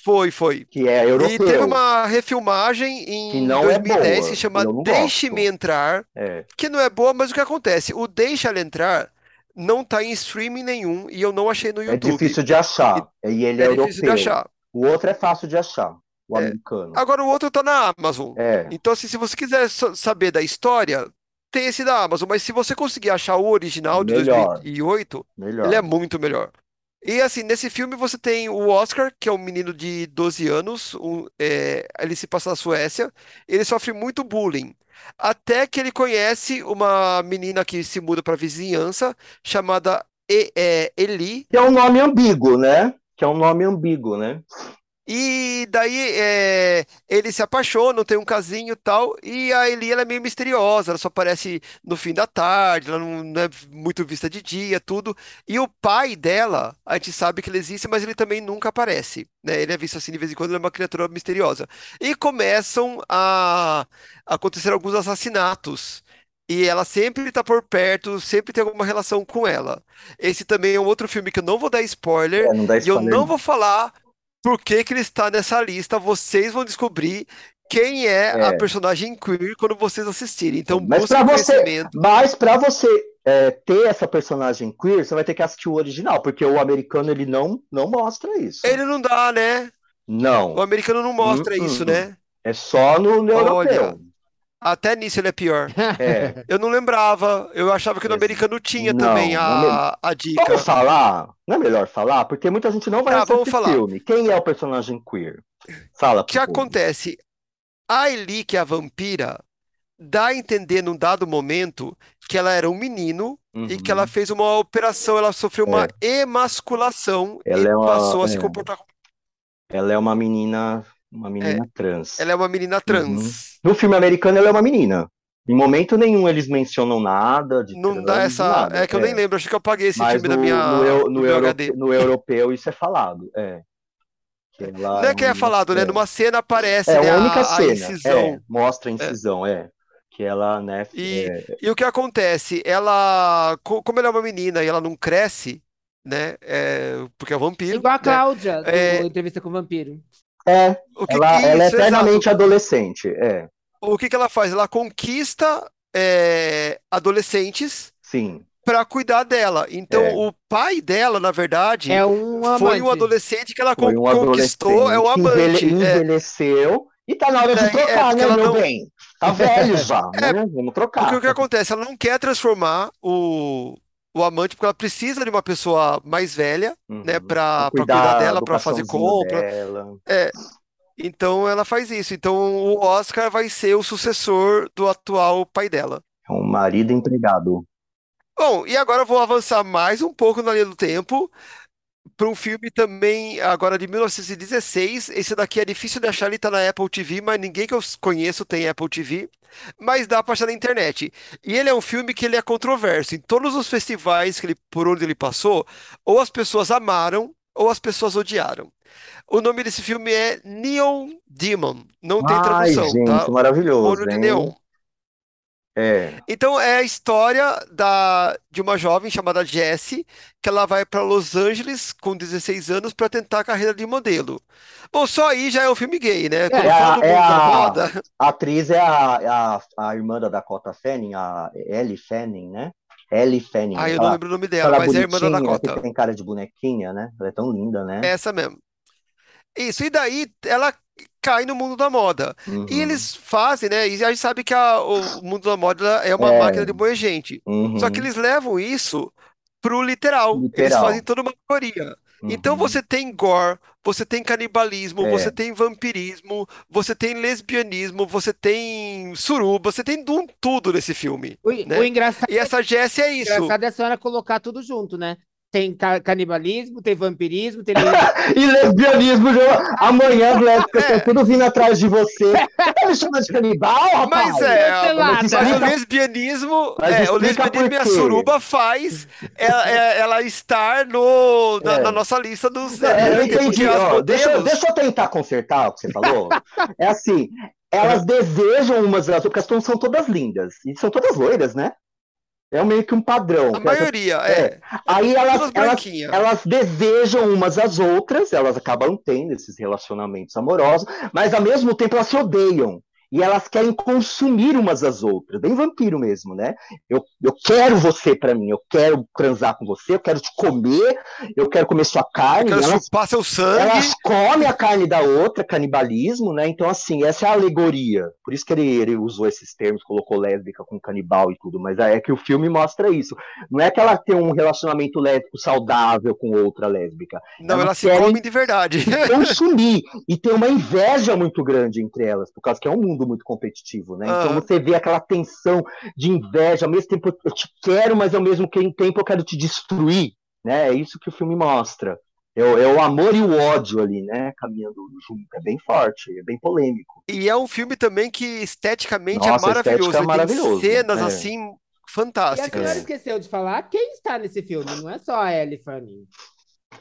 Speaker 1: Foi, foi.
Speaker 4: Que é
Speaker 1: E teve
Speaker 4: europeu.
Speaker 1: uma refilmagem
Speaker 4: Que
Speaker 1: em
Speaker 4: não é
Speaker 1: 2010
Speaker 4: boa,
Speaker 1: que chama
Speaker 4: eu não gosto.
Speaker 1: Deixe-me Entrar,
Speaker 4: É.
Speaker 1: que não é boa, mas o que acontece? O Deixa Ela Entrar não tá em streaming nenhum e eu não achei no
Speaker 4: É
Speaker 1: YouTube.
Speaker 4: difícil de achar. E ele é,
Speaker 1: É difícil de
Speaker 4: europeu.
Speaker 1: achar.
Speaker 4: O outro é fácil de achar. O
Speaker 1: É.
Speaker 4: americano.
Speaker 1: Agora o outro tá na Amazon.
Speaker 4: É.
Speaker 1: Então, assim, se você quiser sa- saber da história, tem esse da Amazon, mas se você conseguir achar o original de
Speaker 4: Melhor.
Speaker 1: 2008,
Speaker 4: Melhor.
Speaker 1: ele é muito melhor. E assim, nesse filme você tem o Oscar, que é um menino de 12 anos, um, é, ele se passa na Suécia, ele sofre muito bullying. Até que ele conhece uma menina que se muda para vizinhança, chamada E- é, Eli,
Speaker 4: Que é um nome ambíguo, né? Que é um nome ambíguo, né?
Speaker 1: E daí é, eles se apaixonam, tem um casinho e tal, e a Eli ela é meio misteriosa, ela só aparece no fim da tarde, ela não, não é muito vista de dia, tudo. E o pai dela, a gente sabe que ele existe, mas ele também nunca aparece, né? Ele é visto assim de vez em quando, ele é uma criatura misteriosa. E começam a acontecer alguns assassinatos. E ela sempre está por perto, sempre tem alguma relação com ela. Esse também é um outro filme que eu não vou dar spoiler,
Speaker 4: É, não dá
Speaker 1: e eu
Speaker 4: spoiler,
Speaker 1: não vou falar por que que ele está nessa lista. Vocês vão descobrir quem é a
Speaker 4: É.
Speaker 1: personagem queer quando vocês assistirem. Então
Speaker 4: Mas
Speaker 1: busquem
Speaker 4: pra você-
Speaker 1: conhecimento.
Speaker 4: Mas pra você é, ter essa personagem queer, você vai ter que assistir o original, porque o americano ele não, não mostra isso.
Speaker 1: Ele não dá, né? O
Speaker 4: Não,
Speaker 1: americano não mostra
Speaker 4: Hum,
Speaker 1: isso,
Speaker 4: hum,
Speaker 1: né?
Speaker 4: é só no, no
Speaker 1: Olha.
Speaker 4: europeu.
Speaker 1: Até nisso ele é pior.
Speaker 4: É.
Speaker 1: Eu não lembrava. Eu achava que no
Speaker 4: Esse-
Speaker 1: americano tinha
Speaker 4: É. Não,
Speaker 1: também
Speaker 4: no
Speaker 1: a, a dica.
Speaker 4: Vamos falar? Não é melhor falar? Porque muita gente não vai
Speaker 1: Tá,
Speaker 4: assistir
Speaker 1: vamos falar.
Speaker 4: filme. Quem é o personagem queer? Fala.
Speaker 1: O que
Speaker 4: pro povo.
Speaker 1: acontece? A Ellie, que é a vampira, dá a entender num dado momento que ela era um menino e que ela
Speaker 4: Uhum. É.
Speaker 1: fez uma operação, ela sofreu uma emasculação e
Speaker 4: Ela é uma-
Speaker 1: passou a se
Speaker 4: é.
Speaker 1: comportar como.
Speaker 4: Ela é uma menina, uma menina trans.
Speaker 1: Ela é uma menina trans.
Speaker 4: No filme americano, ela é uma menina. Em momento nenhum eles mencionam nada de
Speaker 1: Não dá
Speaker 4: trans,
Speaker 1: essa.
Speaker 4: nada.
Speaker 1: É que eu nem lembro, acho que eu apaguei esse
Speaker 4: Mas
Speaker 1: filme da
Speaker 4: no,
Speaker 1: minha,
Speaker 4: no, eu-
Speaker 1: do
Speaker 4: no
Speaker 1: meu
Speaker 4: euro-
Speaker 1: HD.
Speaker 4: no europeu isso é falado. É. Que ela
Speaker 1: Não é que é
Speaker 4: uma-
Speaker 1: falado, né?
Speaker 4: é.
Speaker 1: Numa cena aparece,
Speaker 4: É,
Speaker 1: né,
Speaker 4: uma
Speaker 1: a,
Speaker 4: única
Speaker 1: a
Speaker 4: cena.
Speaker 1: incisão.
Speaker 4: é, mostra a incisão, é. Que ela, né?
Speaker 1: E,
Speaker 4: é,
Speaker 1: e o que acontece? Ela, co- como ela é uma menina e ela não cresce, né? É, porque é um vampiro,
Speaker 3: [laughs] Igual a
Speaker 1: né?
Speaker 3: Cláudia, do
Speaker 1: É.
Speaker 3: Entrevista com o Vampiro.
Speaker 4: é,
Speaker 1: O que
Speaker 4: ela,
Speaker 1: que
Speaker 4: ela é
Speaker 1: isso,
Speaker 4: eternamente
Speaker 1: exato.
Speaker 4: adolescente. É,
Speaker 1: O que que ela faz? Ela conquista é, adolescentes
Speaker 4: sim.
Speaker 1: para cuidar dela. Então,
Speaker 4: É.
Speaker 1: o pai dela, na verdade,
Speaker 3: É um amante.
Speaker 1: foi um adolescente que ela
Speaker 4: Foi
Speaker 1: con-
Speaker 4: um
Speaker 1: conquistou, é um
Speaker 4: adolescente,
Speaker 1: amante.
Speaker 4: envelhe-
Speaker 1: É,
Speaker 4: envelheceu e tá na hora de
Speaker 1: É, é,
Speaker 4: trocar,
Speaker 1: porque
Speaker 4: né,
Speaker 1: ela
Speaker 4: meu
Speaker 1: não- É,
Speaker 4: bem? Tá
Speaker 1: [laughs]
Speaker 4: velho já, né? Vamos trocar.
Speaker 1: porque o que acontece? Ela não quer transformar o, o amante porque ela precisa de uma pessoa mais velha, né?
Speaker 4: Uhum.
Speaker 1: Para
Speaker 4: Pra
Speaker 1: cuidar dela,
Speaker 4: do
Speaker 1: para fazer
Speaker 4: caixãozinho
Speaker 1: compra.
Speaker 4: dela.
Speaker 1: É. Então ela faz isso. Então o Oscar vai ser o sucessor do atual pai dela.
Speaker 4: É um marido empregado.
Speaker 1: Bom, e agora eu vou avançar mais um pouco na linha do tempo para um filme também agora de 1916. Esse daqui é difícil de achar, ele tá na Apple TV, mas ninguém que eu conheço tem Apple TV, mas dá para achar na internet. E ele é um filme que ele é controverso. Em todos os festivais que ele, por onde ele passou, ou as pessoas amaram ou as pessoas odiaram. O nome desse filme é Neon Demon. Não tem
Speaker 4: Ai,
Speaker 1: tradução,
Speaker 4: gente,
Speaker 1: tá?
Speaker 4: maravilhoso,
Speaker 1: Olho de
Speaker 4: hein?
Speaker 1: neon.
Speaker 4: É.
Speaker 1: Então é a história da, de uma jovem chamada Jessie, que ela vai para Los Angeles com 16 anos para tentar a carreira de modelo. Bom, só aí já é um filme gay, né? Quando
Speaker 4: É
Speaker 1: fala
Speaker 4: a-
Speaker 1: do
Speaker 4: é
Speaker 1: mundo da
Speaker 4: a-
Speaker 1: moda,
Speaker 4: A atriz é a, a, a irmã da Dakota Fanning, a Ellie Fanning, né? Ellie Fanning,
Speaker 1: aí eu não
Speaker 4: aquela,
Speaker 1: lembro o nome dela,
Speaker 4: aquela
Speaker 1: mas é a irmã da
Speaker 4: bonitinha que
Speaker 1: Dakota.
Speaker 4: tem cara de bonequinha, né? Ela é tão linda, né?
Speaker 1: É essa mesmo. Isso, e daí ela cai no mundo da moda. E
Speaker 4: Uhum,
Speaker 1: eles fazem, né? E a gente sabe que a- o mundo da moda é uma
Speaker 4: É.
Speaker 1: máquina de moer gente. Só que
Speaker 4: uhum,
Speaker 1: eles levam isso pro literal. Eles
Speaker 4: Literal.
Speaker 1: fazem toda uma alegoria. Então
Speaker 4: uhum.
Speaker 1: você tem gore, você tem canibalismo,
Speaker 4: É.
Speaker 1: você tem vampirismo, você tem lesbianismo, você tem suruba, você tem de um tudo nesse filme.
Speaker 3: O,
Speaker 1: né?
Speaker 3: o engraçado,
Speaker 1: E essa Jessie é
Speaker 3: o
Speaker 1: isso.
Speaker 3: engraçado é a senhora colocar tudo junto, né? Tem ca- canibalismo, tem vampirismo, tem...
Speaker 4: E lesbianismo, João. Amanhã as lésbicas
Speaker 1: É.
Speaker 4: estão tudo vindo atrás de você. Você tá me chamando de canibal, rapaz?
Speaker 1: Mas é,
Speaker 3: Cancelada.
Speaker 1: mas o lesbianismo,
Speaker 4: Mas
Speaker 1: é, o
Speaker 4: explica
Speaker 1: lesbianismo
Speaker 4: por
Speaker 1: e a
Speaker 4: quê.
Speaker 1: suruba faz ela, é- ela estar no, na,
Speaker 4: É.
Speaker 1: na nossa lista dos.
Speaker 4: É, eu
Speaker 1: entre
Speaker 4: entendi.
Speaker 1: as
Speaker 4: ó, deixa, eu-
Speaker 1: modelos.
Speaker 4: deixa eu tentar consertar o que você falou. É assim, elas desejam umas das outras, porque as pessoas são todas lindas. E são todas loiras, né? É meio que um padrão.
Speaker 1: A maioria, é.
Speaker 4: Aí elas,
Speaker 1: Todas
Speaker 4: elas,
Speaker 1: branquinhas.
Speaker 4: elas desejam umas às outras, elas acabam tendo esses relacionamentos amorosos, mas ao mesmo tempo elas se odeiam. E elas querem consumir umas às outras, bem vampiro mesmo, né? Eu, eu quero você pra mim, eu quero transar com você, eu quero te comer, eu quero comer sua
Speaker 1: Eu
Speaker 4: carne.
Speaker 1: quero
Speaker 4: elas
Speaker 1: chupar seu sangue.
Speaker 4: elas comem a carne da outra, canibalismo, né? Então, assim, essa é a alegoria. Por isso que ele, ele usou esses termos, colocou lésbica com canibal e tudo, mas é que o filme mostra isso. Não é que ela tem um relacionamento lésbico saudável com outra lésbica.
Speaker 1: Não,
Speaker 4: elas
Speaker 1: elas se
Speaker 4: querem-
Speaker 1: comem de verdade.
Speaker 4: Consumir. e tem uma inveja muito grande entre elas, por causa que é um mundo muito competitivo, né? Então
Speaker 1: Aham.
Speaker 4: você vê aquela tensão de inveja, ao mesmo tempo eu te quero, mas ao mesmo tempo eu quero te destruir, né? É isso que o filme mostra. É, o- é o amor e o ódio ali, né? Caminhando junto. É bem forte, é bem polêmico.
Speaker 1: E é um filme também que esteticamente é
Speaker 4: Nossa, a estética
Speaker 1: maravilhoso.
Speaker 4: é
Speaker 1: Ele
Speaker 4: maravilhoso,
Speaker 1: tem cenas
Speaker 4: é.
Speaker 1: assim
Speaker 4: Ah,
Speaker 3: E a
Speaker 1: fantásticas.
Speaker 3: senhora esqueceu de falar quem está nesse filme, não é só a Ellie Fanning.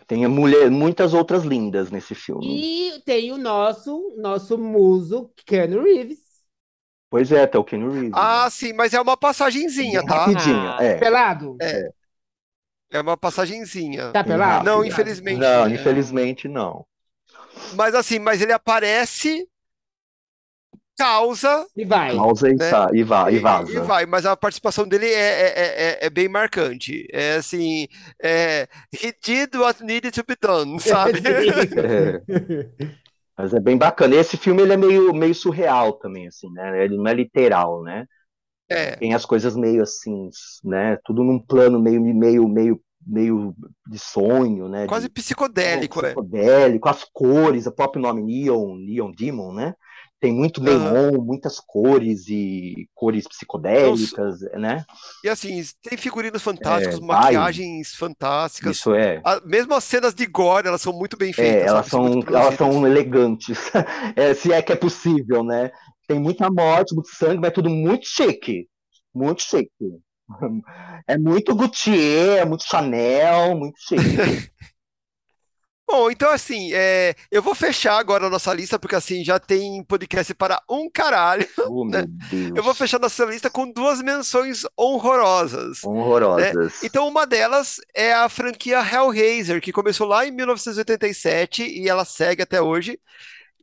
Speaker 4: Tem a mulher, muitas outras lindas nesse filme.
Speaker 3: E tem o nosso, nosso muso, Keanu Reeves.
Speaker 4: Pois é, tá o Keanu Reeves.
Speaker 1: Ah, sim, mas é uma passagenzinha, tá?
Speaker 4: Rapidinho,
Speaker 3: Ah,
Speaker 4: é.
Speaker 3: Pelado?
Speaker 1: É uma passagenzinha.
Speaker 3: Tá pelado?
Speaker 1: Não,
Speaker 3: Pelado.
Speaker 1: infelizmente.
Speaker 4: Hum. Não,
Speaker 1: né?
Speaker 4: infelizmente não.
Speaker 1: Mas assim, mas ele aparece, causa
Speaker 3: E vai.
Speaker 4: Causa e,
Speaker 1: Né?
Speaker 4: sa- e va- Ah, e vaza.
Speaker 1: e vai. Mas a participação dele é, é, é- é- é bem marcante. É assim,
Speaker 4: [laughs]
Speaker 1: é, he did what needed to be done, sabe?
Speaker 4: É. Mas é bem bacana. Esse filme ele é meio, meio surreal também, assim, né? Ele não é literal, né?
Speaker 1: É,
Speaker 4: Tem as coisas meio assim, né? Tudo num plano meio, meio, meio, meio de sonho, né?
Speaker 1: É, quase
Speaker 4: De- é,
Speaker 1: psicodélico, né?
Speaker 4: psicodélico, as cores, o próprio nome Neon, Neon Demon, né? Tem muito neon, muitas cores e cores
Speaker 1: É
Speaker 4: psicodélicas, né?
Speaker 1: E assim, tem figurinos fantásticos,
Speaker 4: é, vai.
Speaker 1: maquiagens fantásticas.
Speaker 4: Isso é.
Speaker 1: A- mesmo as cenas de gore, elas são muito bem feitas,
Speaker 4: É, elas
Speaker 1: sabe? São
Speaker 4: são,
Speaker 1: muito
Speaker 4: elas
Speaker 1: produzidas.
Speaker 4: são um- elegantes, [laughs] É, se é que é possível, né? Tem muita morte, muito sangue, mas é tudo muito chique, muito chique. [laughs] É muito Gaultier, é muito Chanel, muito
Speaker 1: [laughs]
Speaker 4: chique.
Speaker 1: Bom, então assim, é, eu vou fechar agora a nossa lista, porque assim, já tem podcast para um caralho.
Speaker 4: Oh, meu Deus.
Speaker 1: Eu vou fechar nossa lista com duas menções honrorosas.
Speaker 4: Horrorosas.
Speaker 1: Então, uma delas é a franquia Hellraiser, que começou lá em 1987 e ela segue até hoje.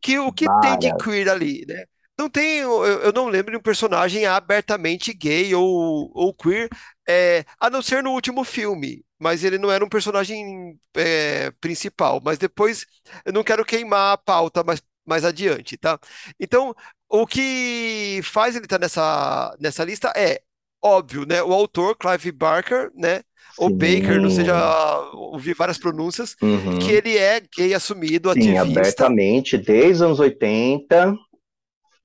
Speaker 1: Que o que tem de queer ali, né? Não tem, eu, eu não lembro de um personagem abertamente gay ou, ou queer, é, a não ser no último filme. Mas ele não era um personagem é, principal. Mas depois, eu não quero queimar a pauta mais, mais adiante, tá? Então, o que faz ele estar nessa, nessa lista é óbvio, né? O autor, Clive Barker, né? Ou
Speaker 4: Sim.
Speaker 1: Baker, não seja, ouvi várias pronúncias,
Speaker 4: Uhum.
Speaker 1: que ele é gay assumido,
Speaker 4: Sim,
Speaker 1: ativista.
Speaker 4: abertamente, desde os anos 80.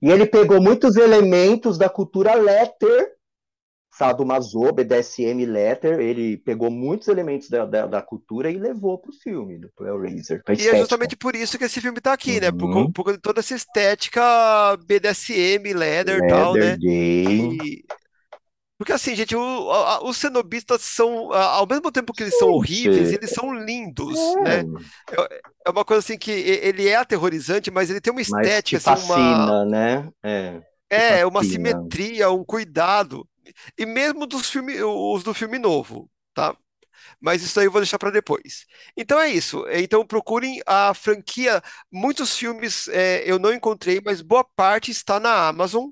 Speaker 4: E ele pegou muitos elementos da cultura letter, sadomaso, BDSM letter. Ele pegou muitos elementos da, da, da cultura e levou para o filme, do Hellraiser. pra
Speaker 1: E é
Speaker 4: estética.
Speaker 1: justamente por isso que esse filme tá aqui, né? Por,
Speaker 4: Uhum.
Speaker 1: co- por conta de toda essa estética BDSM, leather e tal,
Speaker 4: Leather
Speaker 1: né?
Speaker 4: gay.
Speaker 1: E- Porque assim, gente, o- a- a- os cenobistas são, a- ao mesmo tempo que eles são horríveis, eles são lindos, né? É uma coisa assim que e- ele é aterrorizante, mas ele tem uma
Speaker 4: Mas te
Speaker 1: estética, assim, uma,
Speaker 4: fascina, né? É.
Speaker 1: É, uma
Speaker 4: Fascina.
Speaker 1: simetria, um cuidado. E mesmo dos filme, os do filme novo, tá? Mas isso aí eu vou deixar para depois. Então é isso. Então procurem a franquia. Muitos filmes é, eu não encontrei, mas boa parte está na Amazon,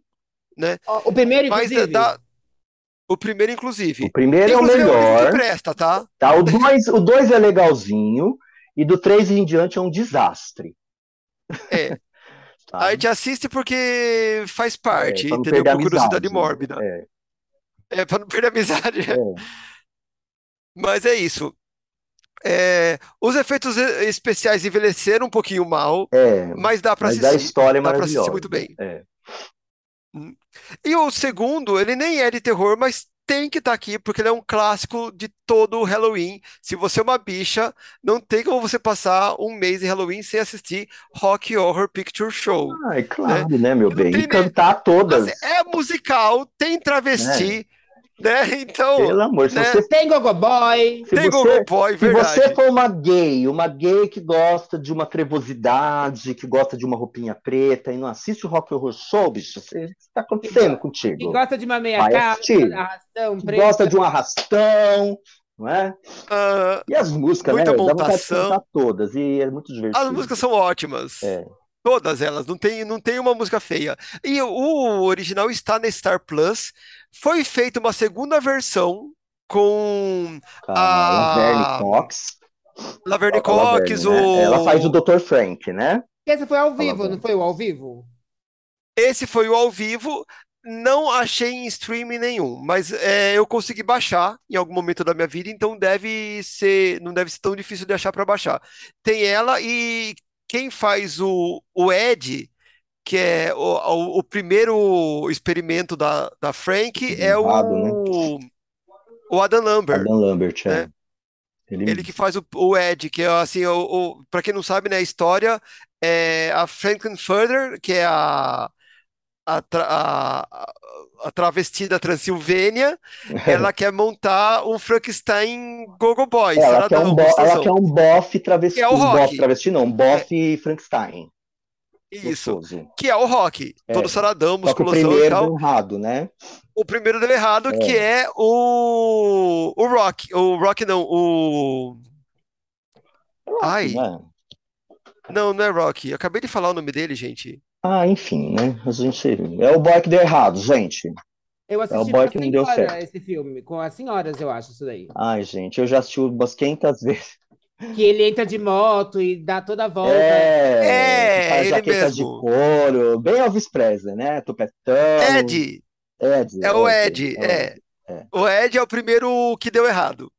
Speaker 1: né?
Speaker 3: [laughs] Ó, O primeiro,
Speaker 1: Mas
Speaker 3: inclusive.
Speaker 1: da- o primeiro,
Speaker 4: O
Speaker 1: inclusive.
Speaker 4: primeiro é o
Speaker 1: Inclusive, único que
Speaker 4: melhor.
Speaker 1: presta, tá?
Speaker 4: Tá, o 2 o dois é legalzinho e do 3 em diante é um desastre.
Speaker 1: É.
Speaker 4: [laughs] Tá?
Speaker 1: A gente assiste porque faz parte,
Speaker 4: É, pra não
Speaker 1: entendeu?
Speaker 4: perder a
Speaker 1: Por curiosidade
Speaker 4: amizade.
Speaker 1: mórbida.
Speaker 4: É,
Speaker 1: É, para não perder a amizade.
Speaker 4: é.
Speaker 1: Mas é isso. É, os efeitos e- especiais envelheceram um pouquinho mal,
Speaker 4: É,
Speaker 1: mas dá pra
Speaker 4: mas a
Speaker 1: assistir.
Speaker 4: história é
Speaker 1: Dá pra assistir
Speaker 4: maravilhosa.
Speaker 1: muito bem.
Speaker 4: É.
Speaker 1: E o segundo, ele nem é de terror, mas tem que estar aqui, porque ele é um clássico de todo o Halloween. Se você é uma bicha, não tem como você passar um mês de Halloween sem assistir Rock Horror Picture Show.
Speaker 4: Ah, é claro, né, meu bem?
Speaker 1: Tem,
Speaker 4: E
Speaker 1: né?
Speaker 4: cantar todas.
Speaker 1: Assim, é musical, tem travesti, né? Então,
Speaker 4: É. Pelo amor, se
Speaker 1: né?
Speaker 4: você,
Speaker 3: Tem Gogoboy.
Speaker 4: se
Speaker 1: tem
Speaker 4: você,
Speaker 1: Gogoboy,
Speaker 4: se
Speaker 1: verdade.
Speaker 4: você for uma gay, uma gay que gosta de uma trevosidade, que gosta de uma roupinha preta e não assiste o Rock Horror Show, bicho, você- o que está acontecendo
Speaker 3: Que
Speaker 4: contigo?
Speaker 3: gosta de uma meia
Speaker 4: Vai assistir.
Speaker 3: calça, arrastão,
Speaker 4: Que
Speaker 3: preto.
Speaker 4: gosta de um arrastão, não é?
Speaker 1: Ah,
Speaker 4: E as músicas,
Speaker 1: Muita
Speaker 4: né? Dá vontade de
Speaker 1: montação.
Speaker 4: cantar todas e é muito divertido.
Speaker 1: As músicas são ótimas.
Speaker 4: É.
Speaker 1: Todas elas, não tem, não tem uma música feia. E o original está na Star Plus. Foi feita uma segunda versão com
Speaker 4: Com
Speaker 1: Ah,
Speaker 4: a Laverne Cox.
Speaker 1: Laverne
Speaker 4: com a Laverne,
Speaker 1: Cox,
Speaker 4: né?
Speaker 1: o...
Speaker 4: Ela faz o Dr. Frank, né?
Speaker 3: Esse foi ao vivo,
Speaker 4: Fala,
Speaker 3: não foi o ao vivo?
Speaker 1: Esse foi o ao vivo. Não achei em streaming nenhum, mas é, eu consegui baixar em algum momento da minha vida, então deve ser, não deve ser tão difícil de achar para baixar. Tem ela e quem faz o, o Ed, que é o, o- o primeiro experimento da, da Frank, é o,
Speaker 4: Errado,
Speaker 1: o Adam Lambert.
Speaker 4: Adam Lambert, é.
Speaker 1: É. Ele que faz o, o Ed, que é assim, o, o, para quem não sabe, né, a história é a Franklin Further, que é a, a, tra- a, a- a travesti da Transilvânia,
Speaker 4: [laughs] É.
Speaker 1: ela quer montar um Frankenstein Gogo Boy,
Speaker 4: Ela quer
Speaker 1: saradão,
Speaker 4: um, bo... ela
Speaker 1: gostoso.
Speaker 4: quer um bofe travesti.
Speaker 1: Que é o
Speaker 4: um
Speaker 1: rock.
Speaker 4: bofe travesti, não, um bofe Frankenstein.
Speaker 1: Isso,
Speaker 4: Gostoso.
Speaker 1: que é o rock, todo
Speaker 4: um É.
Speaker 1: saradão,
Speaker 4: Só que o
Speaker 1: musculosão e
Speaker 4: primeiro
Speaker 1: tal.
Speaker 4: deu errado, né?
Speaker 1: O primeiro deu errado, que é o, o Rock, o Rock não, o... Ai,
Speaker 4: Né?
Speaker 1: não, não é Rock, eu acabei de falar o nome dele, gente.
Speaker 4: Ah, enfim, né? A gente. É o boy que deu errado, gente.
Speaker 3: Eu
Speaker 4: É o
Speaker 3: assisti
Speaker 4: boy
Speaker 3: com a
Speaker 4: que não deu
Speaker 3: senhora
Speaker 4: certo.
Speaker 3: esse filme, com as senhoras, eu acho, isso daí.
Speaker 4: Ai, gente, eu já assisti umas 500 vezes.
Speaker 3: Que ele entra de moto e dá toda a volta.
Speaker 4: É,
Speaker 1: É,
Speaker 4: que faz
Speaker 1: ele
Speaker 4: jaqueta
Speaker 1: mesmo.
Speaker 4: de couro, bem Elvis Presley, né? Tupetão.
Speaker 1: Ed,
Speaker 4: Ed,
Speaker 1: é o Ed,
Speaker 4: o
Speaker 1: é.
Speaker 4: é.
Speaker 1: O Ed é o primeiro que deu errado.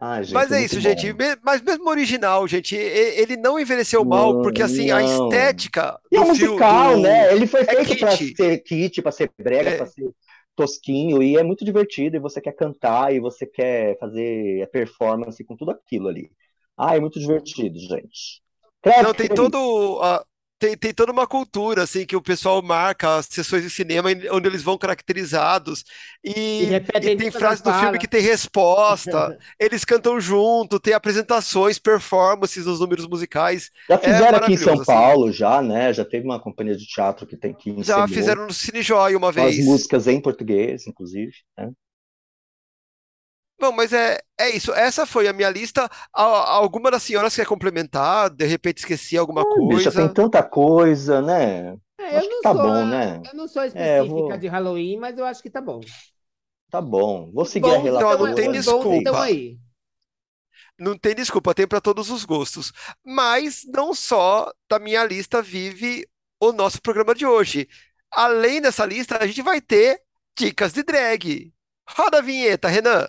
Speaker 4: Ai, gente,
Speaker 1: Mas é
Speaker 4: muito
Speaker 1: isso,
Speaker 4: bom.
Speaker 1: gente. Me- Mas mesmo original, gente, e- ele não envelheceu mal, porque assim, a
Speaker 4: Não.
Speaker 1: estética
Speaker 4: E é
Speaker 1: do filme.
Speaker 4: musical,
Speaker 1: do- É
Speaker 4: né? Ele foi feito pra
Speaker 1: kit.
Speaker 4: ser kit, pra ser brega,
Speaker 1: É.
Speaker 4: pra ser tosquinho, e é muito divertido, e você quer cantar, e você quer fazer a performance com tudo aquilo ali. Ah, é muito divertido, gente. Credo,
Speaker 1: Não,
Speaker 4: que
Speaker 1: tem
Speaker 4: delícia.
Speaker 1: todo. a- tem, tem toda uma cultura, assim, que o pessoal marca as sessões de cinema em- onde eles vão caracterizados.
Speaker 3: E
Speaker 1: E,
Speaker 3: repetem
Speaker 1: e tem
Speaker 3: todas as
Speaker 1: frases do filme
Speaker 3: falas.
Speaker 1: que tem resposta.
Speaker 3: [laughs]
Speaker 1: Eles cantam junto, tem apresentações, performances nos números musicais.
Speaker 4: Já fizeram aqui em
Speaker 1: maravilhoso,
Speaker 4: São
Speaker 1: assim.
Speaker 4: Paulo, já, né? Já teve uma companhia de teatro que tem que
Speaker 1: Já
Speaker 4: encenou
Speaker 1: fizeram no Cine Joy uma
Speaker 4: com as
Speaker 1: vez.
Speaker 4: músicas em português, inclusive. né?
Speaker 1: Bom, mas é, é isso. Essa foi a minha lista. A- Alguma das senhoras quer complementar? De repente esqueci alguma
Speaker 4: Ah,
Speaker 1: coisa.
Speaker 4: bicha, tem tanta coisa, né?
Speaker 3: É, eu
Speaker 4: Acho
Speaker 3: não
Speaker 4: que tá
Speaker 3: sou
Speaker 4: bom,
Speaker 3: a-
Speaker 4: né?
Speaker 3: Eu não sou
Speaker 4: É, eu
Speaker 3: específica
Speaker 4: vou-
Speaker 3: de Halloween, mas eu acho que tá bom.
Speaker 4: Tá bom. Vou seguir
Speaker 3: Bons
Speaker 4: a relatora.
Speaker 1: então, não tem
Speaker 3: estão- os bons
Speaker 1: desculpa.
Speaker 3: estão aí.
Speaker 1: Não tem desculpa, tem para todos os gostos. Mas não só da minha lista vive o nosso programa de hoje. Além dessa lista, a gente vai ter dicas de drag. Roda a vinheta, Renan.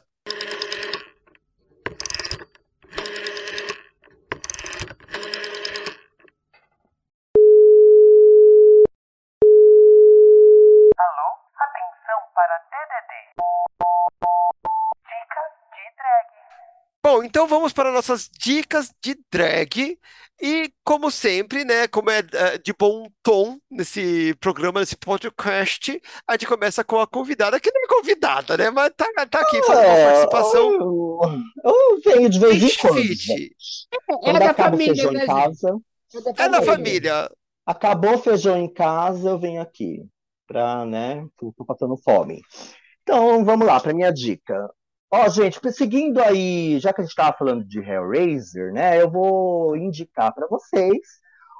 Speaker 1: Bom, então vamos para nossas dicas de drag. E, como sempre, né, como é eh, de bom tom nesse programa, nesse podcast, a gente começa com a convidada, que não é convidada, né, mas tá, tá aqui fazendo uma
Speaker 4: É,
Speaker 1: participação.
Speaker 4: Eu, eu venho de vez em
Speaker 1: Gente,
Speaker 4: quando. né?
Speaker 1: fit.
Speaker 4: gente.
Speaker 3: É,
Speaker 4: Quando
Speaker 3: da
Speaker 4: acaba o
Speaker 3: família,
Speaker 4: feijão
Speaker 3: né,
Speaker 4: em casa,
Speaker 3: gente?
Speaker 1: É da família.
Speaker 4: acabou o feijão em casa, eu venho aqui pra, né, que eu tô passando fome. Então, vamos lá pra minha dica. Ó, gente, seguindo aí, já que a gente tava falando de Hellraiser, né, eu vou indicar pra vocês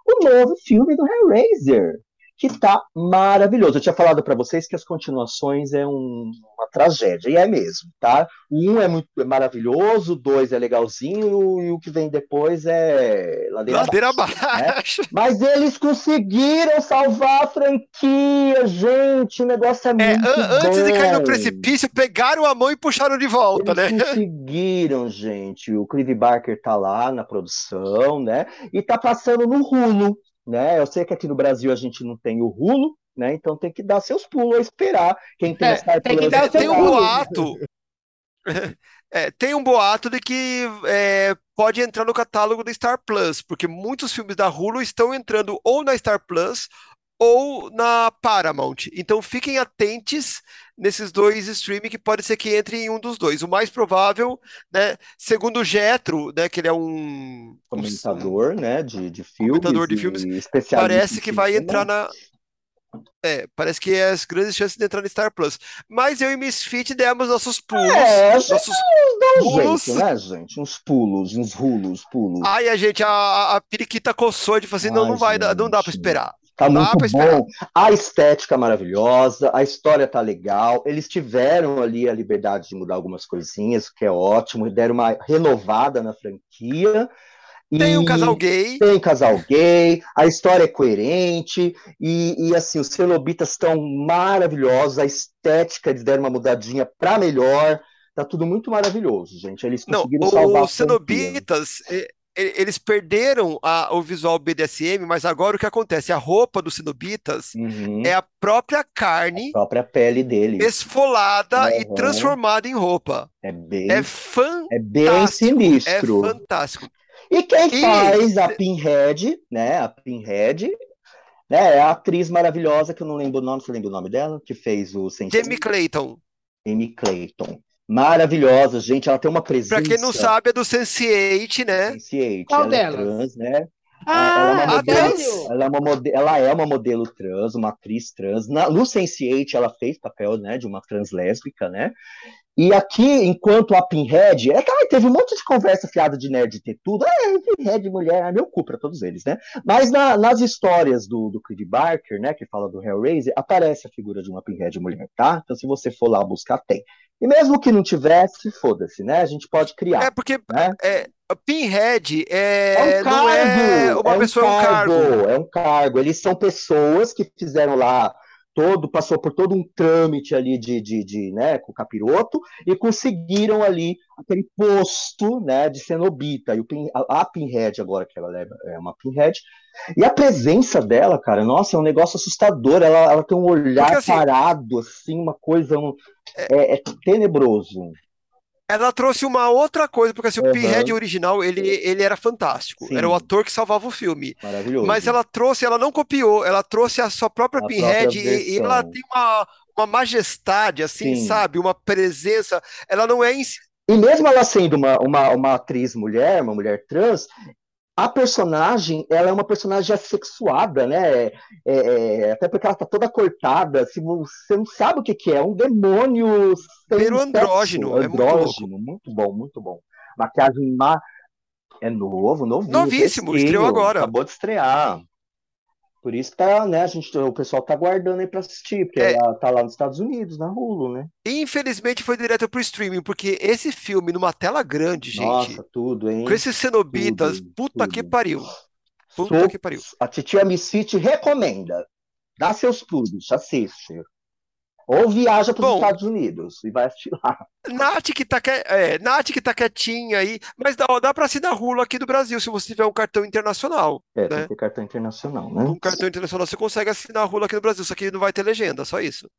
Speaker 4: o novo filme do Hellraiser, que tá maravilhoso. Eu tinha falado pra vocês que as continuações é um- uma tragédia, e é mesmo, tá? O um é muito é maravilhoso, o dois é legalzinho, e o que vem depois é ladeira abaixo.
Speaker 1: Ladeira abaixo.
Speaker 4: Mas eles conseguiram salvar a franquia, gente. O negócio é
Speaker 1: É,
Speaker 4: muito
Speaker 1: an- antes de cair no
Speaker 4: bom.
Speaker 1: precipício, pegaram a mão e puxaram de volta, né? [laughs]
Speaker 4: Eles conseguiram, gente. O Clive Barker tá lá na produção, né? E tá passando no Hulu, né? Eu sei que aqui no Brasil a gente não tem o Hulu, né? Então tem que dar seus pulos a esperar. Quem tem
Speaker 3: É,
Speaker 4: Star
Speaker 3: tem que
Speaker 4: Plus
Speaker 3: dar o seu
Speaker 1: Tem um
Speaker 3: pulo.
Speaker 1: boato. [laughs] É, tem um boato de que é, pode entrar no catálogo da Star Plus, porque muitos filmes da Hulu estão entrando ou na Star Plus ou na Paramount. Então fiquem atentes nesses dois streaming que pode ser que entre em um dos dois. O mais provável, né, segundo o Getro, né, que ele é um, um-
Speaker 4: comentador, né? De, de filmes
Speaker 1: Comentador de
Speaker 4: e
Speaker 1: filmes.
Speaker 4: especialista
Speaker 1: Parece
Speaker 4: em
Speaker 1: que vai
Speaker 4: cinema.
Speaker 1: entrar na. É, parece que é as grandes chances de entrar no Star Plus. Mas eu e Misfit demos nossos pulos.
Speaker 4: É, a gente
Speaker 1: nossos...
Speaker 4: Dá um
Speaker 1: pulos.
Speaker 4: jeito, né, gente? Uns pulos, uns rulos, pulos.
Speaker 1: Ai, a gente, a, a periquita coçou de falar assim: não,
Speaker 4: Ai,
Speaker 1: não vai, dar- não dá pra
Speaker 4: gente.
Speaker 1: esperar.
Speaker 4: Tá
Speaker 1: Dá
Speaker 4: muito
Speaker 1: pra esperar.
Speaker 4: bom. A estética é maravilhosa, a história tá legal. Eles tiveram ali a liberdade de mudar algumas coisinhas, o que é ótimo, e deram uma renovada na franquia.
Speaker 1: Tem um
Speaker 4: E
Speaker 1: casal gay.
Speaker 4: tem casal gay, a história é coerente, e, e, assim, os celobitas estão maravilhosos, a estética, eles deram uma mudadinha pra melhor. Tá tudo muito maravilhoso, gente. Eles
Speaker 1: Não,
Speaker 4: conseguiram
Speaker 1: o-
Speaker 4: salvar a
Speaker 1: os
Speaker 4: franquia.
Speaker 1: cenobitas, e- e- eles perderam a- o visual BDSM, mas agora o que acontece? A roupa dos cenobitas
Speaker 4: Uhum.
Speaker 1: é a própria
Speaker 4: A
Speaker 1: carne
Speaker 4: própria pele deles.
Speaker 1: esfolada e
Speaker 4: Uhum.
Speaker 1: transformada em roupa.
Speaker 4: É bem,
Speaker 1: É fã,
Speaker 4: é bem
Speaker 1: fantástico, é
Speaker 4: sinistro.
Speaker 1: fantástico.
Speaker 4: E quem
Speaker 1: E-
Speaker 4: faz a Pinhead, né? A Pinhead, né? É a atriz maravilhosa que eu não lembro o nome, você lembra o nome dela? Que fez o Sentinela?
Speaker 1: Jamie Clayton.
Speaker 4: Jamie Clayton. Maravilhosa, gente. Ela tem uma presença.
Speaker 1: Pra quem não sabe, é do Sense8, né?
Speaker 4: Sense8.
Speaker 3: Qual
Speaker 4: ela é
Speaker 3: delas?
Speaker 4: trans, né?
Speaker 3: Ah,
Speaker 4: ela é
Speaker 1: Ah,
Speaker 4: uma modelo,
Speaker 3: sério?
Speaker 4: ela é uma mode- ela é uma modelo trans, uma atriz trans. Na, no Sense8, ela fez papel, né, de uma trans lésbica, né? E aqui, enquanto a Pinhead, é que ai, teve um monte de conversa fiada de nerd de ter tudo, é, Pinhead, mulher, é meu cu pra todos eles, né? Mas na- nas histórias do, do Creed Barker, né, que fala do Hellraiser, aparece a figura de uma Pinhead mulher, tá? Então se você for lá buscar, tem. E mesmo que não tivesse, foda-se, né? A gente pode criar.
Speaker 1: É porque
Speaker 4: né?
Speaker 1: é, a Pinhead
Speaker 4: É um
Speaker 1: é, não
Speaker 4: cargo,
Speaker 1: é uma
Speaker 4: é um
Speaker 1: pessoa, é um cargo.
Speaker 4: cargo, é um cargo. Eles são pessoas que fizeram lá todo, passou por todo um trâmite ali de, de, de, né, com o capiroto e conseguiram ali aquele posto, né, de cenobita. E o Pin- a, a Pinhead agora que ela é, é uma Pinhead. E a presença dela, cara, nossa, é um negócio assustador. Ela, ela tem um olhar
Speaker 1: Porque, assim,
Speaker 4: parado, assim, uma coisa um- é, é tenebroso.
Speaker 1: Ela trouxe uma outra coisa, porque assim, o
Speaker 4: Aham.
Speaker 1: Pinhead original, ele, ele era fantástico.
Speaker 4: Sim.
Speaker 1: Era o ator que salvava o filme.
Speaker 4: Maravilhoso.
Speaker 1: Mas ela trouxe, ela não copiou, ela trouxe a sua própria
Speaker 4: A própria
Speaker 1: Pinhead e, e ela
Speaker 4: versão.
Speaker 1: tem uma, uma majestade, assim,
Speaker 4: Sim.
Speaker 1: sabe? Uma presença. Ela não é ins-
Speaker 4: E mesmo ela sendo uma, uma, uma atriz mulher, uma mulher trans, a personagem, ela é uma personagem assexuada, né? É, é, até porque ela tá toda cortada, se você não sabe o que que é, é um demônio sem
Speaker 1: Pero
Speaker 4: sexo,
Speaker 1: andrógeno, é muito
Speaker 4: andrógeno, muito bom, muito bom. Maquiagem má, é novo, novinho,
Speaker 1: Novíssimo, estreou
Speaker 4: fresquinho,
Speaker 1: agora.
Speaker 4: acabou de estrear. Por isso que tá, né, a gente, o pessoal tá aguardando aí pra assistir, porque
Speaker 1: É.
Speaker 4: ela tá lá nos Estados Unidos, na Hulu, né?
Speaker 1: Infelizmente foi direto pro streaming, porque esse filme numa tela grande, gente,
Speaker 4: Nossa, tudo, hein?
Speaker 1: com esses cenobitas,
Speaker 4: tudo,
Speaker 1: puta que
Speaker 4: tudo.
Speaker 1: pariu. Puta
Speaker 4: Sou-
Speaker 1: que pariu.
Speaker 4: A titia Missy recomenda. Dá seus pulos, assiste. Ou viaja para os
Speaker 1: Bom.
Speaker 4: Estados Unidos e vai assistir lá.
Speaker 1: Nath que tá, que... é, Nath que tá quietinha aí, mas dá, dá pra assinar Hulu aqui do Brasil, se você tiver um cartão internacional.
Speaker 4: É, tem
Speaker 1: Né?
Speaker 4: que ter cartão internacional,
Speaker 1: Com
Speaker 4: né?
Speaker 1: um cartão internacional você consegue assinar Hulu aqui no Brasil, só que não vai ter legenda, só isso.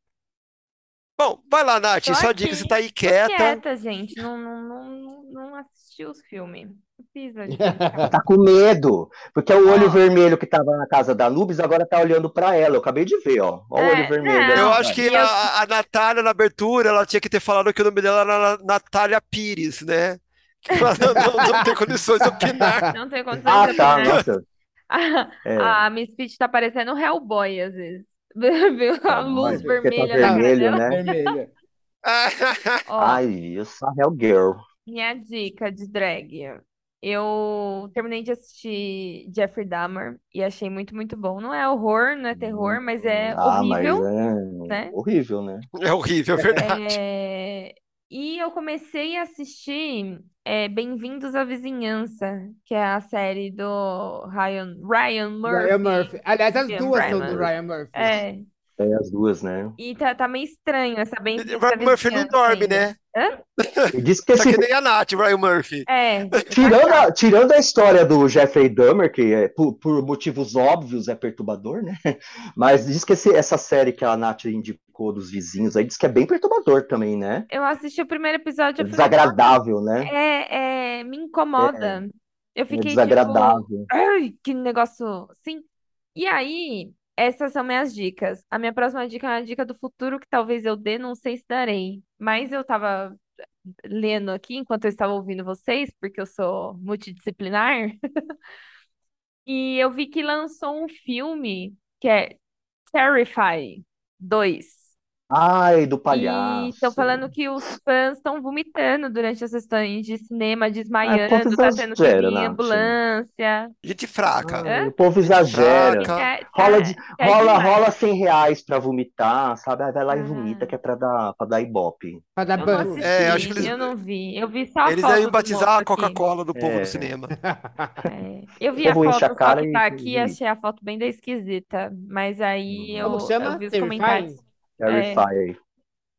Speaker 1: Bbom, vai lá, Nath,
Speaker 2: Tô
Speaker 1: só
Speaker 2: aqui,
Speaker 1: diga, você tá aí
Speaker 2: Tô
Speaker 1: quieta.
Speaker 2: quieta, gente. Não, não, não, não assisti os filmes. Não
Speaker 4: [laughs]
Speaker 2: fiz hoje.
Speaker 3: [laughs]
Speaker 4: Tá com medo, porque é o
Speaker 1: Ah.
Speaker 4: olho
Speaker 2: Ó.
Speaker 4: vermelho que tava na casa da Nubes agora tá olhando para ela. Eu acabei de ver, ó. Ó o
Speaker 2: É,
Speaker 4: olho vermelho. né,
Speaker 2: não.
Speaker 4: ali
Speaker 1: Eu
Speaker 4: atrás.
Speaker 1: acho que
Speaker 2: E eu-
Speaker 1: a, a Natália, na abertura, ela tinha que ter falado que o nome dela era Natália Pires, né? Que ela não, não- não tem condições de
Speaker 2: [laughs]
Speaker 1: opinar.
Speaker 2: Não tenho condições
Speaker 4: Ah,
Speaker 2: de [laughs]
Speaker 4: tá,
Speaker 2: opinar.
Speaker 4: nossa.
Speaker 2: A,
Speaker 4: É.
Speaker 2: a Miss Peach tá parecendo Hellboy às vezes. [laughs] Viu a
Speaker 4: Tá,
Speaker 2: luz
Speaker 4: mas porque tá
Speaker 2: vermelha na cara
Speaker 4: vermelho,
Speaker 2: dela?
Speaker 4: né?
Speaker 5: Vermelha.
Speaker 2: Ó,
Speaker 4: Ai, eu sou a Hell Girl.
Speaker 2: minha dica de drag. Eu terminei de assistir Jeffrey Dahmer e achei muito, muito bom. Não é horror, não é terror, mas é
Speaker 4: Ah, mas
Speaker 2: horrível.
Speaker 4: é
Speaker 2: né?
Speaker 4: horrível, né?
Speaker 1: É horrível, é verdade.
Speaker 4: [laughs]
Speaker 2: É, E eu comecei a assistir é, Bem-vindos à Vizinhança, que é a série do Ryan, Ryan Murphy.
Speaker 3: Ryan Murphy. Aliás, as
Speaker 2: Ian
Speaker 3: duas são do
Speaker 4: Bryman.
Speaker 3: Ryan Murphy.
Speaker 2: É,
Speaker 4: É as duas,
Speaker 1: [laughs]
Speaker 4: né?
Speaker 2: e tá, tá meio estranho essa Bem-vindos à
Speaker 1: Ryan Murphy não
Speaker 2: Vizinhança
Speaker 1: dorme,
Speaker 2: tá ainda.
Speaker 1: né?
Speaker 4: E diz que
Speaker 1: Tá
Speaker 4: esse
Speaker 1: que nem a Nath, Ryan Murphy.
Speaker 2: É,
Speaker 4: Tirando a, tirando a história do Jeffrey Dahmer, que é, por, por motivos óbvios é perturbador, né? [laughs] Mas diz que esse- essa série que a Nath indicou dos vizinhos aí diz que é bem perturbador também, né?
Speaker 2: eu assisti o primeiro episódio
Speaker 4: É
Speaker 2: e eu falei,
Speaker 4: desagradável, né?
Speaker 2: é, é, me incomoda. Eu
Speaker 4: É
Speaker 2: fiquei tipo,
Speaker 4: desagradável.
Speaker 2: Ai, que negócio, sim. E aí, essas são minhas dicas. A minha próxima dica é uma dica do futuro que talvez eu dê, não sei se darei. Mas eu tava lendo aqui enquanto eu estava ouvindo vocês, porque eu sou multidisciplinar. [laughs] E eu vi que lançou um filme que é Terrify 2.
Speaker 4: Ai, do
Speaker 2: E
Speaker 4: palhaço.
Speaker 2: estão falando que os fãs estão vomitando durante as sessões de cinema,
Speaker 4: quantos
Speaker 2: desmaiando, tá
Speaker 4: anos
Speaker 2: tendo que
Speaker 4: gera,
Speaker 2: vir
Speaker 4: Nath?
Speaker 2: ambulância.
Speaker 1: Gente fraca.
Speaker 2: Ah, é
Speaker 4: Ai, o povo exagera.
Speaker 1: Fraca.
Speaker 2: Quer-
Speaker 4: Rola,
Speaker 2: quer-
Speaker 4: de,
Speaker 2: quer
Speaker 4: rola,
Speaker 2: demais.
Speaker 4: rola 100 reais pra vomitar, sabe? Aí vai lá e
Speaker 2: Ah.
Speaker 4: vomita, que é pra dar, pra dar ibope.
Speaker 3: Pra dar
Speaker 2: Eu não
Speaker 3: banho.
Speaker 2: assisti,
Speaker 1: É, acho que eles-
Speaker 2: eu não vi. Eu vi só a
Speaker 1: Eles
Speaker 2: foto
Speaker 1: devem
Speaker 2: do
Speaker 1: batizar a
Speaker 2: moço aqui.
Speaker 1: Coca-Cola do povo
Speaker 4: É.
Speaker 1: no cinema.
Speaker 2: É. Eu vi
Speaker 4: Eu
Speaker 2: a
Speaker 4: vou encher a
Speaker 2: foto só
Speaker 4: cara
Speaker 2: que
Speaker 4: e-
Speaker 2: tá aqui,
Speaker 4: e-
Speaker 2: achei a foto bem da esquisita. Mas aí eu,
Speaker 3: Como
Speaker 2: eu
Speaker 3: chama?
Speaker 2: vi os
Speaker 3: Terrifying?
Speaker 2: comentários. É.
Speaker 4: Terrify.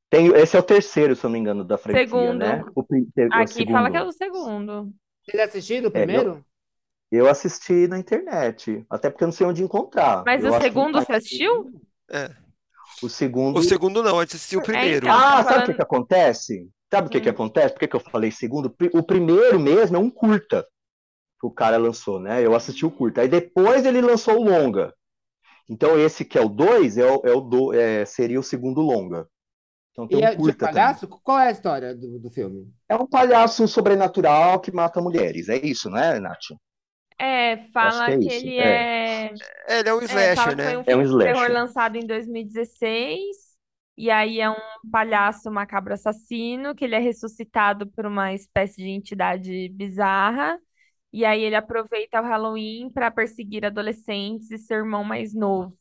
Speaker 4: Tem, esse é o terceiro, se eu não me engano, da franquia,
Speaker 2: Segundo.
Speaker 4: né? O, pri- o
Speaker 2: Aqui fala
Speaker 4: segundo.
Speaker 2: que é o segundo.
Speaker 3: Vocês
Speaker 4: É,
Speaker 3: assistiram o primeiro?
Speaker 4: Eu assisti na internet, até porque eu não sei onde encontrar.
Speaker 2: Mas
Speaker 4: Eu
Speaker 2: o
Speaker 4: acho que
Speaker 2: segundo
Speaker 4: tá-
Speaker 2: você assistiu?
Speaker 4: O segundo.
Speaker 1: O segundo não, a gente assistiu o primeiro.
Speaker 2: então.
Speaker 4: Ah,
Speaker 2: Tá
Speaker 4: sabe o que
Speaker 2: falando- Hum.
Speaker 4: que acontece? Sabe o que que acontece? Por que que eu falei segundo? Pri- O primeiro mesmo é um curta que o cara lançou, né? Eu assisti o curta. Aí depois ele lançou o longa. Então esse que é o dois é o, é o do, é, seria o segundo longa. Então tem
Speaker 3: E
Speaker 4: um
Speaker 3: é de
Speaker 4: curta também.
Speaker 3: palhaço? Qual é a história do, do filme?
Speaker 4: É um palhaço sobrenatural que mata mulheres. É isso, né, Nath?
Speaker 2: É, fala
Speaker 4: que é
Speaker 2: que
Speaker 4: isso,
Speaker 2: ele
Speaker 4: é.
Speaker 2: é.
Speaker 1: É, Ele é um
Speaker 2: É, fala
Speaker 1: slasher,
Speaker 2: que foi
Speaker 1: né?
Speaker 2: um
Speaker 4: É um
Speaker 2: filme de terror
Speaker 4: slasher.
Speaker 2: lançado em 2016 E aí é um palhaço macabro assassino, que ele é ressuscitado por uma espécie de entidade bizarra. E aí ele aproveita o Halloween para perseguir adolescentes e seu irmão mais novo.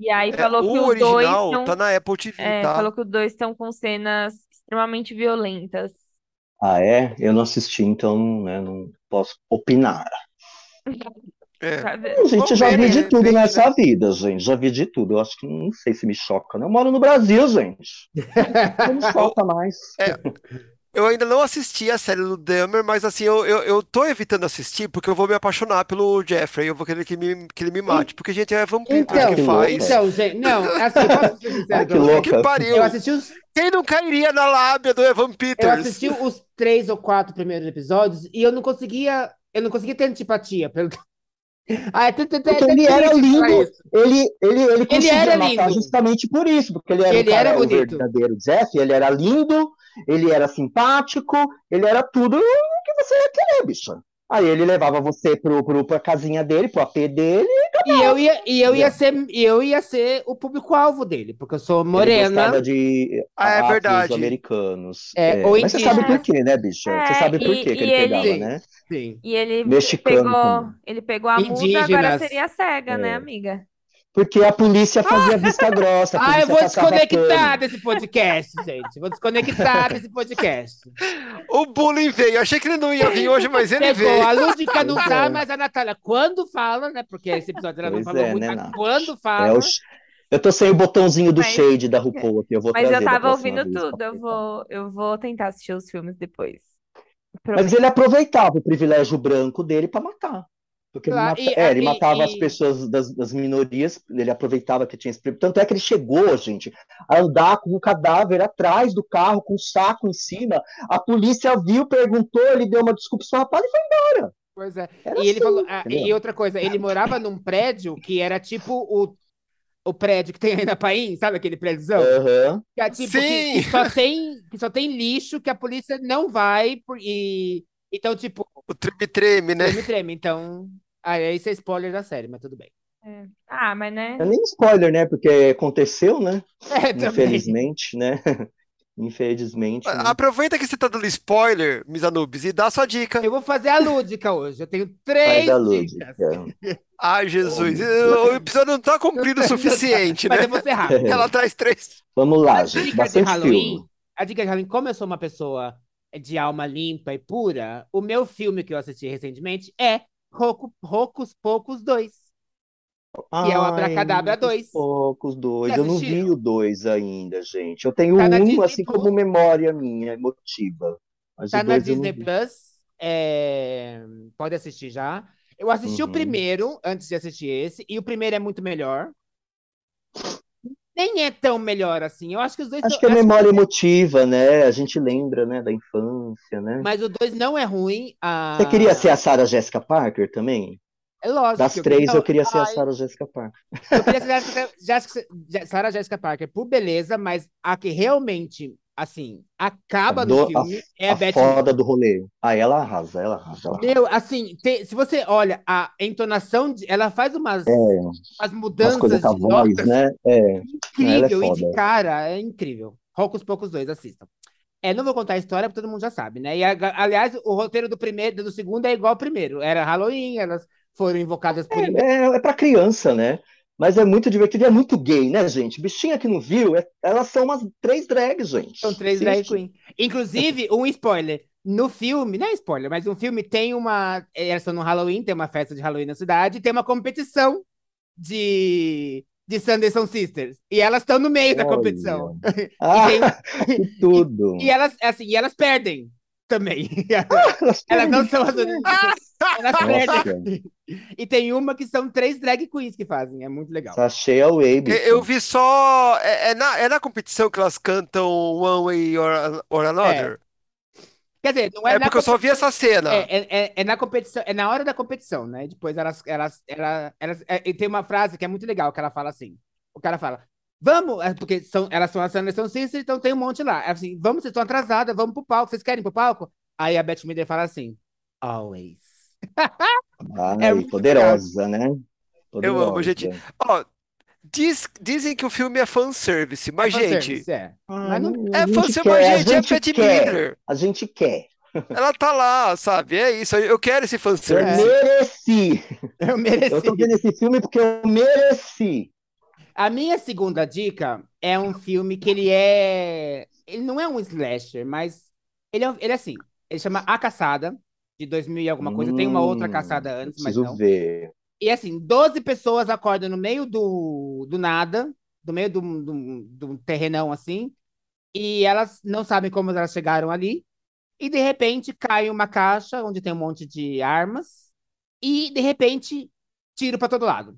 Speaker 2: E aí
Speaker 1: É,
Speaker 2: falou que
Speaker 1: o
Speaker 2: os dois
Speaker 1: original
Speaker 2: são-
Speaker 1: tá na Apple TV,
Speaker 2: é,
Speaker 1: tá?
Speaker 2: falou que os dois estão com cenas extremamente violentas.
Speaker 4: Ah, é? Eu não assisti, então né, não posso opinar.
Speaker 1: É.
Speaker 2: Pra ver-
Speaker 4: Não, gente, eu já vi
Speaker 1: Vamos ver,
Speaker 4: de
Speaker 1: né,
Speaker 4: tudo
Speaker 1: de repente,
Speaker 4: nessa vida, gente. Já vi de tudo. Eu acho que não sei se me choca. né? Eu moro no Brasil, gente.
Speaker 3: [laughs]
Speaker 4: Não me choca mais.
Speaker 1: Eu ainda não assisti a série do Dahmer, mas assim, eu, eu, eu tô evitando assistir porque eu vou me apaixonar pelo Jeffrey. Eu vou querer que, me, que ele me mate. Porque, gente, é vampiro
Speaker 3: Então,
Speaker 1: que faz.
Speaker 3: então, gente, não, assim, posso ser sincero
Speaker 4: Ai, que
Speaker 3: pra você?
Speaker 4: louco.
Speaker 1: Que pariu!
Speaker 3: Eu assisti os
Speaker 1: Quem não cairia na lábia do Evan
Speaker 3: Eu
Speaker 1: Peters?
Speaker 3: assisti os três ou quatro primeiros episódios e eu não conseguia, eu não conseguia ter antipatia [laughs] pelo. Ah, é até, até, até
Speaker 4: Porque ele
Speaker 3: triste
Speaker 4: era
Speaker 3: falar
Speaker 4: lindo.
Speaker 3: isso.
Speaker 4: Ele, ele, ele conseguia
Speaker 3: era
Speaker 4: matar
Speaker 3: lindo.
Speaker 4: justamente por isso, porque ele era,
Speaker 3: Ele
Speaker 4: o cara,
Speaker 3: era
Speaker 4: o
Speaker 3: bonito.
Speaker 4: verdadeiro Jeff, ele era lindo, ele era simpático, ele era tudo o que você ia querer, bicha. Aí ele levava você pro, pro, pra casinha dele, pro AP dele,
Speaker 3: E eu ia, e eu ia ser, e eu ia ser o público-alvo dele, porque eu sou
Speaker 4: Ele
Speaker 3: morena.
Speaker 4: gostava de
Speaker 1: Ah, é
Speaker 4: afros
Speaker 1: verdade.
Speaker 4: americanos.
Speaker 3: É, ou
Speaker 4: mas você
Speaker 3: indígena.
Speaker 4: sabe por quê, né, bicha?
Speaker 2: É,
Speaker 4: você sabe por
Speaker 2: e-
Speaker 4: quê que
Speaker 2: e
Speaker 4: ele pegava,
Speaker 3: ele-
Speaker 4: né?
Speaker 3: Sim.
Speaker 2: E ele
Speaker 4: Mexicano
Speaker 2: pegou,
Speaker 4: também.
Speaker 2: ele pegou a muda, agora
Speaker 3: Indígenas.
Speaker 2: seria cega, né,
Speaker 4: É.
Speaker 2: amiga?
Speaker 4: Porque a
Speaker 2: Ah.
Speaker 4: polícia fazia vista
Speaker 2: [laughs]
Speaker 4: grossa. a
Speaker 3: Ah, eu
Speaker 4: polícia
Speaker 3: vou
Speaker 4: passava
Speaker 3: desconectar
Speaker 4: pano.
Speaker 3: desse podcast, gente. Vou desconectar desse
Speaker 4: [laughs]
Speaker 3: podcast.
Speaker 1: O bullying veio. Eu achei que ele não ia vir hoje, mas ele
Speaker 3: Chegou,
Speaker 1: veio.
Speaker 3: a Lúdica não
Speaker 4: Pois
Speaker 3: tá,
Speaker 4: é.
Speaker 3: mas a Natália, quando fala, né? Porque esse episódio ela não
Speaker 4: Pois
Speaker 3: falou
Speaker 4: é,
Speaker 3: muito,
Speaker 4: né,
Speaker 3: mas
Speaker 4: Nath?
Speaker 3: quando
Speaker 4: É,
Speaker 3: fala.
Speaker 4: eu, eu tô sem o botãozinho do
Speaker 2: Mas-
Speaker 4: shade da RuPaul aqui. Eu vou
Speaker 2: Mas eu
Speaker 4: trazer da
Speaker 2: tava
Speaker 4: próxima
Speaker 2: ouvindo
Speaker 4: vez pra
Speaker 2: tudo, eu
Speaker 4: você.
Speaker 2: vou, eu vou tentar assistir os filmes depois.
Speaker 4: Mas ele aproveitava o privilégio branco dele para matar. Porque ele,
Speaker 3: Claro,
Speaker 4: mata-
Speaker 3: e-
Speaker 4: é, ele
Speaker 3: e-
Speaker 4: matava
Speaker 3: e-
Speaker 4: as pessoas das, das minorias, ele aproveitava que tinha esse privilégio. Tanto é que ele chegou, gente, a andar com o cadáver atrás do carro, com o saco em cima. A polícia viu, perguntou, ele deu uma desculpa esfarrapada e foi.
Speaker 3: Pois é.
Speaker 4: Era
Speaker 3: E ele
Speaker 4: assim,
Speaker 3: falou, ah,
Speaker 4: entendeu?
Speaker 3: e outra coisa, ele morava num prédio que era tipo o, o prédio que tem aí na Paim, sabe aquele prédiozão?
Speaker 4: Aham.
Speaker 3: Que, é tipo, que-
Speaker 1: Sim!
Speaker 3: que só tem, que só tem lixo que a polícia não vai por- e então tipo,
Speaker 1: O treme-treme, né?
Speaker 3: treme treme, então ah, aí isso é spoiler da série, mas tudo bem. [laughs]
Speaker 2: Ah, mas né?
Speaker 4: É nem spoiler, né? Porque aconteceu, né?
Speaker 3: É, também. Ah,
Speaker 4: Infelizmente, né? [laughs] Infelizmente. né?
Speaker 1: Aproveita que você tá dando spoiler, Misanubis, e dá sua dica.
Speaker 3: Eu vou fazer a lúdica hoje. Eu tenho
Speaker 4: Faz
Speaker 3: três
Speaker 4: a
Speaker 3: dicas.
Speaker 4: lúdica.
Speaker 1: Ai, Jesus. O episódio não tá cumprido o suficiente,
Speaker 3: Mas
Speaker 1: né?
Speaker 3: eu vou ser rápido.
Speaker 1: Ela traz três.
Speaker 4: Vamos lá,
Speaker 3: A
Speaker 4: gente.
Speaker 3: dica de
Speaker 4: Bastante
Speaker 3: Halloween,
Speaker 4: filme.
Speaker 3: a dica de Halloween, como eu sou uma pessoa de alma limpa e pura, o meu filme que eu assisti recentemente é Roco, Rocos Poucos 2. E é o Abracadabra
Speaker 4: Ai,
Speaker 3: 2.
Speaker 4: Poucos dois.
Speaker 3: Já
Speaker 4: Eu não
Speaker 3: assistiram?
Speaker 4: vi o dois ainda, gente. Eu tenho
Speaker 3: Tá na
Speaker 4: um,
Speaker 3: Disney
Speaker 4: assim
Speaker 3: Plus.
Speaker 4: como memória minha, emotiva. Mas
Speaker 3: Tá
Speaker 4: o
Speaker 3: na
Speaker 4: dois eu não
Speaker 3: Disney
Speaker 4: vi.
Speaker 3: Plus, é, pode assistir já. Eu assisti o
Speaker 4: Uhum.
Speaker 3: primeiro antes de assistir esse, e o primeiro é muito melhor. Nem é tão melhor assim. Eu acho que os dois
Speaker 4: Acho
Speaker 3: são-
Speaker 4: que é memória emotiva, né? A gente lembra, né, da infância, né?
Speaker 3: Mas o dois não é ruim. a-
Speaker 4: Você queria ser a Sarah Jessica Parker também?
Speaker 3: É lógico.
Speaker 4: Das
Speaker 3: Ah. que eu
Speaker 4: três,
Speaker 3: queria-
Speaker 4: eu queria ser a
Speaker 3: Ai,
Speaker 4: Sarah Jessica Parker.
Speaker 3: Eu queria ser Jessica- Jessica- Je- Sarah Jessica Parker por beleza, mas a que realmente, assim, acaba no
Speaker 4: Do- a-
Speaker 3: filme é a,
Speaker 4: a
Speaker 3: Beth
Speaker 4: foda do rolê. Ah, ela arrasa, ela arrasa. Ela arrasa.
Speaker 3: Meu, assim, te- se você olha a entonação, de- ela faz umas,
Speaker 4: É,
Speaker 3: umas
Speaker 4: as coisas
Speaker 3: mudanças
Speaker 4: com a
Speaker 3: de
Speaker 4: voz,
Speaker 3: notas
Speaker 4: né? É. Ela é
Speaker 3: incrível e de
Speaker 4: foda.
Speaker 3: cara, é incrível. Rocos Poucos dois, assistam. É, não vou contar a história, porque todo mundo já sabe, né? E, a- aliás, o roteiro do primeiro, do segundo é igual ao primeiro. Era Halloween, elas foram invocadas por
Speaker 4: É, é pra criança, né? Mas é muito divertido e é muito gay, né, gente? Bichinha que não viu, é- elas são umas três drags, gente.
Speaker 3: São três
Speaker 4: Assiste.
Speaker 3: drag queen. Inclusive, um spoiler. No filme, não é spoiler, mas no filme tem uma. Elas são no Halloween, tem uma festa de Halloween na cidade, e tem uma competição de, de Sanderson Sisters. E elas estão no meio da
Speaker 4: Olha. [laughs]
Speaker 3: competição.
Speaker 4: Ah,
Speaker 3: [laughs] E, tem-
Speaker 4: que tudo.
Speaker 3: e elas, assim, e elas perdem também. [laughs]
Speaker 4: Elas
Speaker 3: elas não
Speaker 4: perdem.
Speaker 3: são as únicas. Elas perdem.
Speaker 4: Nossa,
Speaker 3: E tem uma que são três drag queens que fazem. É muito legal.
Speaker 4: tá cheia o
Speaker 1: Eu, eu vi só. É, é na, é na competição que elas cantam One Way or, or Another?
Speaker 3: Quer dizer, não
Speaker 1: É,
Speaker 3: é, na
Speaker 1: porque eu só vi essa cena.
Speaker 3: É, é, é- é na competição, é na hora da competição, né? Depois elas, elas, elas, elas- é, e tem uma frase que é muito legal que ela fala assim. O cara fala, vamos, é porque são, elas são as Anderson Sisters, então tem um monte lá. É assim, vamos, vocês estão atrasadas, vamos pro palco, vocês querem ir pro palco? Aí a Beth Miller fala assim, always.
Speaker 4: Ai,
Speaker 3: é muito
Speaker 4: poderosa, né?
Speaker 1: Eu amo, gente.
Speaker 4: Poderosa.
Speaker 1: Ó, Diz- dizem que o filme é fanservice, mas, gente,
Speaker 3: fanservice, é.
Speaker 4: Ai,
Speaker 3: Mas não-
Speaker 4: não-
Speaker 1: é
Speaker 4: a gente
Speaker 1: fanservice,
Speaker 4: quer,
Speaker 1: mas,
Speaker 4: a
Speaker 1: gente, é
Speaker 4: gente
Speaker 1: Pet
Speaker 4: quer,
Speaker 1: Miller.
Speaker 4: a gente quer.
Speaker 1: Ela tá lá, sabe? É isso, eu quero esse
Speaker 3: É.
Speaker 4: Eu
Speaker 1: fanservice.
Speaker 4: mereci.
Speaker 3: Eu mereci.
Speaker 4: Eu tô vendo esse filme porque eu mereci.
Speaker 3: A minha segunda dica é um filme que ele é. Ele não é um slasher, mas ele é, um- ele é assim. Ele chama A Caçada, de 2000 e alguma coisa. Tem uma outra
Speaker 4: Hum,
Speaker 3: caçada antes, mas
Speaker 4: Preciso
Speaker 3: não.
Speaker 4: ver.
Speaker 3: E assim, 12 pessoas acordam no meio do, do nada, no meio de um- de um de um terrenão assim, e elas não sabem como elas chegaram ali. E de repente cai uma caixa onde tem um monte de armas, e de repente tiro para todo lado.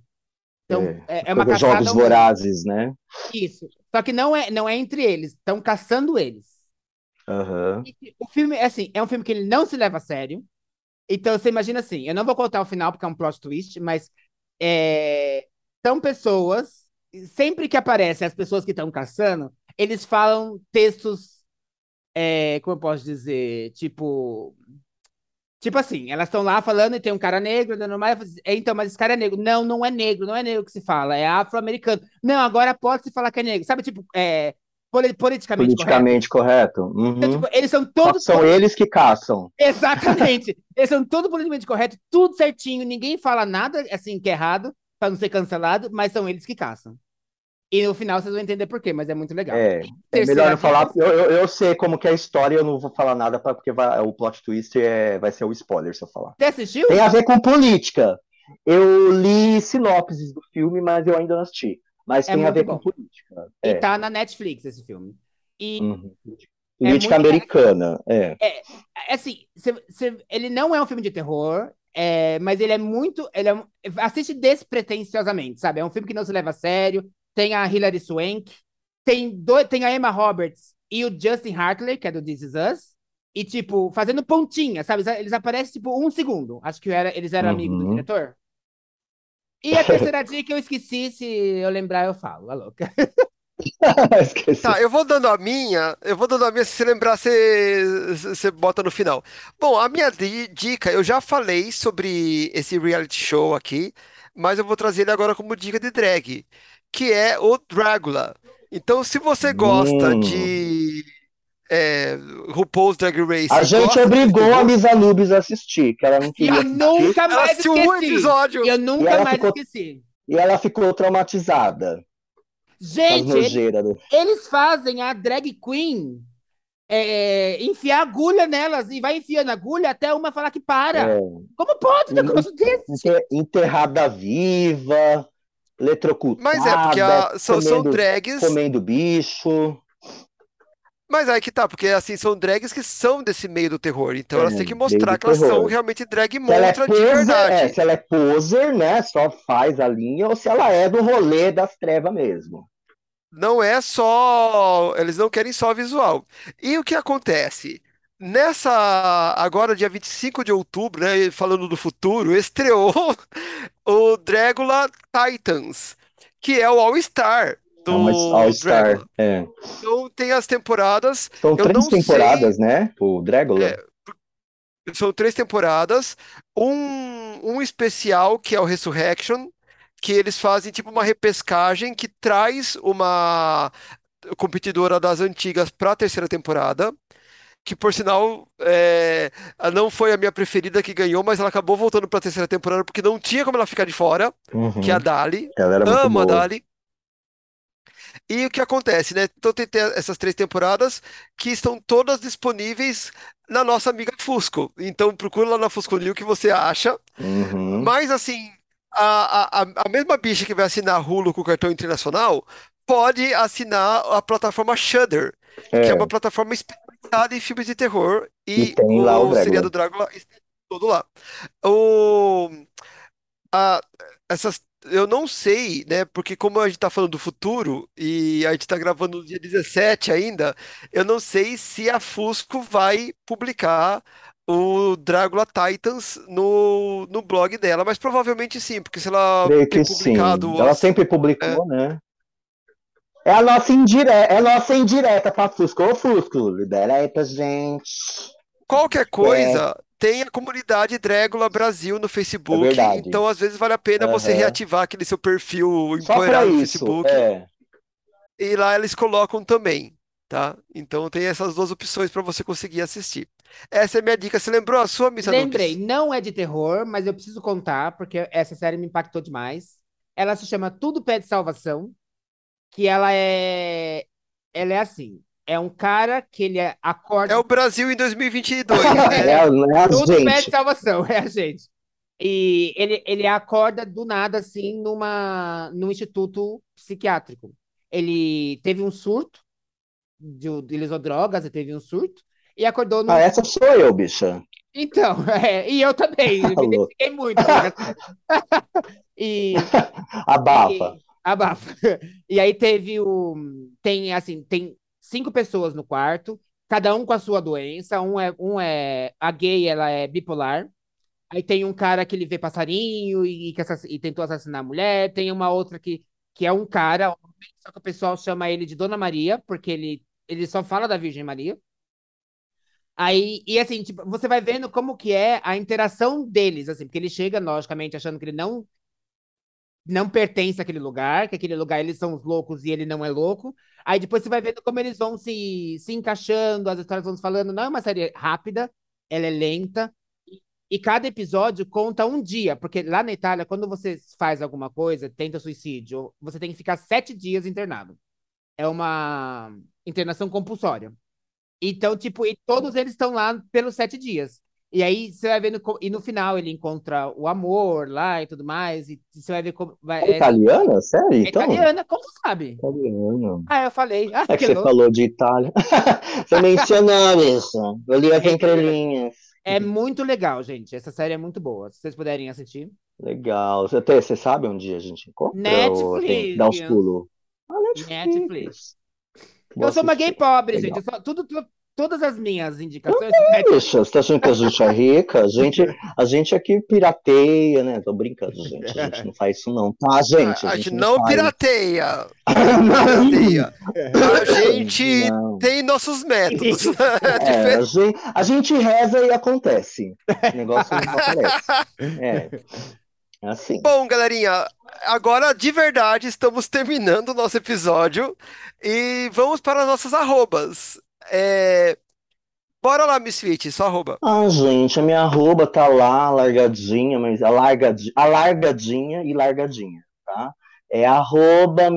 Speaker 3: Então
Speaker 4: É,
Speaker 3: é, é uma
Speaker 4: Como
Speaker 3: caçada
Speaker 4: Jogos
Speaker 3: ao vivo.
Speaker 4: Vorazes, né?
Speaker 3: Isso. Só que não é, não é entre eles, estão caçando eles.
Speaker 4: Aham.
Speaker 3: E O filme, é assim, é um filme que ele não se leva a sério. Então você imagina assim, eu não vou contar o final porque é um plot twist, mas é, são pessoas, sempre que aparecem as pessoas que estão caçando, eles falam textos, é, como eu posso dizer, tipo, tipo assim, elas estão lá falando e tem um cara negro, dando mais, ela fala assim, "É, então, mas esse cara é negro. Não, não é negro, não é negro que se fala, é afro-americano. Não, agora pode se falar que é negro. Sabe, tipo, é, poli- politicamente correto.
Speaker 4: Politicamente correto. Uhum.
Speaker 3: Então, tipo, eles são todos
Speaker 4: São eles que caçam.
Speaker 3: Exatamente. Eles são todos politicamente corretos, tudo certinho, ninguém fala nada assim que é errado, pra não ser cancelado, mas são eles que caçam. E no final vocês vão entender por quê, mas é muito legal.
Speaker 4: É, é
Speaker 3: Terceira
Speaker 4: melhor não falar.
Speaker 3: dica-
Speaker 4: Eu, eu, eu sei como que é a história, eu não vou falar nada pra- porque vai- o plot twist é, vai ser o spoiler se eu falar.
Speaker 3: Você assistiu?
Speaker 4: Tem a ver com política. Eu li sinopses do filme, mas eu ainda não assisti. Mas
Speaker 3: É
Speaker 4: tem a
Speaker 3: muito
Speaker 4: ver
Speaker 3: bom.
Speaker 4: com política.
Speaker 3: E
Speaker 4: É.
Speaker 3: tá na Netflix esse filme. E
Speaker 4: Uhum.
Speaker 3: É
Speaker 4: Política
Speaker 3: muito
Speaker 4: americana, é.
Speaker 3: assim, cê- cê- ele não é um filme de terror, é, mas ele é muito. Ele é um- assiste despretensiosamente, sabe? É um filme que não se leva a sério. Tem a Hilary Swank, tem, dois, tem a Emma Roberts e o Justin Hartley, que é do This Is Us. E, tipo, fazendo pontinha, sabe? Eles aparecem, tipo, um segundo. Acho que era, eles eram amigos do
Speaker 4: Uhum.
Speaker 3: diretor. E
Speaker 1: [laughs]
Speaker 3: a terceira dica eu esqueci, se eu lembrar eu falo, a louca.
Speaker 4: [laughs] Esqueci.
Speaker 3: Então,
Speaker 1: Tá, eu vou dando a minha, eu vou dando a minha, se você lembrar, você, você bota no final. Bom, a minha di- dica, eu já falei sobre esse reality show aqui, mas eu vou trazer ele agora como dica de drag, que é o Drácula. Então, se você gosta
Speaker 4: Hum.
Speaker 1: de é, RuPaul's Drag Race,
Speaker 4: A
Speaker 1: você
Speaker 4: gente
Speaker 1: gosta
Speaker 4: obrigou
Speaker 1: desse
Speaker 4: a
Speaker 1: jogo?
Speaker 4: Misa Nubis a assistir, que ela não
Speaker 3: E
Speaker 4: queria
Speaker 3: Ah, eu
Speaker 4: assistir,
Speaker 3: nunca
Speaker 1: Ela
Speaker 3: mais
Speaker 1: assistiu um
Speaker 3: esqueci.
Speaker 1: episódio.
Speaker 3: Eu
Speaker 4: E
Speaker 3: nunca
Speaker 4: ela
Speaker 3: mais
Speaker 4: ficou-
Speaker 3: esqueci.
Speaker 4: e ela ficou traumatizada com as
Speaker 1: um
Speaker 3: Gente, é ele
Speaker 4: nojeiras. do-
Speaker 3: Eles fazem a drag queen é, enfiar agulha nelas e vai enfiando agulha até uma falar que para.
Speaker 4: É.
Speaker 3: Como pode um negócio desse?
Speaker 4: Enter- Enterrada
Speaker 3: é
Speaker 4: viva, eletrocutada,
Speaker 1: Mas é, porque a- são, são
Speaker 4: comendo,
Speaker 1: drags.
Speaker 4: comendo bicho.
Speaker 1: Mas aí que tá, porque assim, são drags que são desse meio do terror. Então
Speaker 4: É,
Speaker 1: elas têm que
Speaker 4: meio
Speaker 1: mostrar
Speaker 4: do
Speaker 1: que elas são
Speaker 4: terror.
Speaker 1: realmente drag
Speaker 4: Se ela, é
Speaker 1: monstra de
Speaker 4: poser, é,
Speaker 1: verdade.
Speaker 4: se ela é poser, né? Só faz a linha, ou se ela é do rolê das trevas mesmo.
Speaker 1: Não é só. Eles não querem só visual. E o que acontece? Nessa. Agora, dia 25 de outubro, né? Falando do futuro, estreou [laughs] o Drácula Titans, que é o All-Star
Speaker 4: é uma
Speaker 1: do
Speaker 4: All-Star.
Speaker 1: Drácula.
Speaker 4: É.
Speaker 1: Então tem as temporadas.
Speaker 4: São
Speaker 1: Eu
Speaker 4: três
Speaker 1: não sei-
Speaker 4: temporadas, né? O Drácula.
Speaker 1: É, São três temporadas, um, um especial que é o Resurrection, que eles fazem tipo uma repescagem que traz uma competidora das antigas para a terceira temporada, que por sinal é, a- não foi a minha preferida que ganhou, mas ela acabou voltando para a terceira temporada porque não tinha como ela ficar de fora,
Speaker 4: Uhum.
Speaker 1: que é a Dali,
Speaker 4: Ela era muito
Speaker 1: Amo a
Speaker 4: tá boa.
Speaker 1: Dali. E o que acontece, né? Então tem te- essas três temporadas que estão todas disponíveis na nossa amiga Fusco. Então procura lá na Fusco New o que você acha.
Speaker 4: Uhum.
Speaker 1: Mas assim, a, a, a- a mesma bicha que vai assinar Hulu com cartão internacional pode assinar a plataforma Shudder, que é
Speaker 4: É.
Speaker 1: uma plataforma especializada em filmes de terror. E,
Speaker 4: E tem lá o Drácula.
Speaker 1: seriado Drácula está todo lá. O, a- essas, eu não sei, né? Porque como a gente tá falando do futuro e a gente tá gravando no dia 17 ainda, eu não sei se a Fusco vai publicar o Drácula Titans no, no blog dela, mas provavelmente sim, porque se ela
Speaker 4: Creio
Speaker 1: tem
Speaker 4: que sim.
Speaker 1: é publicado
Speaker 4: Ela
Speaker 1: as-
Speaker 4: sempre publicou, né? É a nossa indireta, é a nossa indireta pra Fusco. Ô, Fusco, libera aí pra gente. É.
Speaker 1: qualquer coisa, tem a comunidade Drégula Brasil no Facebook,
Speaker 4: verdade.
Speaker 1: então às vezes vale a pena você
Speaker 4: Aham.
Speaker 1: reativar aquele seu perfil
Speaker 4: Só pra
Speaker 1: empoeirado no
Speaker 4: isso,
Speaker 1: Facebook, [laughs]
Speaker 4: é.
Speaker 1: e lá eles colocam também, tá? Então tem essas duas opções para você conseguir assistir. Essa é minha dica. Você lembrou a sua, Miss Anubis?
Speaker 3: Lembrei, não é de terror, mas eu preciso contar, porque essa série me impactou demais. Ela se chama Tudo Pede Salvação, que ela é. Ela é assim. É um cara que ele acorda.
Speaker 1: É o Brasil em 2022,
Speaker 4: É,
Speaker 1: né?
Speaker 4: [laughs] a- é a
Speaker 3: Tudo pede
Speaker 4: gente.
Speaker 3: salvação, [laughs] é a gente. E ele, ele acorda do nada, assim, numa, num instituto psiquiátrico. Ele teve um surto, de, ele usou drogas, ele teve um surto, e acordou num.
Speaker 4: Ah, essa sou eu, bicha.
Speaker 3: [laughs] Então, [laughs] é, e eu também,
Speaker 4: [laughs]
Speaker 3: me
Speaker 4: Alô.
Speaker 3: identifiquei muito. cara.
Speaker 4: [laughs]
Speaker 3: [laughs] E,
Speaker 4: Abafa.
Speaker 3: e- abafa. [laughs] E aí teve o. Tem assim, tem cinco pessoas no quarto, cada um com a sua doença. Um é, um é a gay, ela é bipolar. Aí tem um cara que ele vê passarinho e, que assass- e tentou assassinar a mulher. Tem uma outra que, que é um cara, homem, só que o pessoal chama ele de Dona Maria, porque ele, ele só fala da Virgem Maria. Aí, e assim, tipo, você vai vendo como que é a interação deles, assim, porque ele chega, logicamente, achando que ele não não pertence àquele lugar, que aquele lugar eles são os loucos e ele não é louco. Aí depois você vai vendo como eles vão se, se encaixando, as histórias vão se falando. Não é uma série rápida, ela é lenta. E cada episódio conta um dia, porque lá na Itália, quando você faz alguma coisa, tenta suicídio, você tem que ficar sete dias internado. É uma internação compulsória. Então, tipo, e todos eles estão lá pelos sete dias. E aí você vai vendo, co- e no final ele encontra o amor lá e tudo mais, e você vai ver como. Vai,
Speaker 4: É
Speaker 3: é-
Speaker 4: italiana? Sério?
Speaker 3: é
Speaker 4: Então?
Speaker 3: italiana, como você sabe?
Speaker 4: Italiana.
Speaker 3: Ah, eu falei. Ah,
Speaker 4: É que
Speaker 3: que
Speaker 4: você
Speaker 3: louco.
Speaker 4: falou de Itália. [laughs] Você mencionou isso. Eu li as entrelinhas.
Speaker 3: É muito legal, gente. Essa série é muito boa. Se vocês puderem assistir.
Speaker 4: Legal. Você, tem- você sabe onde a gente encontra? Ou tem que dar os
Speaker 3: Netflix.
Speaker 4: pulos? Ah,
Speaker 3: Netflix.
Speaker 4: Vou
Speaker 3: eu sou uma
Speaker 4: assistir.
Speaker 3: gay pobre,
Speaker 4: Legal.
Speaker 3: gente. Eu só- tudo, tudo- todas as minhas indicações.
Speaker 4: Bicha, você tá achando que a gente é rica? A gente, a gente aqui pirateia, né? Tô brincando, gente. A gente não faz isso, não. Tá, gente?
Speaker 1: A gente não
Speaker 4: faz. [laughs]
Speaker 1: pirateia. Não pirateia. A gente
Speaker 4: Não.
Speaker 1: tem nossos
Speaker 4: [laughs]
Speaker 1: métodos.
Speaker 4: É, a, gente, a gente reza e acontece. O negócio não aparece. É. É assim.
Speaker 1: Bom, galerinha, agora de verdade estamos terminando o nosso episódio e vamos para as nossas arrobas. É, Bora lá, Miss Fit, sua arroba.
Speaker 4: Ah, gente, a minha arroba tá lá, largadinha, mas alargadinha, alargadinha e largadinha, tá? É arroba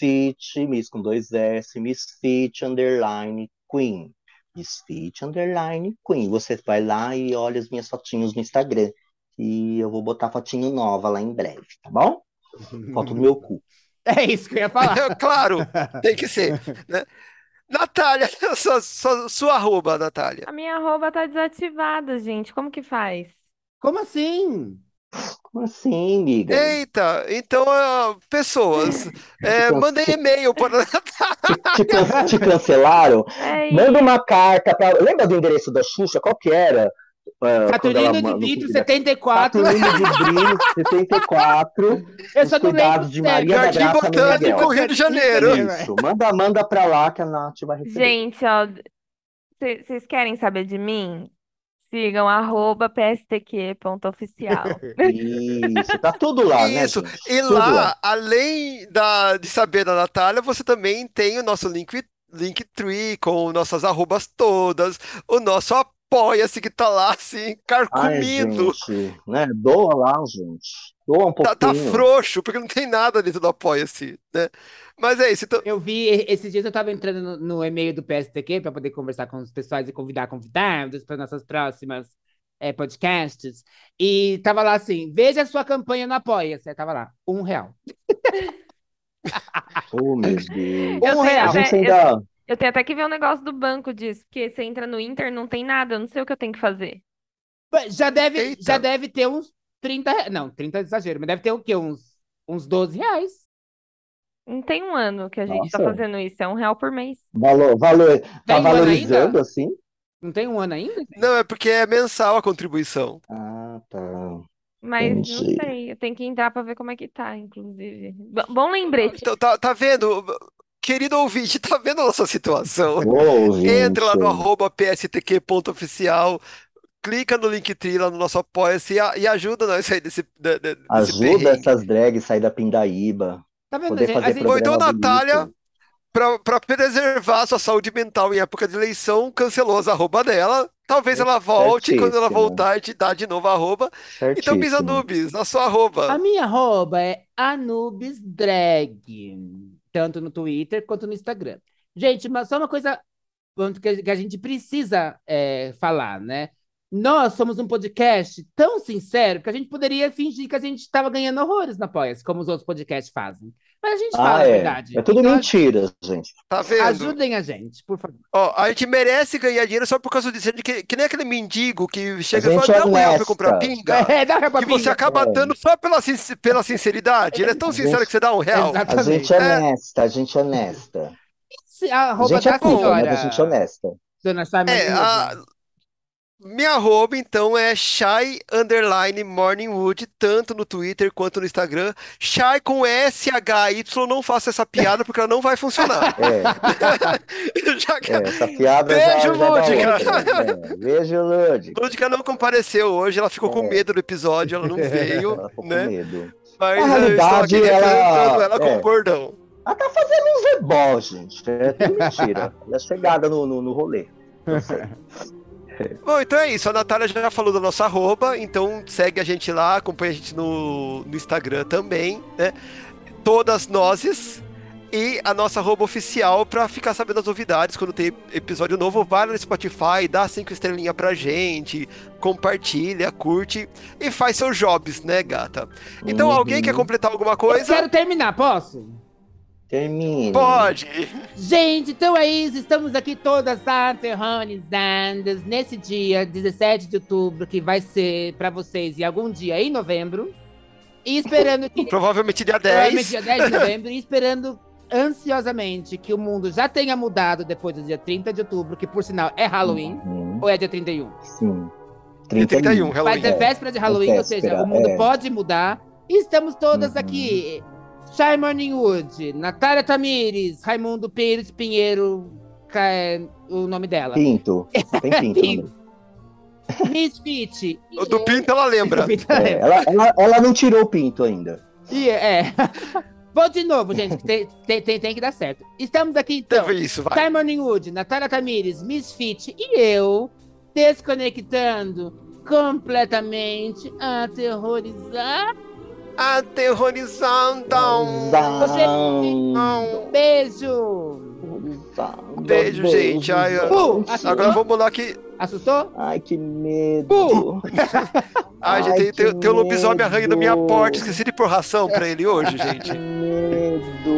Speaker 4: Misfit, Miss com dois S, Misfit underline Queen. Misfit underline Queen. Você vai lá e olha as minhas fotinhos no Instagram. E eu vou botar fotinho nova lá em breve, tá bom? Foto do
Speaker 3: Uhum.
Speaker 4: meu cu.
Speaker 3: [laughs] É isso que eu ia falar.
Speaker 1: [laughs] Claro, tem que ser, né? Natália, [laughs] sua, sua, sua arroba, Natália.
Speaker 2: A minha arroba tá desativada, gente. Como que faz?
Speaker 3: Como assim?
Speaker 4: Como assim, amiga?
Speaker 1: Eita, então, ah, pessoas, é, mandem e-mail para a Natália.
Speaker 4: Te, can- te cancelaram?
Speaker 2: É
Speaker 4: Manda uma carta pra. Lembra do endereço da Xuxa? Qual que era? Ah, quando ela
Speaker 3: Caturino de
Speaker 4: ma- no
Speaker 3: Vidro,
Speaker 4: cuidado-
Speaker 3: 74.
Speaker 4: Caturino
Speaker 1: [laughs]
Speaker 4: de Brito, 74.
Speaker 3: [laughs] Eu
Speaker 4: Os
Speaker 3: só não lembro
Speaker 4: cuidados
Speaker 3: o
Speaker 4: de
Speaker 3: sério.
Speaker 4: Maria
Speaker 1: [laughs]
Speaker 4: da
Speaker 1: Jardim
Speaker 4: Graça
Speaker 1: Botânico,
Speaker 4: Meneghel.
Speaker 1: Rio de Janeiro.
Speaker 4: Isso. Manda, manda pra lá que a Nath vai receber.
Speaker 2: Gente, ó, vocês querem saber de mim? Sigam arroba pstq.oficial.
Speaker 4: [laughs] Isso. Tá tudo lá, né?
Speaker 1: Isso.
Speaker 4: gente?
Speaker 1: E
Speaker 4: Tudo
Speaker 1: lá, além da, de saber da Natália, você também tem o nosso link, Linktree com nossas arrobas todas, o nosso apoia-se que tá lá, assim,
Speaker 4: Ai,
Speaker 1: carcomido.
Speaker 4: gente, né? Doa lá, gente. Doa um
Speaker 1: Tá, tá
Speaker 4: pouquinho.
Speaker 1: frouxo, porque não tem nada dentro do apoia-se, né? Mas é isso. Então,
Speaker 3: Eu vi, esses dias eu tava entrando no, no e-mail do PSTQ para poder conversar com os pessoais e convidar convidados para nossas próximas eh, podcasts. E tava lá assim: veja a sua campanha no Apoia-se. Aí Tava lá, um real.
Speaker 4: Oh, meu Deus.
Speaker 2: Eu
Speaker 3: Um
Speaker 2: tenho
Speaker 4: A
Speaker 3: real.
Speaker 4: gente
Speaker 2: eu-
Speaker 4: ainda.
Speaker 2: Eu tenho até que ver um negócio do banco disso, porque você entra no Inter, não tem nada, eu não sei o que eu tenho que fazer.
Speaker 3: Já deve,
Speaker 1: Eita.
Speaker 3: já deve ter uns 30. re- Não, 30 é exagero, mas deve ter o quê? Uns, uns 12 reais.
Speaker 2: Não tem um ano que a gente tá
Speaker 4: Nossa.
Speaker 2: fazendo isso, é um real por mês.
Speaker 4: Valor, valor, tá
Speaker 3: Tem um ano
Speaker 4: valorizando
Speaker 3: ainda?
Speaker 4: assim?
Speaker 3: Não tem um ano ainda?
Speaker 1: não, é porque é mensal a contribuição.
Speaker 4: Ah, tá.
Speaker 2: Mas não
Speaker 4: Entendi.
Speaker 2: sei, eu tenho que entrar pra ver como é que tá, inclusive. B- bom lembrete.
Speaker 1: Então, tá, tá vendo, querido ouvinte, tá vendo a nossa situação?
Speaker 4: Boa,
Speaker 1: Entra lá no
Speaker 4: gente.
Speaker 1: arroba pstq.oficial, clica no Linktree lá no nosso Apoia-se e, a- e ajuda nós a sair desse, de- de- desse
Speaker 4: Ajuda
Speaker 1: perrengue.
Speaker 4: essas drags a sair da pindaíba.
Speaker 3: Tá vendo,
Speaker 4: Poder
Speaker 3: gente?
Speaker 4: fazer
Speaker 3: A gente-
Speaker 1: Ou então,
Speaker 4: programa
Speaker 1: Natália,
Speaker 4: bonito.
Speaker 1: pra, pra preservar sua saúde mental em época de eleição, cancelou as arroba dela. Talvez ela volte, e quando ela
Speaker 4: Certíssimo.
Speaker 1: voltar, te dá de novo a arroba. Então, Miss
Speaker 4: Certíssimo.
Speaker 1: Anubis, na sua arroba.
Speaker 3: A minha arroba é Anubis Drag, tanto no Twitter quanto no Instagram. Gente, mas só uma coisa vamos, que a- que a gente precisa é, falar, né? Nós somos um podcast tão sincero que a gente poderia fingir que a gente estava ganhando horrores na Apoia-se, como os outros podcasts fazem. Mas a gente fala
Speaker 4: Ah,
Speaker 3: a
Speaker 4: é.
Speaker 3: verdade.
Speaker 4: É tudo
Speaker 3: Então,
Speaker 4: mentira, gente.
Speaker 1: Tá vendo?
Speaker 3: Ajudem a gente, por favor.
Speaker 1: Ó, a gente merece ganhar dinheiro só por causa disso. A gente que, que nem aquele mendigo que chega e
Speaker 4: gente
Speaker 1: fala,
Speaker 4: é
Speaker 1: não real pra
Speaker 4: honesta.
Speaker 1: comprar
Speaker 4: [laughs]
Speaker 1: pinga.
Speaker 3: [laughs] É, dá água
Speaker 1: Que você
Speaker 3: pinga.
Speaker 1: acaba dando só pela, sin- pela sinceridade. Ele é tão
Speaker 4: Gente.
Speaker 1: sincero que você dá um real.
Speaker 4: A
Speaker 3: Exatamente.
Speaker 4: gente é honesta, a gente é honesta.
Speaker 3: Se- A
Speaker 4: A
Speaker 3: arroba
Speaker 4: gente é
Speaker 3: da
Speaker 4: puta, mas a
Speaker 3: senhora,
Speaker 4: gente é honesta.
Speaker 3: dona Simon
Speaker 1: É, a- Minha arroba, então, é shy underline Morningwood, tanto no Twitter quanto no Instagram. Shy com S-H-Y, não faça essa piada porque ela não vai
Speaker 4: [laughs]
Speaker 1: funcionar.
Speaker 4: É,
Speaker 1: Já que
Speaker 4: é, essa piada já,
Speaker 1: Beijo,
Speaker 4: já dá
Speaker 1: Lúdica.
Speaker 4: outra. É, beijo, Lúdica.
Speaker 1: a Lúdica não compareceu hoje, ela ficou com
Speaker 4: É.
Speaker 1: medo do episódio, ela não veio,
Speaker 4: [laughs] Ela ficou com
Speaker 1: né?
Speaker 4: medo.
Speaker 1: Mas
Speaker 4: Na
Speaker 1: eu estou aqui
Speaker 4: realidade, ela-
Speaker 1: representando ela com
Speaker 4: é.
Speaker 1: o bordão.
Speaker 4: Ela tá fazendo um zebol, gente. É tudo mentira. Ela é chegada no, no, no rolê. Eu sei.
Speaker 1: Bom, então é isso. A Natália já falou da nossa arroba, então segue a gente lá, acompanha a gente no, no Instagram também, né? Todas nozes. E a nossa arroba oficial pra ficar sabendo as novidades. Quando tem episódio novo, vai no Spotify, dá cinco estrelinhas pra gente, compartilha, curte e faz seus jobs, né, gata? Então, alguém
Speaker 4: Uhum.
Speaker 1: quer completar alguma
Speaker 3: Eu
Speaker 1: coisa?
Speaker 3: quero terminar, posso?
Speaker 4: Termine.
Speaker 1: Pode!
Speaker 3: Gente, então é isso. Estamos aqui todas aterrorizadas nesse dia 17 de outubro, que vai ser pra vocês e algum dia em novembro. E esperando
Speaker 1: [laughs]
Speaker 3: que.
Speaker 1: Provavelmente dia
Speaker 3: provavelmente
Speaker 1: 10.
Speaker 3: dia 10 de novembro. E esperando ansiosamente que o mundo já tenha mudado depois do dia 30 de outubro, que por sinal é Halloween.
Speaker 4: Uhum,
Speaker 3: Ou é dia 31?
Speaker 4: Sim. um.
Speaker 1: Dia 31,
Speaker 3: Vai
Speaker 1: Halloween.
Speaker 3: ter véspera de Halloween, ou
Speaker 4: É, Véspera,
Speaker 3: seja, o mundo
Speaker 4: é.
Speaker 3: pode mudar. E estamos todas
Speaker 4: Uhum.
Speaker 3: aqui. Shai Morningwood, Natália Tamires, Raimundo Pires Pinheiro, ca- é, o nome dela.
Speaker 4: Pinto. Tem pinto.
Speaker 3: Pinto.
Speaker 4: né?
Speaker 3: Miss
Speaker 4: [laughs]
Speaker 3: Fit.
Speaker 1: O do Pinto ela lembra.
Speaker 4: É, ela, ela, ela não tirou o pinto ainda.
Speaker 3: E, é. [laughs] Vou de novo, gente, que tem, tem, tem, tem que dar certo. Estamos aqui então.
Speaker 1: Teve isso, vai.
Speaker 3: Simon Morningwood, Natália Tamires, Miss Fit e eu desconectando completamente aterrorizado.
Speaker 1: Aterrorizando!
Speaker 3: Beijo!
Speaker 1: Beijo, gente. Ai, eu-
Speaker 3: Uh, assustou?
Speaker 1: Agora vamos lá que.
Speaker 3: Assustou?
Speaker 4: Ai, que medo.
Speaker 1: Ai, gente, tem,
Speaker 4: Ai, que
Speaker 1: tem um lobisomem arranhando minha
Speaker 4: medo.
Speaker 1: porta. Esqueci de pôr ração pra ele hoje, gente.
Speaker 4: Que medo.